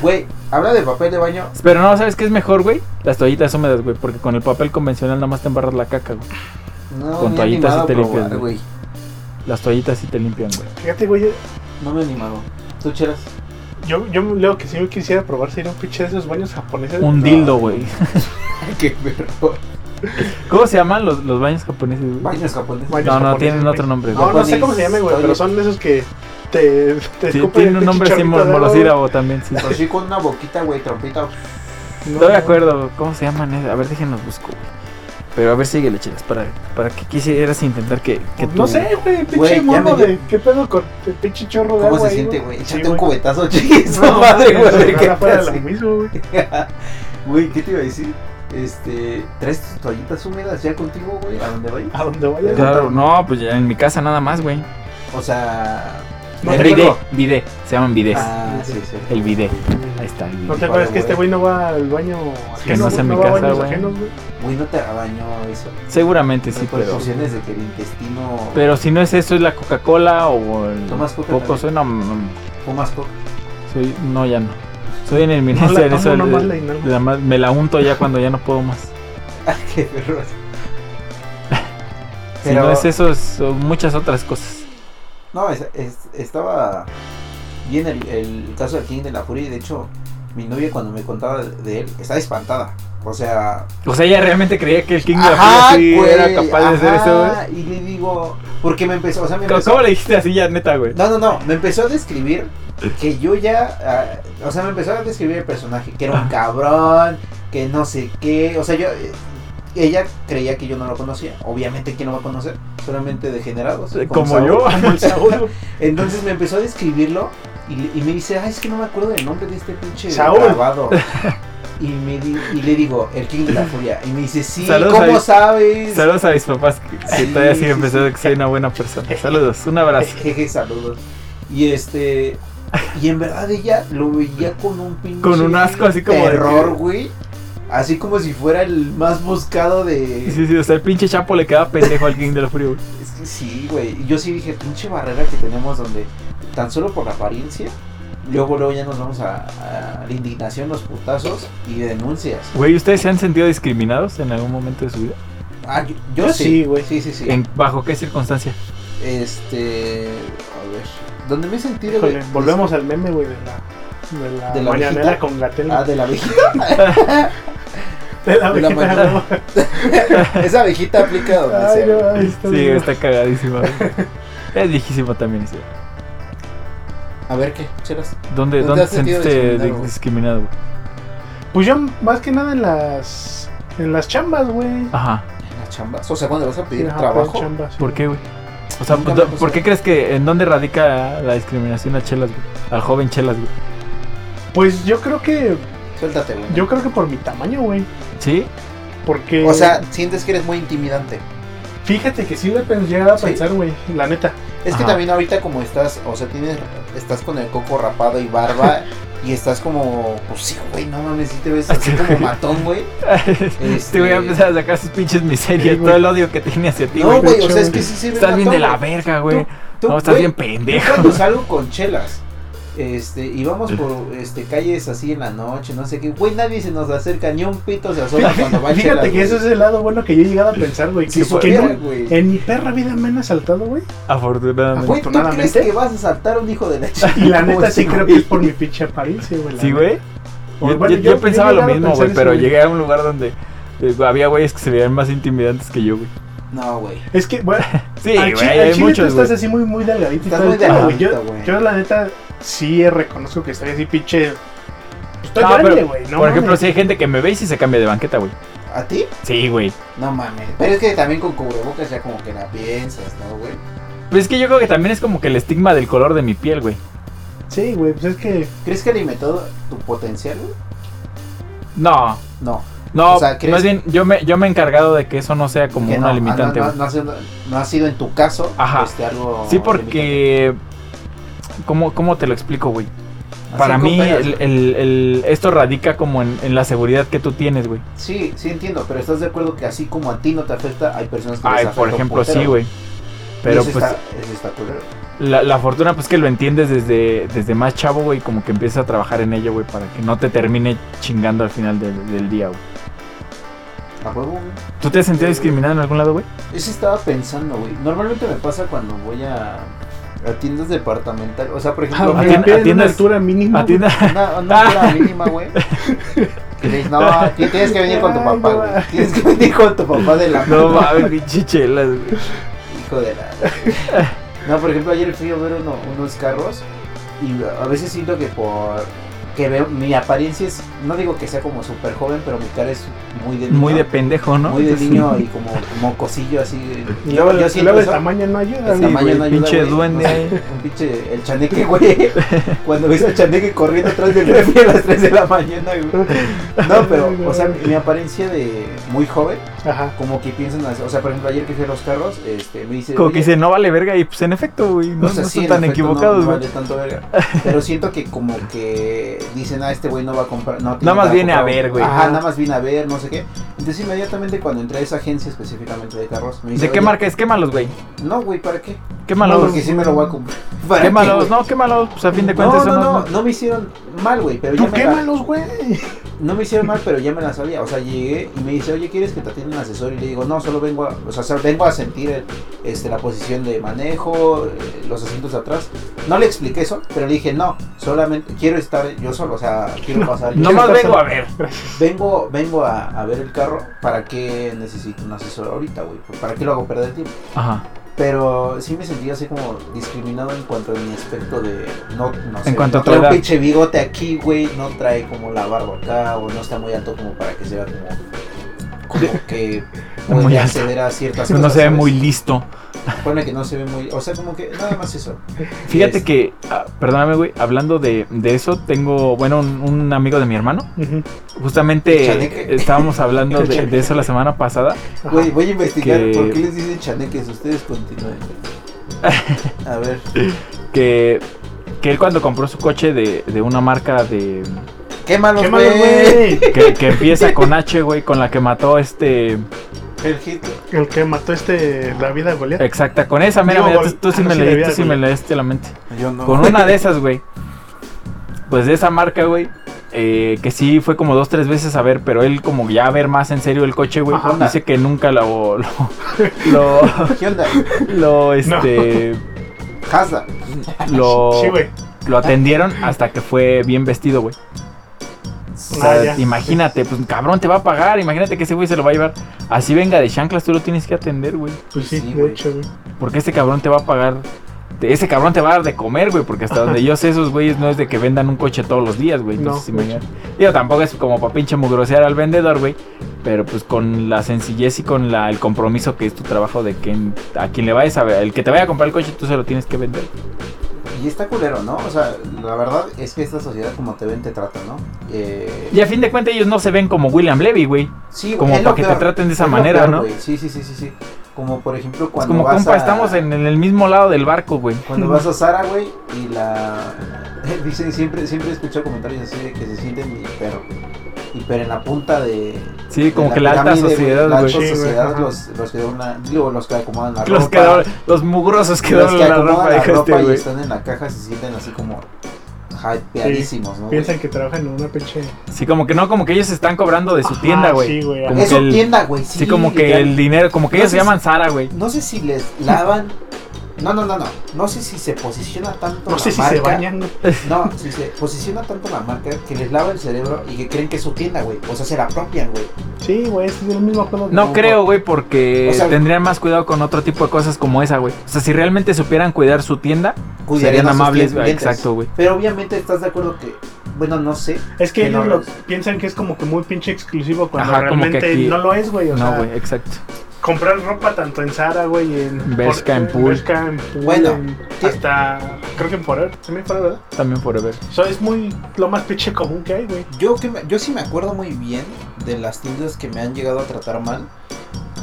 [SPEAKER 2] Güey, habla de papel de baño.
[SPEAKER 1] Pero no, ¿sabes qué es mejor, güey? Las toallitas húmedas, güey. Porque con el papel convencional nada más te embarras la caca, güey.
[SPEAKER 2] No,
[SPEAKER 1] Con
[SPEAKER 2] me he
[SPEAKER 1] toallitas
[SPEAKER 2] animado
[SPEAKER 1] y te
[SPEAKER 2] a probar,
[SPEAKER 1] limpias, güey.
[SPEAKER 2] güey.
[SPEAKER 1] Las toallitas sí te limpian, güey.
[SPEAKER 3] Fíjate, güey,
[SPEAKER 2] No me he animado. ¿Tú cheras?
[SPEAKER 3] Yo, yo leo que si yo quisiera probarse ir a un pinche de esos baños japoneses.
[SPEAKER 1] Un
[SPEAKER 3] Eh, No.
[SPEAKER 1] dildo, güey.
[SPEAKER 2] Qué perro.
[SPEAKER 1] ¿Cómo se llaman los, los baños japoneses, güey?
[SPEAKER 5] Baños japoneses.
[SPEAKER 3] Baños
[SPEAKER 1] No, no,
[SPEAKER 3] japoneses,
[SPEAKER 1] tienen
[SPEAKER 3] güey.
[SPEAKER 1] otro nombre. güey.
[SPEAKER 3] No, no sé cómo se llama, güey, pero son esos que te, te
[SPEAKER 1] Sí,
[SPEAKER 3] escupen
[SPEAKER 1] tiene
[SPEAKER 3] el
[SPEAKER 1] un nombre
[SPEAKER 3] pinche
[SPEAKER 1] así
[SPEAKER 3] chorrito de agua,
[SPEAKER 1] monosílabo también, sí.
[SPEAKER 5] Pero sí con una boquita, güey, trompita.
[SPEAKER 3] güey.
[SPEAKER 1] No me acuerdo cómo se llaman. eh? A ver, déjenos busco, güey. Pero a ver, síguele, chiles. ¿Para, para qué quisieras intentar que, que
[SPEAKER 3] No sé, güey, pinche
[SPEAKER 2] Güey, ya
[SPEAKER 3] mono
[SPEAKER 2] me dio-
[SPEAKER 3] de. ¿Qué pedo con el pinche chorro de
[SPEAKER 2] ¿Cómo
[SPEAKER 3] agua?
[SPEAKER 2] se
[SPEAKER 3] ahí,
[SPEAKER 2] siente, güey?
[SPEAKER 3] Sí,
[SPEAKER 2] Échate un
[SPEAKER 3] güey.
[SPEAKER 2] cubetazo, chingues,
[SPEAKER 3] No,
[SPEAKER 2] madre,
[SPEAKER 3] mames,
[SPEAKER 2] güey.
[SPEAKER 3] ojalá
[SPEAKER 2] ¿Qué
[SPEAKER 3] fuera
[SPEAKER 2] te
[SPEAKER 3] lo mismo, güey.
[SPEAKER 2] Güey, ¿qué te iba a decir? Este, ¿traes tus toallitas húmedas ya contigo, güey? ¿A dónde vayas?
[SPEAKER 1] Ah.
[SPEAKER 3] A donde vayas.
[SPEAKER 1] Claro, no, pues ya en mi casa nada más, güey.
[SPEAKER 2] O sea...
[SPEAKER 3] No,
[SPEAKER 2] el
[SPEAKER 3] te
[SPEAKER 1] Vide,
[SPEAKER 3] acuerdo.
[SPEAKER 1] vide, se llaman vides.
[SPEAKER 2] Ah, sí, sí.
[SPEAKER 1] El vide. Ahí está, el
[SPEAKER 3] No te
[SPEAKER 1] vide.
[SPEAKER 3] acuerdas que este güey no va al baño.
[SPEAKER 1] que
[SPEAKER 3] ajeno,
[SPEAKER 1] no sé en mi
[SPEAKER 3] va a
[SPEAKER 1] casa,
[SPEAKER 3] baños
[SPEAKER 1] güey.
[SPEAKER 3] ajenos, güey.
[SPEAKER 2] Güey, no te haga daño eso.
[SPEAKER 1] Seguramente sí, pero.
[SPEAKER 2] Repercusiones de que el intestino...
[SPEAKER 1] Pero si no es eso, es la Coca-Cola o el
[SPEAKER 2] ¿Tomas coca
[SPEAKER 1] Coco.
[SPEAKER 2] también?
[SPEAKER 1] Soy, no, no, no,
[SPEAKER 2] Fumas coca.
[SPEAKER 1] soy, no, ya no. Soy en el
[SPEAKER 3] No la
[SPEAKER 1] en
[SPEAKER 3] tomo,
[SPEAKER 1] eso. del-
[SPEAKER 3] nomás la inhalo.
[SPEAKER 1] la más- me la unto ya cuando ya no puedo más.
[SPEAKER 2] Qué perro.
[SPEAKER 1] Si no es eso, son muchas otras cosas.
[SPEAKER 2] No, es- es- estaba bien el, el caso del King de la Furia y de hecho mi novia cuando me contaba de- de él estaba espantada. O sea...
[SPEAKER 1] O sea, ella realmente creía que el King de la
[SPEAKER 2] ajá,
[SPEAKER 1] Furia sí
[SPEAKER 2] güey,
[SPEAKER 1] era capaz de hacer eso, güey.
[SPEAKER 2] ajá, Y le digo... Porque me empezó... O sea, me
[SPEAKER 1] ¿Cómo,
[SPEAKER 2] empezó...
[SPEAKER 1] cómo le dijiste así ya, neta, güey?
[SPEAKER 2] No, no, no, me empezó a describir que yo ya, ah, o sea, me empezó a describir el personaje, que era un cabrón, que no sé qué, o sea, yo, eh, ella creía que yo no lo conocía, obviamente quién lo va a conocer, solamente degenerados.
[SPEAKER 1] Eh, Como
[SPEAKER 2] Saúl.
[SPEAKER 1] yo.
[SPEAKER 3] Como el Saúl.
[SPEAKER 2] Entonces me empezó a describirlo y, le- y me dice, ay, es que no me acuerdo del nombre de este pinche
[SPEAKER 3] Saúl.
[SPEAKER 2] grabado. Y, me di- y le digo, el King de la Furia. Y me dice, sí,
[SPEAKER 1] Saludos
[SPEAKER 2] ¿cómo
[SPEAKER 1] a-
[SPEAKER 2] sabes?
[SPEAKER 1] Saludos a mis papás que, que
[SPEAKER 2] Sí,
[SPEAKER 1] todavía
[SPEAKER 2] sí,
[SPEAKER 1] siguen pensando que soy una buena persona. Saludos, un abrazo.
[SPEAKER 2] Jeje, saludos. Y este. Y en verdad ella lo veía con un pinche.
[SPEAKER 1] Con un asco así como de
[SPEAKER 2] Terror,
[SPEAKER 1] que-
[SPEAKER 2] güey. Así como si fuera el más buscado de.
[SPEAKER 1] Sí, sí, o sea, el pinche chapo le queda pendejo al King de la Furia, güey.
[SPEAKER 2] Es que sí, güey. Y Yo sí dije, pinche barrera que tenemos donde tan solo por la apariencia. Luego, luego ya nos vamos a, a la indignación, los putazos y denuncias.
[SPEAKER 1] Güey, ¿ustedes se han sentido discriminados en algún momento de su vida?
[SPEAKER 2] Ah, yo, yo
[SPEAKER 3] Yo sí,
[SPEAKER 2] sí,
[SPEAKER 3] güey.
[SPEAKER 2] Sí, sí, sí.
[SPEAKER 1] ¿En, ¿Bajo qué circunstancia?
[SPEAKER 2] Este. A ver. ¿Dónde me he sentido?
[SPEAKER 3] Híjole,
[SPEAKER 2] güey?
[SPEAKER 3] volvemos al meme, güey, de la, de la,
[SPEAKER 2] ¿De la
[SPEAKER 3] mañanera
[SPEAKER 2] viejita?
[SPEAKER 3] con Gatel.
[SPEAKER 2] Ah, de la vejita.
[SPEAKER 3] de la
[SPEAKER 2] de la
[SPEAKER 3] viejita,
[SPEAKER 2] mañanera.
[SPEAKER 3] güey.
[SPEAKER 2] Esa abejita aplica donde sea.
[SPEAKER 3] Ay,
[SPEAKER 2] güey.
[SPEAKER 3] no, ay, está
[SPEAKER 1] Sí,
[SPEAKER 3] bien.
[SPEAKER 1] está cagadísima. güey. Es viejísimo también ese.
[SPEAKER 2] A ver qué, chelas.
[SPEAKER 1] ¿Dónde,
[SPEAKER 2] ¿Te
[SPEAKER 1] ¿dónde
[SPEAKER 2] has
[SPEAKER 1] te
[SPEAKER 2] sentido
[SPEAKER 1] sentiste
[SPEAKER 2] discriminado, güey?
[SPEAKER 1] discriminado, güey?
[SPEAKER 3] Pues yo más que nada en las en las chambas, güey.
[SPEAKER 1] Ajá.
[SPEAKER 2] Las chambas. O sea, cuando vas a pedir
[SPEAKER 3] Ajá,
[SPEAKER 2] trabajo.
[SPEAKER 3] pues, chambas, sí.
[SPEAKER 1] ¿Por qué, güey? O sea,
[SPEAKER 2] Nunca
[SPEAKER 1] ¿por,
[SPEAKER 2] me
[SPEAKER 1] por qué crees que en dónde radica la discriminación a Chelas, güey? Al joven Chelas, güey.
[SPEAKER 3] Pues yo creo que
[SPEAKER 2] Suéltate, güey.
[SPEAKER 3] yo creo que por mi tamaño, güey,
[SPEAKER 1] ¿Sí?
[SPEAKER 3] porque
[SPEAKER 2] O sea, sientes que eres muy intimidante.
[SPEAKER 3] fíjate que sí lo he pens- llegado a
[SPEAKER 2] Sí.
[SPEAKER 3] pensar, güey, la neta.
[SPEAKER 2] Es que
[SPEAKER 1] Ajá.
[SPEAKER 2] también ahorita como estás, o sea, tienes, estás con el coco rapado y barba y estás como, pues sí, güey, no mames, si te ves así como matón, güey.
[SPEAKER 1] Este voy a empezar a sacar sus pinches miserias,
[SPEAKER 3] Sí, güey.
[SPEAKER 1] todo el odio que tiene hacia ti, güey.
[SPEAKER 2] No, güey, o sea, es que sí se ve
[SPEAKER 1] Estás bien de
[SPEAKER 2] matón,
[SPEAKER 1] la
[SPEAKER 2] güey.
[SPEAKER 1] verga, güey.
[SPEAKER 2] Tú,
[SPEAKER 1] No, estás
[SPEAKER 2] güey,
[SPEAKER 1] bien pendejo.
[SPEAKER 2] Yo cuando salgo con chelas, este, y vamos por este calles así en la noche, no sé qué, güey, nadie se nos acerca, ni un pito se asoma cuando va
[SPEAKER 3] Fíjate
[SPEAKER 2] chelas,
[SPEAKER 3] que
[SPEAKER 2] güey.
[SPEAKER 3] ese es el lado bueno que yo he llegado a pensar, güey,
[SPEAKER 2] Si
[SPEAKER 3] que, que
[SPEAKER 2] supiera,
[SPEAKER 3] no-
[SPEAKER 2] güey.
[SPEAKER 3] en mi perra vida me han asaltado, güey.
[SPEAKER 1] Afortunadamente.
[SPEAKER 2] Güey, ¿tú crees
[SPEAKER 3] Afortunadamente.
[SPEAKER 2] que vas a saltar a un hijo de la chica?
[SPEAKER 3] Y la neta sí creo que es por mi pinche apariencia, güey. la
[SPEAKER 1] Sí,
[SPEAKER 3] neta.
[SPEAKER 1] güey.
[SPEAKER 3] O
[SPEAKER 1] Yo,
[SPEAKER 3] bueno,
[SPEAKER 1] yo- yo
[SPEAKER 3] yo- yo
[SPEAKER 1] pensaba
[SPEAKER 3] he
[SPEAKER 1] lo
[SPEAKER 3] llegado a
[SPEAKER 1] mismo,
[SPEAKER 3] pensar
[SPEAKER 1] güey,
[SPEAKER 3] eso,
[SPEAKER 1] pero
[SPEAKER 3] güey.
[SPEAKER 1] llegué a un lugar donde eh, había güeyes que se veían más intimidantes que yo, güey.
[SPEAKER 2] No, güey.
[SPEAKER 3] Es que, bueno,
[SPEAKER 1] Sí,
[SPEAKER 3] al, Ah,
[SPEAKER 1] güey,
[SPEAKER 3] chi- al
[SPEAKER 1] hay
[SPEAKER 3] chile tú
[SPEAKER 1] muchos,
[SPEAKER 3] estás
[SPEAKER 1] güey.
[SPEAKER 3] así muy, muy delgadito. y
[SPEAKER 2] Estás
[SPEAKER 3] todo
[SPEAKER 2] muy
[SPEAKER 3] el pedo, güey.
[SPEAKER 2] delgadito,
[SPEAKER 3] Yo-
[SPEAKER 2] güey.
[SPEAKER 3] Yo, la neta, sí reconozco que estoy así pinche... pues, Estoy
[SPEAKER 1] No,
[SPEAKER 3] grande,
[SPEAKER 1] pero,
[SPEAKER 3] güey. No
[SPEAKER 1] Por ejemplo,
[SPEAKER 3] mames.
[SPEAKER 1] si hay gente que me ve y si se cambia de banqueta, güey.
[SPEAKER 2] ¿A ti?
[SPEAKER 1] Sí, güey.
[SPEAKER 2] No mames. Pero es que también con cubrebocas ya como que la piensas, ¿no, güey?
[SPEAKER 1] Pues es que yo creo que también es como que el estigma del color de mi piel, güey.
[SPEAKER 3] Sí, güey, pues es que...
[SPEAKER 2] ¿Crees que alimentó tu potencial, güey?
[SPEAKER 1] No,
[SPEAKER 2] No.
[SPEAKER 1] no,
[SPEAKER 2] O sea, ¿crees-
[SPEAKER 1] más bien yo me, yo me he encargado de que eso no sea como
[SPEAKER 2] que
[SPEAKER 1] una
[SPEAKER 2] no, ah,
[SPEAKER 1] limitante,
[SPEAKER 2] No,
[SPEAKER 1] güey.
[SPEAKER 2] no, no ha sido- no ha sido en tu caso
[SPEAKER 1] Ajá.
[SPEAKER 2] este, algo.
[SPEAKER 1] Sí, porque... ¿Cómo, ¿Cómo te lo explico, güey?
[SPEAKER 2] limitante.
[SPEAKER 1] Para
[SPEAKER 2] Así
[SPEAKER 1] mí,
[SPEAKER 2] comparas,
[SPEAKER 1] el-
[SPEAKER 2] güey.
[SPEAKER 1] el- el- esto radica como en, en la seguridad que tú tienes, güey.
[SPEAKER 2] Sí, sí entiendo, pero estás de acuerdo que así como a ti no te afecta, hay personas que
[SPEAKER 1] Ay,
[SPEAKER 2] les
[SPEAKER 1] por
[SPEAKER 2] afecta un
[SPEAKER 1] ejemplo,
[SPEAKER 2] Pues putero.
[SPEAKER 1] sí, güey.
[SPEAKER 2] Y
[SPEAKER 1] Pero
[SPEAKER 2] eso
[SPEAKER 1] pues
[SPEAKER 2] Está, eso está culero.
[SPEAKER 1] la, la fortuna, pues que lo entiendes desde, desde más chavo, güey, como que empiezas a trabajar en ello, güey, para que no te termine chingando al final del, del día, güey.
[SPEAKER 2] A huevo, güey.
[SPEAKER 1] ¿Tú te has sentido discriminado en algún lado, güey?
[SPEAKER 2] Eso estaba pensando, güey. Normalmente me pasa cuando voy a a tiendas departamental. O sea, por ejemplo,
[SPEAKER 1] Ah,
[SPEAKER 2] una-
[SPEAKER 1] a tienda-
[SPEAKER 4] Atiende
[SPEAKER 1] atiendas-
[SPEAKER 4] una altura mínima.
[SPEAKER 1] A tienda-
[SPEAKER 2] una, una hora mínima, güey. Que le dices, no, ti- tienes que venir con tu
[SPEAKER 3] Ay,
[SPEAKER 2] papá,
[SPEAKER 3] no.
[SPEAKER 2] güey. Tienes que venir con tu papá de la
[SPEAKER 1] No mames, pinche chelas, güey.
[SPEAKER 2] Hijo de la. No, por ejemplo, ayer fui a ver uno- unos carros y a veces siento que por. que veo. mi apariencia es. no digo que sea como súper joven, pero mi cara es muy de niño.
[SPEAKER 1] Muy de pendejo, ¿no?
[SPEAKER 2] Muy de niño y como mocosillo así.
[SPEAKER 3] Y luego,
[SPEAKER 2] yo
[SPEAKER 3] y
[SPEAKER 2] siento
[SPEAKER 3] luego el
[SPEAKER 2] eso.
[SPEAKER 3] tamaño no ayuda.
[SPEAKER 2] El
[SPEAKER 3] güey.
[SPEAKER 2] tamaño no ayuda,
[SPEAKER 1] pinche
[SPEAKER 2] güey.
[SPEAKER 1] duende
[SPEAKER 2] No sé,
[SPEAKER 1] ahí.
[SPEAKER 2] un pinche. el chaneque, güey. Cuando ves al chaneque corriendo atrás del refri a las 3 de la mañana, güey. No, pero, o sea, mi apariencia de muy joven,
[SPEAKER 3] Ajá.
[SPEAKER 2] como que piensan así. O sea, por ejemplo, ayer que fui a los carros, este, me dice.
[SPEAKER 1] Como que
[SPEAKER 2] "Oye,
[SPEAKER 1] dice, no vale verga. Y pues en efecto, güey, no,
[SPEAKER 2] o sea,
[SPEAKER 1] no
[SPEAKER 2] sí,
[SPEAKER 1] están tan
[SPEAKER 2] en efecto, no-
[SPEAKER 1] equivocados,
[SPEAKER 2] no
[SPEAKER 1] güey.
[SPEAKER 2] vale tanto verga. Pero siento que como que dicen, ah, este güey no va a comprar. No, tiene
[SPEAKER 1] Nada más
[SPEAKER 2] nada
[SPEAKER 1] viene a
[SPEAKER 2] comprado".
[SPEAKER 1] ver, güey.
[SPEAKER 2] Ajá, nada más viene a ver, no sé qué. Entonces inmediatamente cuando entré a esa agencia específicamente de carros, me dice,
[SPEAKER 1] ¿De qué
[SPEAKER 2] "Oye,
[SPEAKER 1] marca es? Quémalos, güey.
[SPEAKER 2] No, güey, ¿para qué? No,
[SPEAKER 1] Quémalos.
[SPEAKER 2] porque sí me lo voy a comprar. ¿Para qué,
[SPEAKER 1] Quémalos,
[SPEAKER 2] güey?
[SPEAKER 1] no, quémalos. Pues a fin de
[SPEAKER 2] No,
[SPEAKER 1] cuentas,
[SPEAKER 2] no,
[SPEAKER 1] son
[SPEAKER 2] no,
[SPEAKER 1] unos-
[SPEAKER 2] no, me hicieron mal, güey, pero ya
[SPEAKER 3] Tú
[SPEAKER 2] me la-
[SPEAKER 3] quémalos, güey.
[SPEAKER 2] no me hicieron mal, pero ya me la sabía. O sea, llegué y me dice, oye, ¿quieres que te atienda un asesor? Y le digo, no, solo vengo a, o sea, solo vengo a sentir el- este, la posición de manejo, eh, los asientos de atrás. No le expliqué eso, pero le dije, no, solamente quiero estar yo solo, o sea, quiero pasar. yo.
[SPEAKER 1] No más vengo a ver.
[SPEAKER 2] Vengo, vengo a, a ver el carro, ¿para qué necesito un asesor ahorita, güey? ¿Para qué lo hago perder tiempo?
[SPEAKER 1] Ajá.
[SPEAKER 2] Pero sí me sentí así como discriminado en cuanto a mi aspecto de. No, no sé.
[SPEAKER 1] cuanto
[SPEAKER 2] no
[SPEAKER 1] a tu
[SPEAKER 2] trae un
[SPEAKER 1] edad.
[SPEAKER 2] pinche bigote aquí, güey. No trae como la barba acá. O no está muy alto como para que se vea como. Como que
[SPEAKER 1] Muy
[SPEAKER 2] puede
[SPEAKER 1] alto.
[SPEAKER 2] acceder a ciertas cosas.
[SPEAKER 1] Pues No se ve
[SPEAKER 2] ¿sabes?
[SPEAKER 1] muy listo.
[SPEAKER 2] Pone que no se ve muy. O sea, como que nada más eso.
[SPEAKER 1] Fíjate
[SPEAKER 2] Este.
[SPEAKER 1] que, ah, perdóname, güey, hablando de, de eso, tengo, bueno, un, un amigo de mi hermano.
[SPEAKER 3] Ujú.
[SPEAKER 1] Justamente
[SPEAKER 2] Chaneque.
[SPEAKER 1] estábamos hablando de, de eso la semana pasada.
[SPEAKER 3] Ajá.
[SPEAKER 2] Güey, voy a investigar
[SPEAKER 1] Que-
[SPEAKER 2] por qué les dicen chaneques. Ustedes continúen. A ver.
[SPEAKER 1] Que, que él cuando compró su coche de, de una marca de
[SPEAKER 2] Quémalos,
[SPEAKER 1] Pues,
[SPEAKER 3] Quémalos,
[SPEAKER 2] güey.
[SPEAKER 3] güey.
[SPEAKER 1] que, que empieza con H, güey, con la que mató este...
[SPEAKER 2] El hit.
[SPEAKER 3] El que mató este David a Goliat.
[SPEAKER 1] Exacta, con esa, mira,
[SPEAKER 3] Digo,
[SPEAKER 1] mira,
[SPEAKER 3] gol.
[SPEAKER 1] tú, tú sí
[SPEAKER 3] Ah, no,
[SPEAKER 1] me
[SPEAKER 3] sí,
[SPEAKER 1] leí-
[SPEAKER 3] debía
[SPEAKER 1] tú
[SPEAKER 3] de
[SPEAKER 1] sí me
[SPEAKER 3] golear.
[SPEAKER 1] leíste la mente.
[SPEAKER 2] Yo no.
[SPEAKER 1] Con una de esas, güey. Pues de esa marca, güey. eh, que sí fue como dos, tres veces a ver, pero él como ya a ver más en serio el coche, güey.
[SPEAKER 3] Ajá.
[SPEAKER 1] Dice que nunca lo... Lo... lo,
[SPEAKER 2] ¿Qué onda?
[SPEAKER 1] lo, este...
[SPEAKER 2] Hazla.
[SPEAKER 1] Lo,
[SPEAKER 3] Sí, güey.
[SPEAKER 1] lo atendieron hasta que fue bien vestido, güey. O sea,
[SPEAKER 3] Ah, ya.
[SPEAKER 1] imagínate, pues cabrón te va a pagar, imagínate que ese güey se lo va a llevar. Así venga de chanclas, tú lo tienes que atender, güey.
[SPEAKER 3] Pues sí,
[SPEAKER 2] Sí,
[SPEAKER 3] de
[SPEAKER 2] güey.
[SPEAKER 3] hecho, güey.
[SPEAKER 1] Porque ese cabrón te va a pagar. te- Ese cabrón te va a dar de comer, güey. Porque hasta donde yo sé, esos güeyes no es de que vendan un coche todos los días, güey.
[SPEAKER 3] No,
[SPEAKER 1] Entonces,
[SPEAKER 3] de
[SPEAKER 1] imagínate. Digo, tampoco es como para pinche mugrosear al vendedor, güey. Pero pues con la sencillez y con la, el compromiso que es tu trabajo de que a quien le vayas a ver, el que te vaya a comprar el coche, tú se lo tienes que vender.
[SPEAKER 2] Y está culero, ¿no? O sea, la verdad es que esta sociedad como te ven te trata, ¿no? Eh,
[SPEAKER 1] Y a fin de cuentas, ellos no se ven como William Levy, güey.
[SPEAKER 2] sí,
[SPEAKER 1] Como
[SPEAKER 2] es lo
[SPEAKER 1] para que te
[SPEAKER 2] peor,
[SPEAKER 1] traten de esa
[SPEAKER 2] es lo
[SPEAKER 1] manera,
[SPEAKER 2] peor,
[SPEAKER 1] ¿no?
[SPEAKER 2] güey. Sí, sí, sí, sí, sí. Como por ejemplo
[SPEAKER 1] Es
[SPEAKER 2] cuando
[SPEAKER 1] como,
[SPEAKER 2] vas
[SPEAKER 1] compa,
[SPEAKER 2] a...
[SPEAKER 1] estamos en, en el mismo lado del barco, güey.
[SPEAKER 2] Cuando vas a Sara, güey, y la... Dicen, siempre, siempre he escuchado comentarios así de que se sienten hiper, hiper en la punta de...
[SPEAKER 1] Sí, como
[SPEAKER 2] de
[SPEAKER 1] que la alta
[SPEAKER 2] pirámide,
[SPEAKER 1] sociedad,
[SPEAKER 2] La
[SPEAKER 1] güey.
[SPEAKER 2] alta
[SPEAKER 3] Sí, güey,
[SPEAKER 2] sociedad,
[SPEAKER 3] ajá.
[SPEAKER 2] los, los que dan la- digo, los que acomodan la
[SPEAKER 1] Los,
[SPEAKER 2] ropa.
[SPEAKER 1] que doblan- los mugrosos que
[SPEAKER 2] los
[SPEAKER 1] doblan
[SPEAKER 2] que
[SPEAKER 1] la
[SPEAKER 2] acomodan
[SPEAKER 1] ropa,
[SPEAKER 2] la
[SPEAKER 1] dijo este,
[SPEAKER 2] ropa y
[SPEAKER 1] güey.
[SPEAKER 2] están en la caja se sienten así como hypeadísimos, ¿no? güey?
[SPEAKER 3] Piensan que trabajan en una pinche.
[SPEAKER 1] Sí, como que no, como que ellos están cobrando de su
[SPEAKER 3] Ajá,
[SPEAKER 1] tienda, güey.
[SPEAKER 3] Sí, güey.
[SPEAKER 1] Como
[SPEAKER 2] Es
[SPEAKER 1] que
[SPEAKER 2] su
[SPEAKER 1] el-
[SPEAKER 2] tienda, güey.
[SPEAKER 1] Sí, como que
[SPEAKER 2] literal.
[SPEAKER 1] el dinero, como que
[SPEAKER 2] No
[SPEAKER 1] ellos
[SPEAKER 2] sé
[SPEAKER 1] se llaman Sara, güey.
[SPEAKER 2] No sé si les lavan. No, no, no, no. No sé si se posiciona tanto
[SPEAKER 3] No
[SPEAKER 2] la
[SPEAKER 3] sé si
[SPEAKER 2] marca.
[SPEAKER 3] se bañan. güey.
[SPEAKER 2] No, si se posiciona tanto la marca que les lava el cerebro y que creen que es su tienda, güey. O sea, se la apropian, güey.
[SPEAKER 3] Sí, güey, es el mismo pedo.
[SPEAKER 1] No
[SPEAKER 2] No,
[SPEAKER 1] creo, güey, porque
[SPEAKER 2] O sea-
[SPEAKER 1] tendrían más cuidado con otro tipo de cosas como esa, güey. O sea, si realmente supieran cuidar su tienda,
[SPEAKER 2] Cuidarían
[SPEAKER 1] Serían
[SPEAKER 2] a sus
[SPEAKER 1] amables,
[SPEAKER 2] clientes.
[SPEAKER 1] exacto, güey.
[SPEAKER 2] Pero obviamente estás de acuerdo que, bueno, no sé.
[SPEAKER 3] Es que
[SPEAKER 2] Que no
[SPEAKER 3] ellos lo
[SPEAKER 2] lo es.
[SPEAKER 3] piensan que es como que muy pinche exclusivo cuando
[SPEAKER 1] Ajá, como que
[SPEAKER 3] realmente
[SPEAKER 1] aquí-
[SPEAKER 3] no lo es, güey. O
[SPEAKER 1] no,
[SPEAKER 3] sea,
[SPEAKER 1] güey, exacto.
[SPEAKER 3] comprar ropa tanto en Zara, güey, en
[SPEAKER 1] Bershka, en
[SPEAKER 3] por-
[SPEAKER 1] Pool.
[SPEAKER 3] Bershka, en Pool,
[SPEAKER 2] Bueno,
[SPEAKER 3] en-
[SPEAKER 2] ¿qué?
[SPEAKER 3] hasta creo que en Forever, también Forever, ¿verdad?
[SPEAKER 1] También forever.
[SPEAKER 3] O sea, es muy lo más pinche común que hay, güey.
[SPEAKER 2] Yo, que me- yo sí me acuerdo muy bien de las tiendas que me han llegado a tratar mal.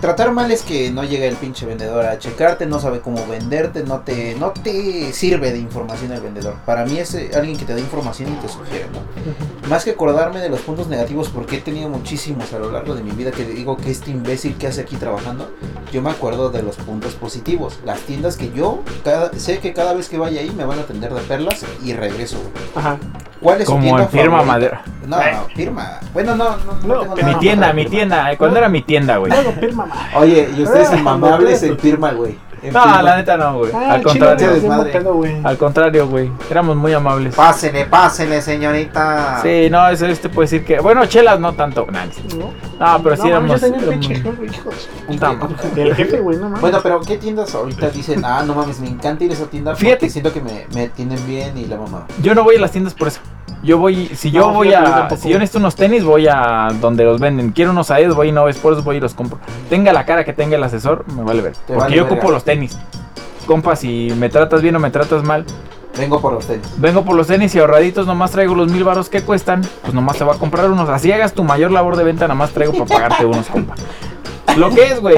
[SPEAKER 2] Tratar mal es que no llega el pinche vendedor a checarte, no sabe cómo venderte, no te, no te sirve de información el vendedor. Para mí es eh, alguien que te da información y te sugiere, ¿no? Más que acordarme de los puntos negativos, porque he tenido muchísimos a lo largo de mi vida que digo que este imbécil que hace aquí trabajando, yo me acuerdo de los puntos positivos. Las tiendas que yo cada- sé que cada vez que vaya ahí me van a atender de perlas y regreso. güey.
[SPEAKER 3] Ajá.
[SPEAKER 2] ¿Cuál es su
[SPEAKER 1] Como
[SPEAKER 2] tienda
[SPEAKER 1] en firma
[SPEAKER 2] favorita?
[SPEAKER 1] madera.
[SPEAKER 2] No,
[SPEAKER 3] Ay.
[SPEAKER 2] no, firma. Bueno, no, no, no
[SPEAKER 3] No,
[SPEAKER 2] tengo
[SPEAKER 3] mi
[SPEAKER 2] nada
[SPEAKER 1] Mi
[SPEAKER 3] no,
[SPEAKER 2] contra
[SPEAKER 1] tienda,
[SPEAKER 2] la
[SPEAKER 1] mi
[SPEAKER 2] firma.
[SPEAKER 1] tienda. ¿Cuándo era mi tienda, güey?
[SPEAKER 3] Luego, firma, ma.
[SPEAKER 2] Oye, y ustedes
[SPEAKER 3] Ah,
[SPEAKER 2] inmamables en firma, güey. en
[SPEAKER 1] No,
[SPEAKER 2] fin,
[SPEAKER 1] la neta no, güey.
[SPEAKER 3] Ah,
[SPEAKER 1] Al
[SPEAKER 3] el chino
[SPEAKER 6] chingate
[SPEAKER 1] contrario.
[SPEAKER 3] tiene un
[SPEAKER 6] desmadre.
[SPEAKER 3] pedo, güey.
[SPEAKER 1] Al contrario, güey. Éramos muy amables.
[SPEAKER 2] Pásele, pásele,
[SPEAKER 3] Ah.
[SPEAKER 2] señorita.
[SPEAKER 1] Sí, no, eso este puede decir que. Bueno, chelas no tanto. nah, No,
[SPEAKER 3] No,
[SPEAKER 1] no, Ah, pero sí
[SPEAKER 3] no,
[SPEAKER 1] éramos.
[SPEAKER 3] mames, yo tenía
[SPEAKER 1] éramos
[SPEAKER 3] el pinche, güey, hijos.
[SPEAKER 1] puta madre.
[SPEAKER 3] Del jefe, güey, no mames.
[SPEAKER 2] Bueno, pero ¿qué tiendas ahorita dicen? Ah, no mames, me encanta ir a esa tienda. porque
[SPEAKER 1] Fíjate.
[SPEAKER 2] Siento que me, me atienden bien y la mamá.
[SPEAKER 1] Yo no voy a las tiendas por eso. Yo voy, si yo
[SPEAKER 3] No,
[SPEAKER 1] voy
[SPEAKER 3] fíjate, yo
[SPEAKER 1] a,
[SPEAKER 3] tampoco.
[SPEAKER 1] si yo necesito unos tenis, voy a donde los venden. Quiero unos Adidas, voy y no ves por eso voy y los compro. Tenga la cara que tenga el asesor, me vale ver. Porque
[SPEAKER 2] vale
[SPEAKER 1] yo
[SPEAKER 2] verga.
[SPEAKER 1] ocupo los tenis. Compa, si me tratas bien o me tratas mal,
[SPEAKER 2] Vengo por los tenis.
[SPEAKER 1] vengo por los tenis y ahorraditos, nomás traigo los mil varos que cuestan, pues nomás te va a comprar unos. Así hagas tu mayor labor de venta, nomás traigo para pagarte unos, compa. Lo que es, güey.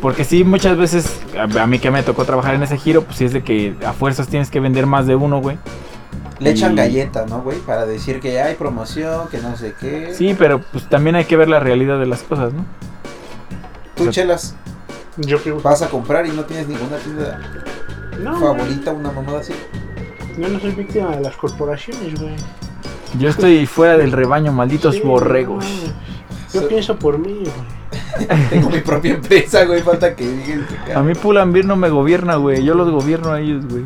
[SPEAKER 1] Porque sí, muchas veces, a a mí que me tocó trabajar en ese giro, pues sí es de que a fuerzas tienes que vender más de uno, güey.
[SPEAKER 2] Le echan
[SPEAKER 1] Y-
[SPEAKER 2] galleta, ¿no, güey? Para decir que hay promoción, que no sé qué.
[SPEAKER 1] Sí, pero pues también hay que ver la realidad de las cosas, ¿no?
[SPEAKER 2] Tú, chelas,
[SPEAKER 3] Yo fui, güey.
[SPEAKER 2] vas a comprar y no tienes ninguna tienda
[SPEAKER 3] No, güey,
[SPEAKER 2] favorita, una mamada así.
[SPEAKER 3] yo no soy víctima de las corporaciones, güey.
[SPEAKER 1] Yo estoy fuera del rebaño, malditos
[SPEAKER 3] Sí,
[SPEAKER 1] borregos.
[SPEAKER 3] no mames. Yo pienso por mí, güey.
[SPEAKER 2] Tengo mi propia empresa, güey. Falta que digan que.
[SPEAKER 1] A mí Pulambir no me gobierna, güey. Yo los gobierno a ellos, güey.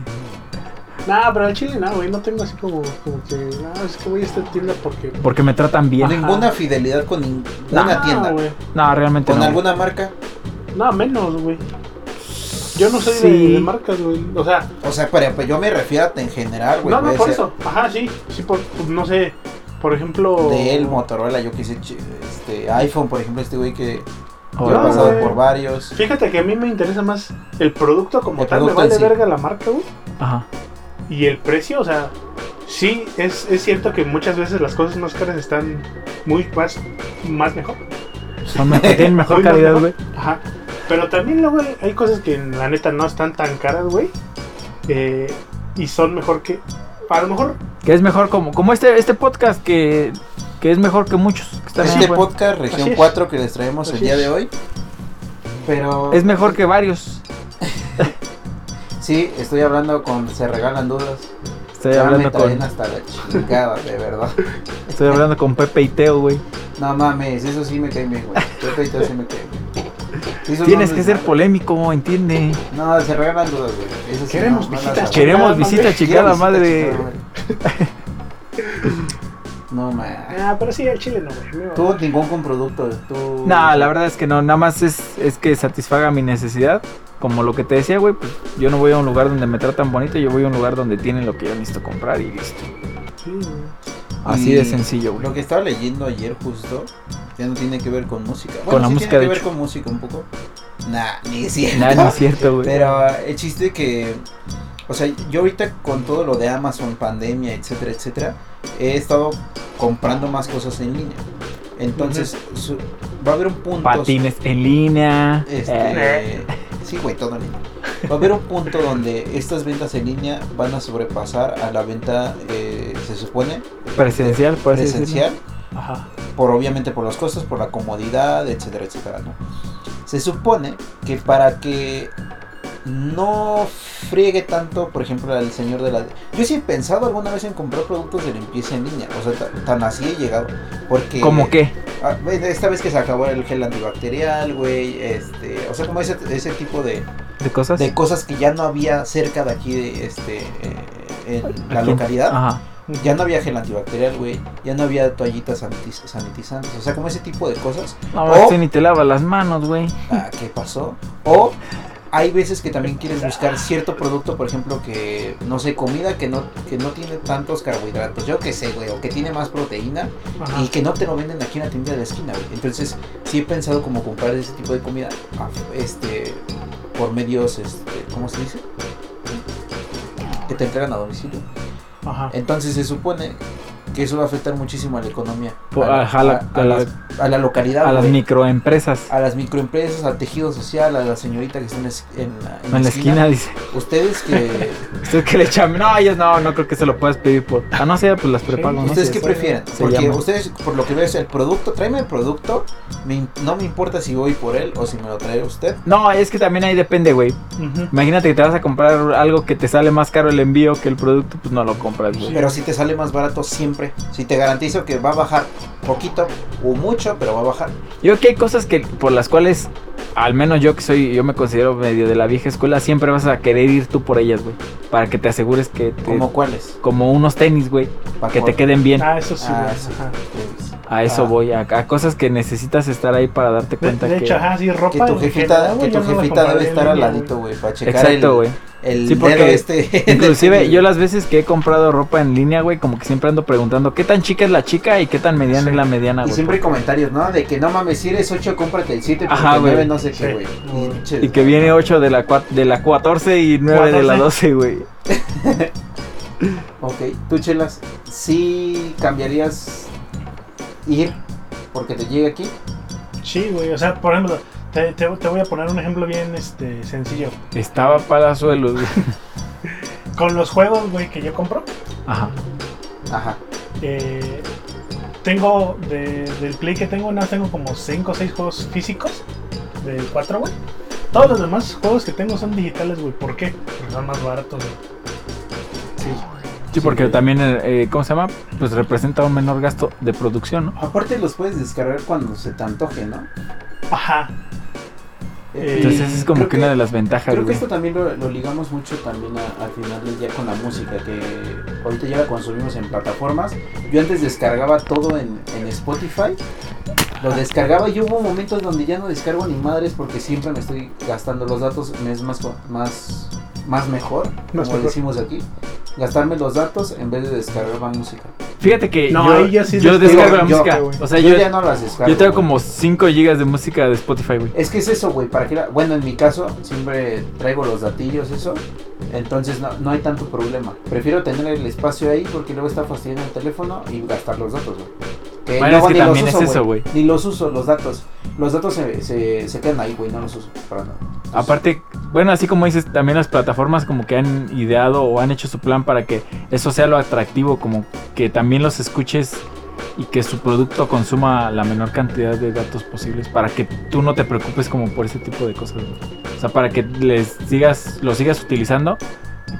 [SPEAKER 3] No, pero al chile no, güey. No tengo así como, como que. No, es que voy a esta tienda porque.
[SPEAKER 1] Porque me tratan bien.
[SPEAKER 2] Ninguna fidelidad con ninguna
[SPEAKER 3] No,
[SPEAKER 2] tienda.
[SPEAKER 3] güey.
[SPEAKER 1] No, realmente
[SPEAKER 2] Con
[SPEAKER 1] no.
[SPEAKER 2] alguna marca.
[SPEAKER 3] No, menos, güey. Yo no soy de-
[SPEAKER 1] Sí.
[SPEAKER 3] de, marcas, güey. O sea,
[SPEAKER 2] O sea, pero pues, yo me refiero a en general, güey.
[SPEAKER 3] no, no,
[SPEAKER 2] puede
[SPEAKER 3] por
[SPEAKER 2] ser
[SPEAKER 3] eso. Ajá, sí. Sí, por, pues, no sé. Por ejemplo.
[SPEAKER 2] Dell, Motorola, yo quise. ch- Este, iPhone, por ejemplo, este güey que
[SPEAKER 1] Oh,
[SPEAKER 2] que ha
[SPEAKER 3] No,
[SPEAKER 2] pasado
[SPEAKER 3] güey.
[SPEAKER 2] por varios.
[SPEAKER 3] Fíjate que a mí me interesa más el producto como
[SPEAKER 2] El
[SPEAKER 3] tal.
[SPEAKER 2] producto
[SPEAKER 3] me
[SPEAKER 2] en
[SPEAKER 3] vale
[SPEAKER 2] sí.
[SPEAKER 3] verga la marca, güey.
[SPEAKER 1] Ajá.
[SPEAKER 3] Y el precio, o sea, sí, es, es cierto que muchas veces las cosas más caras están muy más, más mejor.
[SPEAKER 1] Son mejor- tienen mejor
[SPEAKER 3] Muy
[SPEAKER 1] calidad,
[SPEAKER 3] mejor.
[SPEAKER 1] güey.
[SPEAKER 3] Ajá. Pero también luego hay- hay cosas que la neta no están tan caras, güey. Eh, y son mejor que... A lo mejor...
[SPEAKER 1] Que es mejor como, como este, este podcast que, que es mejor que muchos. que están ahí, pues.
[SPEAKER 2] Este
[SPEAKER 1] güey.
[SPEAKER 2] podcast,
[SPEAKER 3] Así
[SPEAKER 2] Región
[SPEAKER 3] es.
[SPEAKER 2] 4, que les traemos el
[SPEAKER 3] Así
[SPEAKER 2] día
[SPEAKER 3] es.
[SPEAKER 2] de hoy. Pero.
[SPEAKER 1] es mejor que varios.
[SPEAKER 2] Sí, estoy hablando con Se Regalan Dudas.
[SPEAKER 1] Estoy
[SPEAKER 2] Ya
[SPEAKER 1] hablando
[SPEAKER 2] me traen
[SPEAKER 1] con,
[SPEAKER 2] hasta la chingada, de verdad.
[SPEAKER 1] estoy hablando con Pepe y Teo, güey.
[SPEAKER 2] No mames, eso sí me cae bien, güey. Pepe y todo sí me cae bien. Sí, son
[SPEAKER 1] Tienes
[SPEAKER 2] hombres
[SPEAKER 1] que ser
[SPEAKER 2] malos.
[SPEAKER 1] polémico, entiende.
[SPEAKER 2] No, Se Regalan Dudas, güey. Eso sí,
[SPEAKER 3] Queremos
[SPEAKER 2] no, no las
[SPEAKER 3] visitas,
[SPEAKER 2] hago.
[SPEAKER 3] chicas.
[SPEAKER 1] Queremos
[SPEAKER 3] madre.
[SPEAKER 1] visita, chingada
[SPEAKER 2] Quiero
[SPEAKER 1] madre.
[SPEAKER 2] visitas, chicas, No mames.
[SPEAKER 3] Ah, pero sí, el chile no, güey. me va-
[SPEAKER 2] Tú ningún con producto, tú.
[SPEAKER 1] No, la verdad es que no, nada más es, es que satisfaga mi necesidad. Como lo que te decía, güey, pues yo no voy a un lugar donde me tratan bonito, yo voy a un lugar donde tienen lo que yo necesito comprar y listo.
[SPEAKER 3] Sí, güey.
[SPEAKER 1] Así
[SPEAKER 2] Y
[SPEAKER 1] de sencillo, güey.
[SPEAKER 2] Lo que estaba leyendo ayer justo, ya no tiene que ver con música. Bueno,
[SPEAKER 1] la
[SPEAKER 2] sí
[SPEAKER 1] música,
[SPEAKER 2] tiene
[SPEAKER 1] de
[SPEAKER 2] que ver
[SPEAKER 1] hecho.
[SPEAKER 2] con música un poco. Nah, ni siquiera.
[SPEAKER 1] Nada, no es cierto, güey.
[SPEAKER 2] Pero eh, el chiste que, o sea, yo ahorita con todo lo de Amazon, pandemia, etcétera, etcétera, he estado comprando más cosas en línea. Entonces, su- va a haber un punto.
[SPEAKER 1] Patines en línea. eh,
[SPEAKER 2] Este, sí, güey, todo en línea. Va a haber un punto donde estas ventas en línea van a sobrepasar a la venta, eh, se supone,
[SPEAKER 1] presencial, por así decirlo.
[SPEAKER 2] presencial
[SPEAKER 1] Ajá.
[SPEAKER 2] por obviamente por los costos, por la comodidad, etcétera, etcétera, ¿no? Se supone que para que no friegue tanto, por ejemplo, al señor de la... Yo sí he pensado alguna vez en comprar productos de limpieza en línea, o sea, ta- tan así he llegado, porque...
[SPEAKER 1] ¿Cómo qué?
[SPEAKER 2] Ah, güey, esta vez que se acabó el gel antibacterial, güey, este... O sea, como ese, ese tipo de,
[SPEAKER 1] ¿De cosas?
[SPEAKER 2] de cosas que ya no había cerca de aquí, de este... eh, en la
[SPEAKER 1] Aquí.
[SPEAKER 2] localidad.
[SPEAKER 1] Ajá.
[SPEAKER 2] Ya no había gel antibacterial, güey. Ya no había toallitas sanitiz- sanitizantes. O sea, como ese tipo de cosas.
[SPEAKER 1] No,
[SPEAKER 2] O-
[SPEAKER 1] este ni te lava las manos, güey.
[SPEAKER 2] Ah, ¿Qué pasó? O hay veces que también quieres buscar cierto producto, por ejemplo, que, no sé, comida que no, que no tiene tantos carbohidratos. Yo qué sé, güey. O que tiene más proteína.
[SPEAKER 3] Ajá.
[SPEAKER 2] Y que no te lo venden aquí en la tienda de la esquina, güey. Entonces, sí he pensado como comprar ese tipo de comida. ah, Este. Por medios, este. ¿Cómo se dice? Que te entregan a domicilio.
[SPEAKER 3] Ajá.
[SPEAKER 2] Entonces se supone que eso va a afectar muchísimo a la economía.
[SPEAKER 1] Po-
[SPEAKER 2] a,
[SPEAKER 1] ajá, la-
[SPEAKER 2] a- a
[SPEAKER 1] a la-
[SPEAKER 2] las- a la localidad,
[SPEAKER 1] A las
[SPEAKER 2] güey,
[SPEAKER 1] microempresas.
[SPEAKER 2] a las microempresas, al tejido social, a la señorita que está en la, es- en la- en la
[SPEAKER 1] En la esquina dice,
[SPEAKER 2] Ustedes que,
[SPEAKER 1] ¿usted que le echame? No, ellos no, no creo que se lo puedas pedir por. Ah, no sé, pues las prepago, ¿no?
[SPEAKER 2] ustedes
[SPEAKER 3] sí,
[SPEAKER 2] que
[SPEAKER 3] sí,
[SPEAKER 2] prefieren.
[SPEAKER 1] se
[SPEAKER 2] Porque
[SPEAKER 1] llama.
[SPEAKER 2] ustedes, por lo que veo, es el producto. Tráeme el producto. me im- no me importa si voy por él o si me lo trae usted.
[SPEAKER 1] No, es que también ahí depende, güey.
[SPEAKER 2] eh,
[SPEAKER 3] Ujú.
[SPEAKER 1] Imagínate que te vas a comprar algo que te sale más caro el envío que el producto, pues no lo compras, güey.
[SPEAKER 2] Pero si te sale más barato siempre. Si te garantizo que va a bajar poquito o mucho mucho, pero va a bajar.
[SPEAKER 1] Yo creo que hay cosas que por las cuales, al menos yo que soy, yo me considero medio de la vieja escuela, siempre vas a querer ir tú por ellas, güey. Para que te asegures que te-
[SPEAKER 2] ¿Como cuáles?
[SPEAKER 1] como unos tenis, güey,
[SPEAKER 2] Para
[SPEAKER 1] que te queden bien.
[SPEAKER 3] Ah, eso sí,
[SPEAKER 2] Ah,
[SPEAKER 3] güey,
[SPEAKER 2] sí.
[SPEAKER 3] ajá.
[SPEAKER 1] A eso
[SPEAKER 2] ah.
[SPEAKER 1] voy, a, a cosas que necesitas estar ahí para darte
[SPEAKER 3] De,
[SPEAKER 1] cuenta
[SPEAKER 3] de
[SPEAKER 1] que
[SPEAKER 3] hecho, ajá, sí, ropa.
[SPEAKER 2] Que tu
[SPEAKER 3] dije,
[SPEAKER 2] jefita,
[SPEAKER 3] no,
[SPEAKER 2] que
[SPEAKER 3] güey,
[SPEAKER 2] tu
[SPEAKER 3] yo no la
[SPEAKER 2] jefita
[SPEAKER 3] compraré
[SPEAKER 2] debe
[SPEAKER 3] en
[SPEAKER 2] estar al
[SPEAKER 3] línea,
[SPEAKER 2] ladito, güey, para checar
[SPEAKER 1] Exacto, güey.
[SPEAKER 2] el, el
[SPEAKER 1] Sí, porque
[SPEAKER 2] dedo este.
[SPEAKER 1] Inclusive yo las veces que he comprado ropa en línea, güey, como que siempre ando preguntando qué tan chica es la chica y qué tan mediana
[SPEAKER 3] Sí.
[SPEAKER 1] es la mediana,
[SPEAKER 2] Y
[SPEAKER 1] güey.
[SPEAKER 2] siempre hay comentarios, ¿no? De que no mames, si eres 8, cómprate el 7, porque
[SPEAKER 1] Ajá,
[SPEAKER 2] el
[SPEAKER 1] güey.
[SPEAKER 2] 9 no sé qué,
[SPEAKER 3] Sí.
[SPEAKER 2] güey.
[SPEAKER 3] Y
[SPEAKER 2] pinches,
[SPEAKER 1] Y que viene 8 de la, cua- de la 14 y 9 de la 12, güey.
[SPEAKER 2] Ok, tú chelas, ¿sí cambiarías ir porque te llegue aquí?
[SPEAKER 3] Sí, güey, o sea, por ejemplo, te, te, te voy a poner un ejemplo bien este, sencillo.
[SPEAKER 1] Estaba palazuelos, güey.
[SPEAKER 3] Con los juegos, güey, que yo compro,
[SPEAKER 1] Ajá.
[SPEAKER 2] Ajá.
[SPEAKER 3] eh, tengo de- del Play que tengo, nada, más tengo como 5 o 6 juegos físicos de 4, güey. Todos los demás juegos que tengo son digitales, güey. ¿Por qué? Porque son más baratos, güey.
[SPEAKER 2] Sí.
[SPEAKER 1] Sí, porque también, eh, ¿cómo se llama? Pues representa un menor gasto de producción, ¿no?
[SPEAKER 2] Aparte los puedes descargar cuando se te antoje, ¿no?
[SPEAKER 3] Ajá,
[SPEAKER 2] Eh,
[SPEAKER 1] Entonces es como
[SPEAKER 2] creo
[SPEAKER 1] que, una de las ventajas,
[SPEAKER 2] Creo que
[SPEAKER 1] güey.
[SPEAKER 2] esto también lo, lo ligamos mucho también a- al final del día con la música, que ahorita ya la consumimos en plataformas. Yo antes descargaba todo en, en Spotify, lo descargaba y hubo momentos donde ya no descargo ni madres porque siempre me estoy gastando los datos, me es más, co- más, más mejor, como
[SPEAKER 3] mejor.
[SPEAKER 2] decimos aquí, gastarme los datos en vez de descargar más música.
[SPEAKER 1] Fíjate que
[SPEAKER 3] No,
[SPEAKER 1] yo,
[SPEAKER 3] ahí yo sí
[SPEAKER 1] yo
[SPEAKER 3] descargo-
[SPEAKER 1] descargo la
[SPEAKER 2] yo-
[SPEAKER 1] música.
[SPEAKER 3] güey.
[SPEAKER 1] O sea,
[SPEAKER 2] yo,
[SPEAKER 1] yo,
[SPEAKER 2] ya no las descargo.
[SPEAKER 1] yo tengo
[SPEAKER 2] güey.
[SPEAKER 1] como 5 gigas de música de Spotify, güey.
[SPEAKER 2] Es que es eso, güey, para que la... Bueno, en mi caso siempre traigo los datillos, eso. Entonces no, no hay tanto problema. Prefiero tener el espacio ahí porque luego está fastidiando el teléfono y gastar los datos, güey. Que
[SPEAKER 1] Bueno,
[SPEAKER 2] luego
[SPEAKER 1] es que
[SPEAKER 2] ni los
[SPEAKER 1] también
[SPEAKER 2] uso,
[SPEAKER 1] es eso, güey.
[SPEAKER 2] Ni los uso, los datos. Los datos se, se, se quedan ahí, güey, no los uso para nada. Entonces,
[SPEAKER 1] Aparte, bueno, así como dices, también las plataformas como que han ideado o han hecho su plan para que eso sea lo atractivo, como que también los escuches y que su producto consuma la menor cantidad de datos posibles para que tú no te preocupes como por ese tipo de cosas. güey. O sea, para que les sigas, lo sigas utilizando,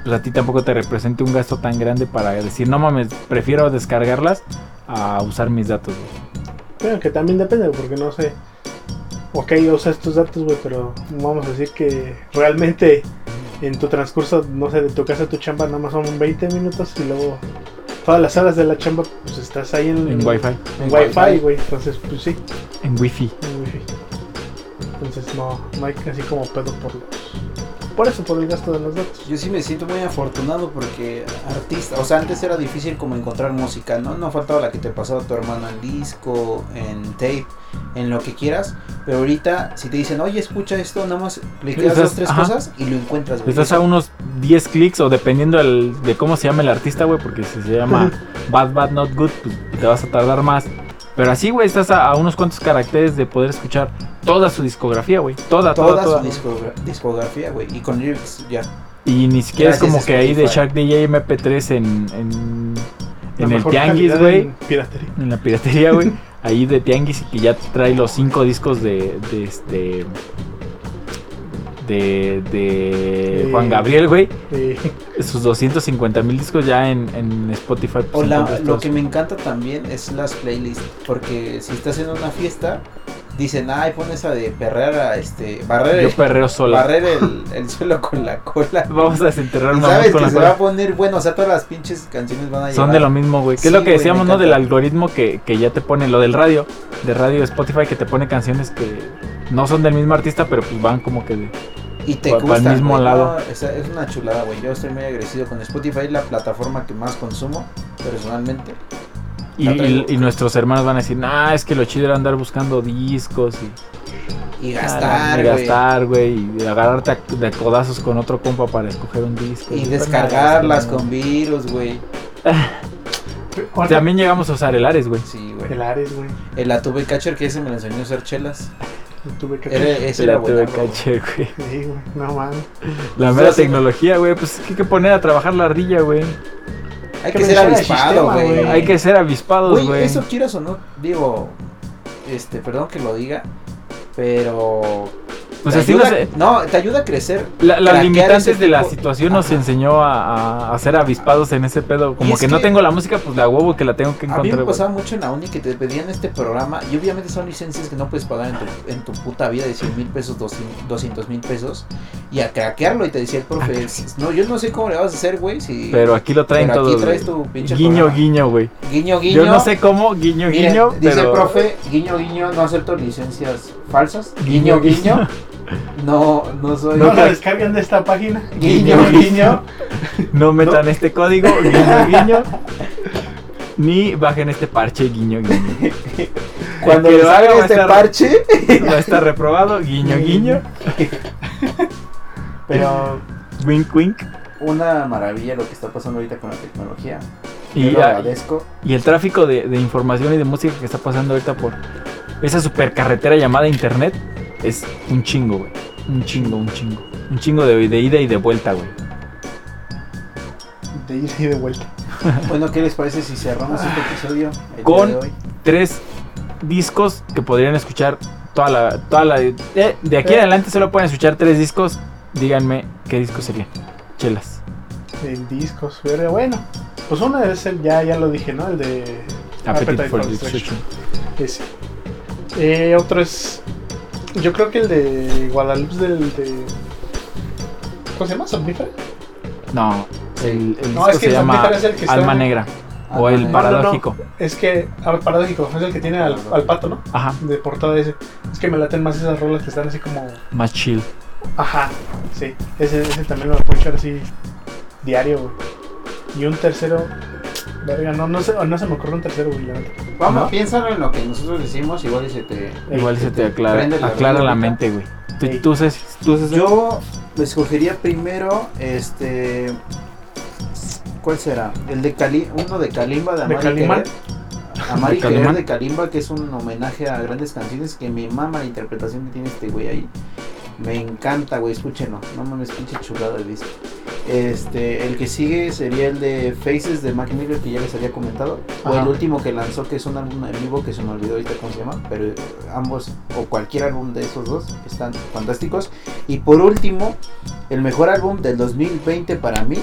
[SPEAKER 1] pues a ti tampoco te represente un gasto tan grande para decir, no mames, prefiero descargarlas a usar mis datos. güey".
[SPEAKER 3] Pero que también depende, porque no sé. Ok, usas tus datos, güey, pero vamos a decir que realmente en tu transcurso, no sé, de tu casa a tu chamba, nada más son 20 minutos y luego todas las horas de la chamba, pues estás ahí en,
[SPEAKER 1] En Wi-Fi,
[SPEAKER 3] en Wi-Fi, güey. Entonces, pues sí,
[SPEAKER 1] en Wi-Fi.
[SPEAKER 3] en Wi-Fi. Entonces, no, no hay así como pedo por los. Por eso, por el gasto de los datos.
[SPEAKER 2] Yo sí me siento muy afortunado porque artista, o sea, antes era difícil como encontrar música, ¿no? No faltaba la que te pasaba tu hermano en disco, en tape, en lo que quieras, pero ahorita si te dicen, oye, escucha esto, nada más cliqueas
[SPEAKER 1] Estás-
[SPEAKER 2] dos, tres
[SPEAKER 1] ajá.
[SPEAKER 2] cosas y lo encuentras. güey.
[SPEAKER 1] Estás a unos 10 clics o dependiendo del- de cómo se llama el artista, güey, porque si se llama Bad Bad Not Good, pues te vas a tardar más. Pero así, güey, estás a, a unos cuantos caracteres de poder escuchar toda su discografía, güey. Toda, toda,
[SPEAKER 2] Toda
[SPEAKER 1] toda.
[SPEAKER 2] su discogra- discografía, güey, y con lyrics ya.
[SPEAKER 1] Y ni siquiera es
[SPEAKER 2] Gracias,
[SPEAKER 1] como que ahí de
[SPEAKER 2] Spotify.
[SPEAKER 1] Shark DJ MP3 en, en, en
[SPEAKER 3] La
[SPEAKER 1] el
[SPEAKER 3] mejor
[SPEAKER 1] Tianguis,
[SPEAKER 3] calidad
[SPEAKER 1] güey.
[SPEAKER 3] en Piratería.
[SPEAKER 1] En la piratería, güey. ahí de Tianguis y que ya trae los cinco discos de, de este... De, de
[SPEAKER 3] Eh.
[SPEAKER 1] Juan Gabriel, güey.
[SPEAKER 3] Y-
[SPEAKER 1] sus 250 mil discos ya en, en Spotify. pues,
[SPEAKER 2] O la-
[SPEAKER 1] encuentras
[SPEAKER 2] lo
[SPEAKER 1] todos.
[SPEAKER 2] que me encanta también es las playlists, porque si estás en una fiesta, dicen, ay, pon esa de perrear a este, barrer,
[SPEAKER 1] Yo perreo sola.
[SPEAKER 2] barrer el, el suelo con la cola.
[SPEAKER 1] Vamos a desenterrar
[SPEAKER 2] Y
[SPEAKER 1] un mamut
[SPEAKER 2] sabes
[SPEAKER 1] con
[SPEAKER 2] que
[SPEAKER 1] la
[SPEAKER 2] se va a
[SPEAKER 1] cola.
[SPEAKER 2] poner bueno, o sea, todas las pinches canciones van a
[SPEAKER 1] Son
[SPEAKER 2] llevar-
[SPEAKER 1] de lo mismo, güey. Que
[SPEAKER 2] Sí,
[SPEAKER 1] es lo que
[SPEAKER 2] güey, me
[SPEAKER 1] decíamos, ¿no?
[SPEAKER 2] encanta.
[SPEAKER 1] Del algoritmo que, que ya te pone, lo del radio, de radio Spotify, que te pone canciones que no son del mismo artista, pero pues van como que de.
[SPEAKER 2] y te
[SPEAKER 1] pa- pa'l
[SPEAKER 2] gustan,
[SPEAKER 1] mismo
[SPEAKER 2] güey.
[SPEAKER 1] lado.
[SPEAKER 2] No, es, es una chulada, güey. Yo estoy muy agresivo con Spotify, es la plataforma que más consumo personalmente.
[SPEAKER 1] Y,
[SPEAKER 2] La traigo.
[SPEAKER 1] y- y nuestros hermanos van a decir, nah, es que lo chido era andar buscando discos y
[SPEAKER 2] Y
[SPEAKER 1] Ah,
[SPEAKER 2] gastar,
[SPEAKER 1] y
[SPEAKER 2] güey.
[SPEAKER 1] gastar, güey, y agarrarte a- de codazos con otro compa para escoger un disco.
[SPEAKER 2] Y
[SPEAKER 1] Pues,
[SPEAKER 2] descargarlas
[SPEAKER 1] no,
[SPEAKER 2] con virus, güey.
[SPEAKER 1] no. También llegamos a usar el Ares, güey.
[SPEAKER 2] Sí, güey.
[SPEAKER 3] El Ares, güey.
[SPEAKER 2] El Atube Catcher que ese me lo enseñó a hacer chelas.
[SPEAKER 3] Tuve que.
[SPEAKER 2] Era, ese
[SPEAKER 1] El
[SPEAKER 2] era
[SPEAKER 1] Atube
[SPEAKER 2] buenardo, güey.
[SPEAKER 1] Caché, güey.
[SPEAKER 3] Sí, güey. No mames.
[SPEAKER 1] La
[SPEAKER 2] O
[SPEAKER 1] mera
[SPEAKER 2] sea, sí.
[SPEAKER 1] tecnología, güey. Pues hay que poner a trabajar la ardilla, güey.
[SPEAKER 2] Hay
[SPEAKER 3] Que
[SPEAKER 2] que ser
[SPEAKER 3] me enseñara el
[SPEAKER 2] avispado,
[SPEAKER 3] sistema,
[SPEAKER 2] güey.
[SPEAKER 3] güey.
[SPEAKER 1] Hay que ser avispados,
[SPEAKER 2] Güey,
[SPEAKER 1] güey.
[SPEAKER 2] eso quieras o no, digo, este, perdón que lo diga, pero
[SPEAKER 1] O
[SPEAKER 2] Te
[SPEAKER 1] sea, sí
[SPEAKER 2] ayuda-
[SPEAKER 1] nos- eh,
[SPEAKER 2] No, te ayuda a crecer.
[SPEAKER 1] la- las
[SPEAKER 2] craquear ese
[SPEAKER 1] limitantes de la
[SPEAKER 2] tipo-
[SPEAKER 1] situación nos
[SPEAKER 2] Ajá.
[SPEAKER 1] enseñó a, a- a ser avispados en ese pedo.
[SPEAKER 2] Y
[SPEAKER 1] Como
[SPEAKER 2] es
[SPEAKER 1] que, no
[SPEAKER 2] que-
[SPEAKER 1] tengo la música, pues la huevo que la tengo que
[SPEAKER 2] A mí
[SPEAKER 1] encontrar.
[SPEAKER 2] me
[SPEAKER 1] güey.
[SPEAKER 2] pasaba mucho en la uni que te pedían este programa y obviamente son licencias que no puedes pagar en tu, en tu puta vida de 100 mil pesos, 200 200 mil pesos y a craquearlo y te decía el profe, no, yo no sé cómo le vas a hacer, güey, si...
[SPEAKER 1] Ah, Pero aquí lo traen
[SPEAKER 2] pero aquí
[SPEAKER 1] todo.
[SPEAKER 2] traes
[SPEAKER 1] güey.
[SPEAKER 2] tu pinche
[SPEAKER 1] guiño,
[SPEAKER 2] programa".
[SPEAKER 1] guiño, güey.
[SPEAKER 2] guiño, guiño.
[SPEAKER 1] Yo no sé cómo, guiño,
[SPEAKER 2] Miren,
[SPEAKER 1] guiño,
[SPEAKER 2] dice
[SPEAKER 1] pero.
[SPEAKER 2] el profe, guiño, guiño, no acepto licencias falsas. Guiño, guiño. No, no soy...
[SPEAKER 3] No la descargan de esta página.
[SPEAKER 2] Guiño, guiño.
[SPEAKER 1] No metan este código, guiño, guiño. ni bajen este parche, guiño, guiño.
[SPEAKER 2] Cuando
[SPEAKER 1] El que
[SPEAKER 2] le
[SPEAKER 1] lo haga
[SPEAKER 2] salga
[SPEAKER 1] va a
[SPEAKER 2] este
[SPEAKER 1] estar-
[SPEAKER 2] parche...
[SPEAKER 1] Va a estar reprobado, guiño, guiño.
[SPEAKER 3] Pero
[SPEAKER 1] Wink, wink.
[SPEAKER 2] Una maravilla lo que está pasando ahorita con la tecnología. Yo
[SPEAKER 1] Y,
[SPEAKER 2] lo
[SPEAKER 1] ah,
[SPEAKER 2] agradezco.
[SPEAKER 1] y el tráfico de, de información y de música que está pasando ahorita por esa supercarretera llamada Internet es un chingo, güey. Un chingo, un chingo. Un chingo de, de ida y de vuelta, güey.
[SPEAKER 3] de ida y de vuelta.
[SPEAKER 2] Bueno, ¿qué les parece si cerramos este episodio? el
[SPEAKER 1] Con-
[SPEAKER 2] día de hoy?
[SPEAKER 1] Tres discos que podrían escuchar toda la... Toda la eh, de aquí en adelante solo pueden escuchar tres discos. Díganme qué discos serían. Chelas.
[SPEAKER 3] En discos, pero bueno. Pues una es el, ya, ya lo dije, ¿no? El de
[SPEAKER 1] Appetite
[SPEAKER 3] Appetite
[SPEAKER 1] for
[SPEAKER 3] for
[SPEAKER 1] Destruction.
[SPEAKER 3] ese. Eh, otro es. Yo creo que el de Guadalupe del de. ¿Cómo se llama? ¿Somnífera?
[SPEAKER 1] No, el, el
[SPEAKER 3] No,
[SPEAKER 1] disco
[SPEAKER 3] es que
[SPEAKER 1] se llama
[SPEAKER 3] Somnífera es el que está-
[SPEAKER 1] Alma Negra o
[SPEAKER 2] Ah,
[SPEAKER 1] El
[SPEAKER 2] no,
[SPEAKER 3] Bar-
[SPEAKER 1] Paradójico.
[SPEAKER 3] Es que. A ver, paradójico, es el que tiene al, al pato, ¿no?
[SPEAKER 1] Ajá,
[SPEAKER 3] De portada ese. Es que me laten más esas rolas que están así como.
[SPEAKER 1] más chill.
[SPEAKER 3] Ajá, sí. Ese, ese también lo puedo echar así diario, güey. Y un tercero. Verga, no, no, se, no se me ocurre un tercero, güey, la neta.
[SPEAKER 7] Vamos,
[SPEAKER 1] ¿No?
[SPEAKER 7] piénsalo en lo que nosotros decimos, igual y se te...
[SPEAKER 1] Igual
[SPEAKER 3] Ey,
[SPEAKER 1] se te aclara,
[SPEAKER 7] prende la
[SPEAKER 1] aclara la
[SPEAKER 7] velita.
[SPEAKER 1] mente, güey.
[SPEAKER 3] Ey.
[SPEAKER 1] ¿Tú, tú, Ceci, tú Ceci?
[SPEAKER 2] Yo escogería primero este. ¿Cuál será? El de Cali, uno de Kalimba de
[SPEAKER 3] ¿De
[SPEAKER 2] Amar y
[SPEAKER 3] Calimán?
[SPEAKER 2] Querer. Amar y
[SPEAKER 1] ¿De
[SPEAKER 2] Querer
[SPEAKER 1] Calimán?
[SPEAKER 2] de Kalimba, que es un homenaje a grandes canciones que me mama la interpretación que tiene este güey ahí. Me encanta, güey, escúchenlo. No mames, pinche chulada el disco. Este, el que sigue sería el de Faces de Mac Miller, que ya les había comentado. O
[SPEAKER 3] Ajá.
[SPEAKER 2] el último que lanzó, que es un álbum en vivo que se me olvidó ahorita cómo se llama. Pero ambos, o cualquier álbum de esos dos, están fantásticos. Y por último, el mejor álbum del 2020 para mí,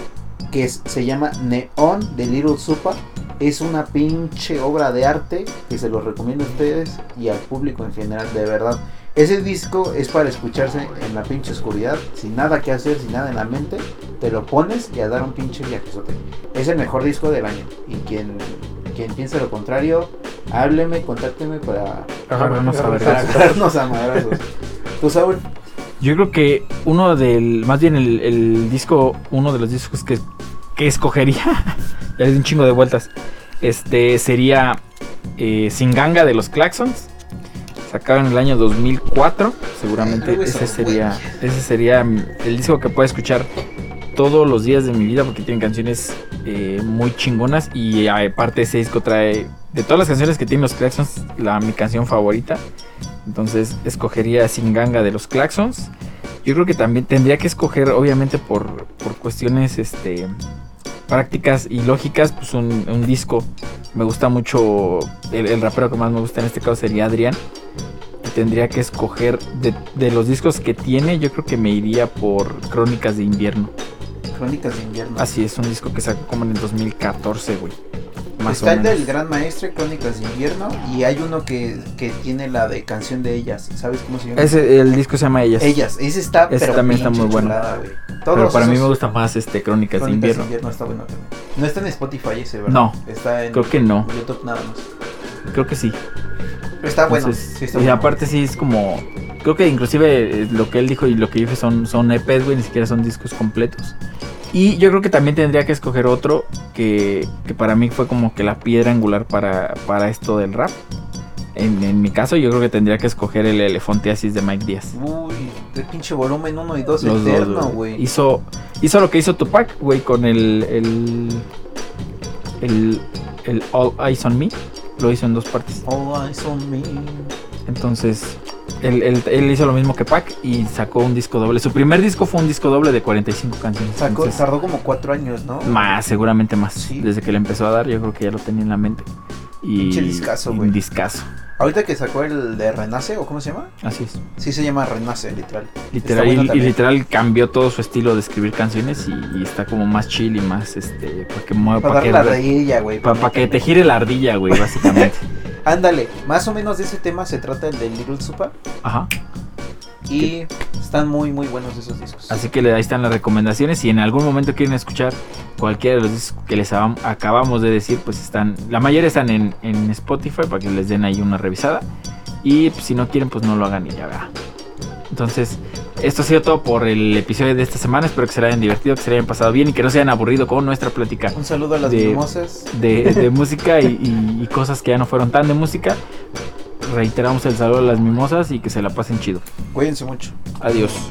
[SPEAKER 2] que es- se llama Neon de Little Supa. Es una pinche obra de arte que se los recomiendo a ustedes y al público en general, de verdad. Ese disco es para escucharse en la pinche oscuridad, sin nada que hacer, sin nada en la mente. Te lo pones y a dar un pinche viajezote. Es el mejor disco del año. Y quien, quien piense lo contrario, hábleme, contácteme para,
[SPEAKER 1] Ajá, vamos a ver.
[SPEAKER 2] para agarrarnos a madrazos. Tú, Saúl,
[SPEAKER 1] Yo creo que uno del, más bien el, el disco, uno de los discos que, que escogería, ya le di un chingo de vueltas, este sería eh, Singanga de los Claxons, sacado en el año 2004, seguramente
[SPEAKER 2] Luego
[SPEAKER 1] ese
[SPEAKER 2] esos
[SPEAKER 1] sería, ese sería el disco que puedo escuchar todos los días de mi vida porque tiene canciones eh, muy chingonas y eh, aparte ese disco trae, de todas las canciones que tienen los Claxons, la, mi canción favorita. Entonces escogería Singanga de los Claxons. Yo creo que también tendría que escoger, obviamente, por, por cuestiones este, prácticas y lógicas, pues un, un disco. Me gusta mucho, el, el rapero que más me gusta en este caso sería Adrián. Y tendría que escoger de, de los discos que tiene, yo creo que me iría por Crónicas de Invierno.
[SPEAKER 2] Crónicas de Invierno.
[SPEAKER 1] Así es, un disco que sacó como en el 2014, güey. Más
[SPEAKER 2] Está
[SPEAKER 1] o
[SPEAKER 2] el
[SPEAKER 1] menos.
[SPEAKER 2] del Gran Maestre, Crónicas de Invierno, y hay uno que, que tiene la de canción de ellas. ¿Sabes cómo se llama?
[SPEAKER 1] Ese- el disco se llama Ellas.
[SPEAKER 2] Ellas, ese está,
[SPEAKER 1] Ese
[SPEAKER 2] pero
[SPEAKER 1] también está
[SPEAKER 2] pinche
[SPEAKER 1] muy bueno.
[SPEAKER 2] chulada, güey.
[SPEAKER 1] Pero
[SPEAKER 2] Todos
[SPEAKER 1] para mí
[SPEAKER 2] esos
[SPEAKER 1] me gusta más este Crónicas,
[SPEAKER 2] Crónicas
[SPEAKER 1] de Invierno.
[SPEAKER 2] está bueno también. No está en Spotify ese, ¿verdad?
[SPEAKER 1] No,
[SPEAKER 2] Está en
[SPEAKER 1] Creo que no,
[SPEAKER 2] YouTube nada más.
[SPEAKER 1] creo que sí.
[SPEAKER 2] Pero está Ah, bueno.
[SPEAKER 1] Entonces,
[SPEAKER 2] sí está
[SPEAKER 1] y
[SPEAKER 2] bueno.
[SPEAKER 1] aparte sí es como creo que inclusive eh, lo que él dijo y lo que yo dije son son EPs, güey, ni siquiera son discos completos. Y yo creo que también tendría que escoger otro que, que para mí fue como que la piedra angular para, para esto del rap. En, en mi caso, yo creo que tendría que escoger el Elefontiasis de Mike Díaz.
[SPEAKER 2] Uy, de pinche volumen 1 y 2
[SPEAKER 1] Los dos,
[SPEAKER 2] Pues eterno,
[SPEAKER 1] güey.
[SPEAKER 2] güey.
[SPEAKER 1] Hizo, hizo lo que hizo Tupac, güey, con el, el, el, el All Eyes on Me. Lo hizo en dos partes.
[SPEAKER 2] All eyes on Oh, me.
[SPEAKER 1] Entonces, él, él- él hizo lo mismo que Pac y sacó un disco doble. Su primer disco fue un disco doble de 45 canciones.
[SPEAKER 2] Sacó,
[SPEAKER 1] Entonces,
[SPEAKER 2] tardó como 4 años, ¿no?
[SPEAKER 1] más, seguramente más.
[SPEAKER 2] Sí.
[SPEAKER 1] Desde que le empezó a dar, yo creo que ya lo tenía en la mente. Y,
[SPEAKER 2] Pinche discazo,
[SPEAKER 1] y
[SPEAKER 2] güey.
[SPEAKER 1] Un discazo.
[SPEAKER 2] Ahorita que sacó el de Renace, ¿o cómo se llama?
[SPEAKER 1] Así es.
[SPEAKER 2] Sí se llama Renace, literal.
[SPEAKER 1] Literal,
[SPEAKER 2] bueno
[SPEAKER 1] y- y,
[SPEAKER 2] también.
[SPEAKER 1] literal cambió todo su estilo de escribir canciones y, y está como más chill y más este. Para que, mueva-
[SPEAKER 2] Para
[SPEAKER 1] para
[SPEAKER 2] darle la
[SPEAKER 1] que,
[SPEAKER 2] reguilla, güey.
[SPEAKER 1] pa- pa' que te gire la ardilla, güey, básicamente.
[SPEAKER 2] Ándale, más o menos de ese tema se trata el de Little Supa.
[SPEAKER 1] Ajá.
[SPEAKER 2] Y están muy, muy buenos esos discos.
[SPEAKER 1] Así que le- ahí están las recomendaciones. Si en algún momento quieren escuchar cualquiera de los discos que les abam- acabamos de decir, pues están. La mayoría están en, en Spotify para que les den ahí una revisada. Y pues, si no quieren, pues no lo hagan y ya verá. Entonces, esto ha sido todo por el episodio de esta semana. Espero que se lo hayan divertido, que se lo hayan pasado bien y que no se hayan aburrido con nuestra plática
[SPEAKER 2] Un saludo a las
[SPEAKER 1] De-
[SPEAKER 2] mimosas.
[SPEAKER 1] de, de música y, y- y cosas que ya no fueron tan de música. Reiteramos el saludo a las mimosas y que se la pasen chido.
[SPEAKER 2] Cuídense mucho.
[SPEAKER 1] Adiós.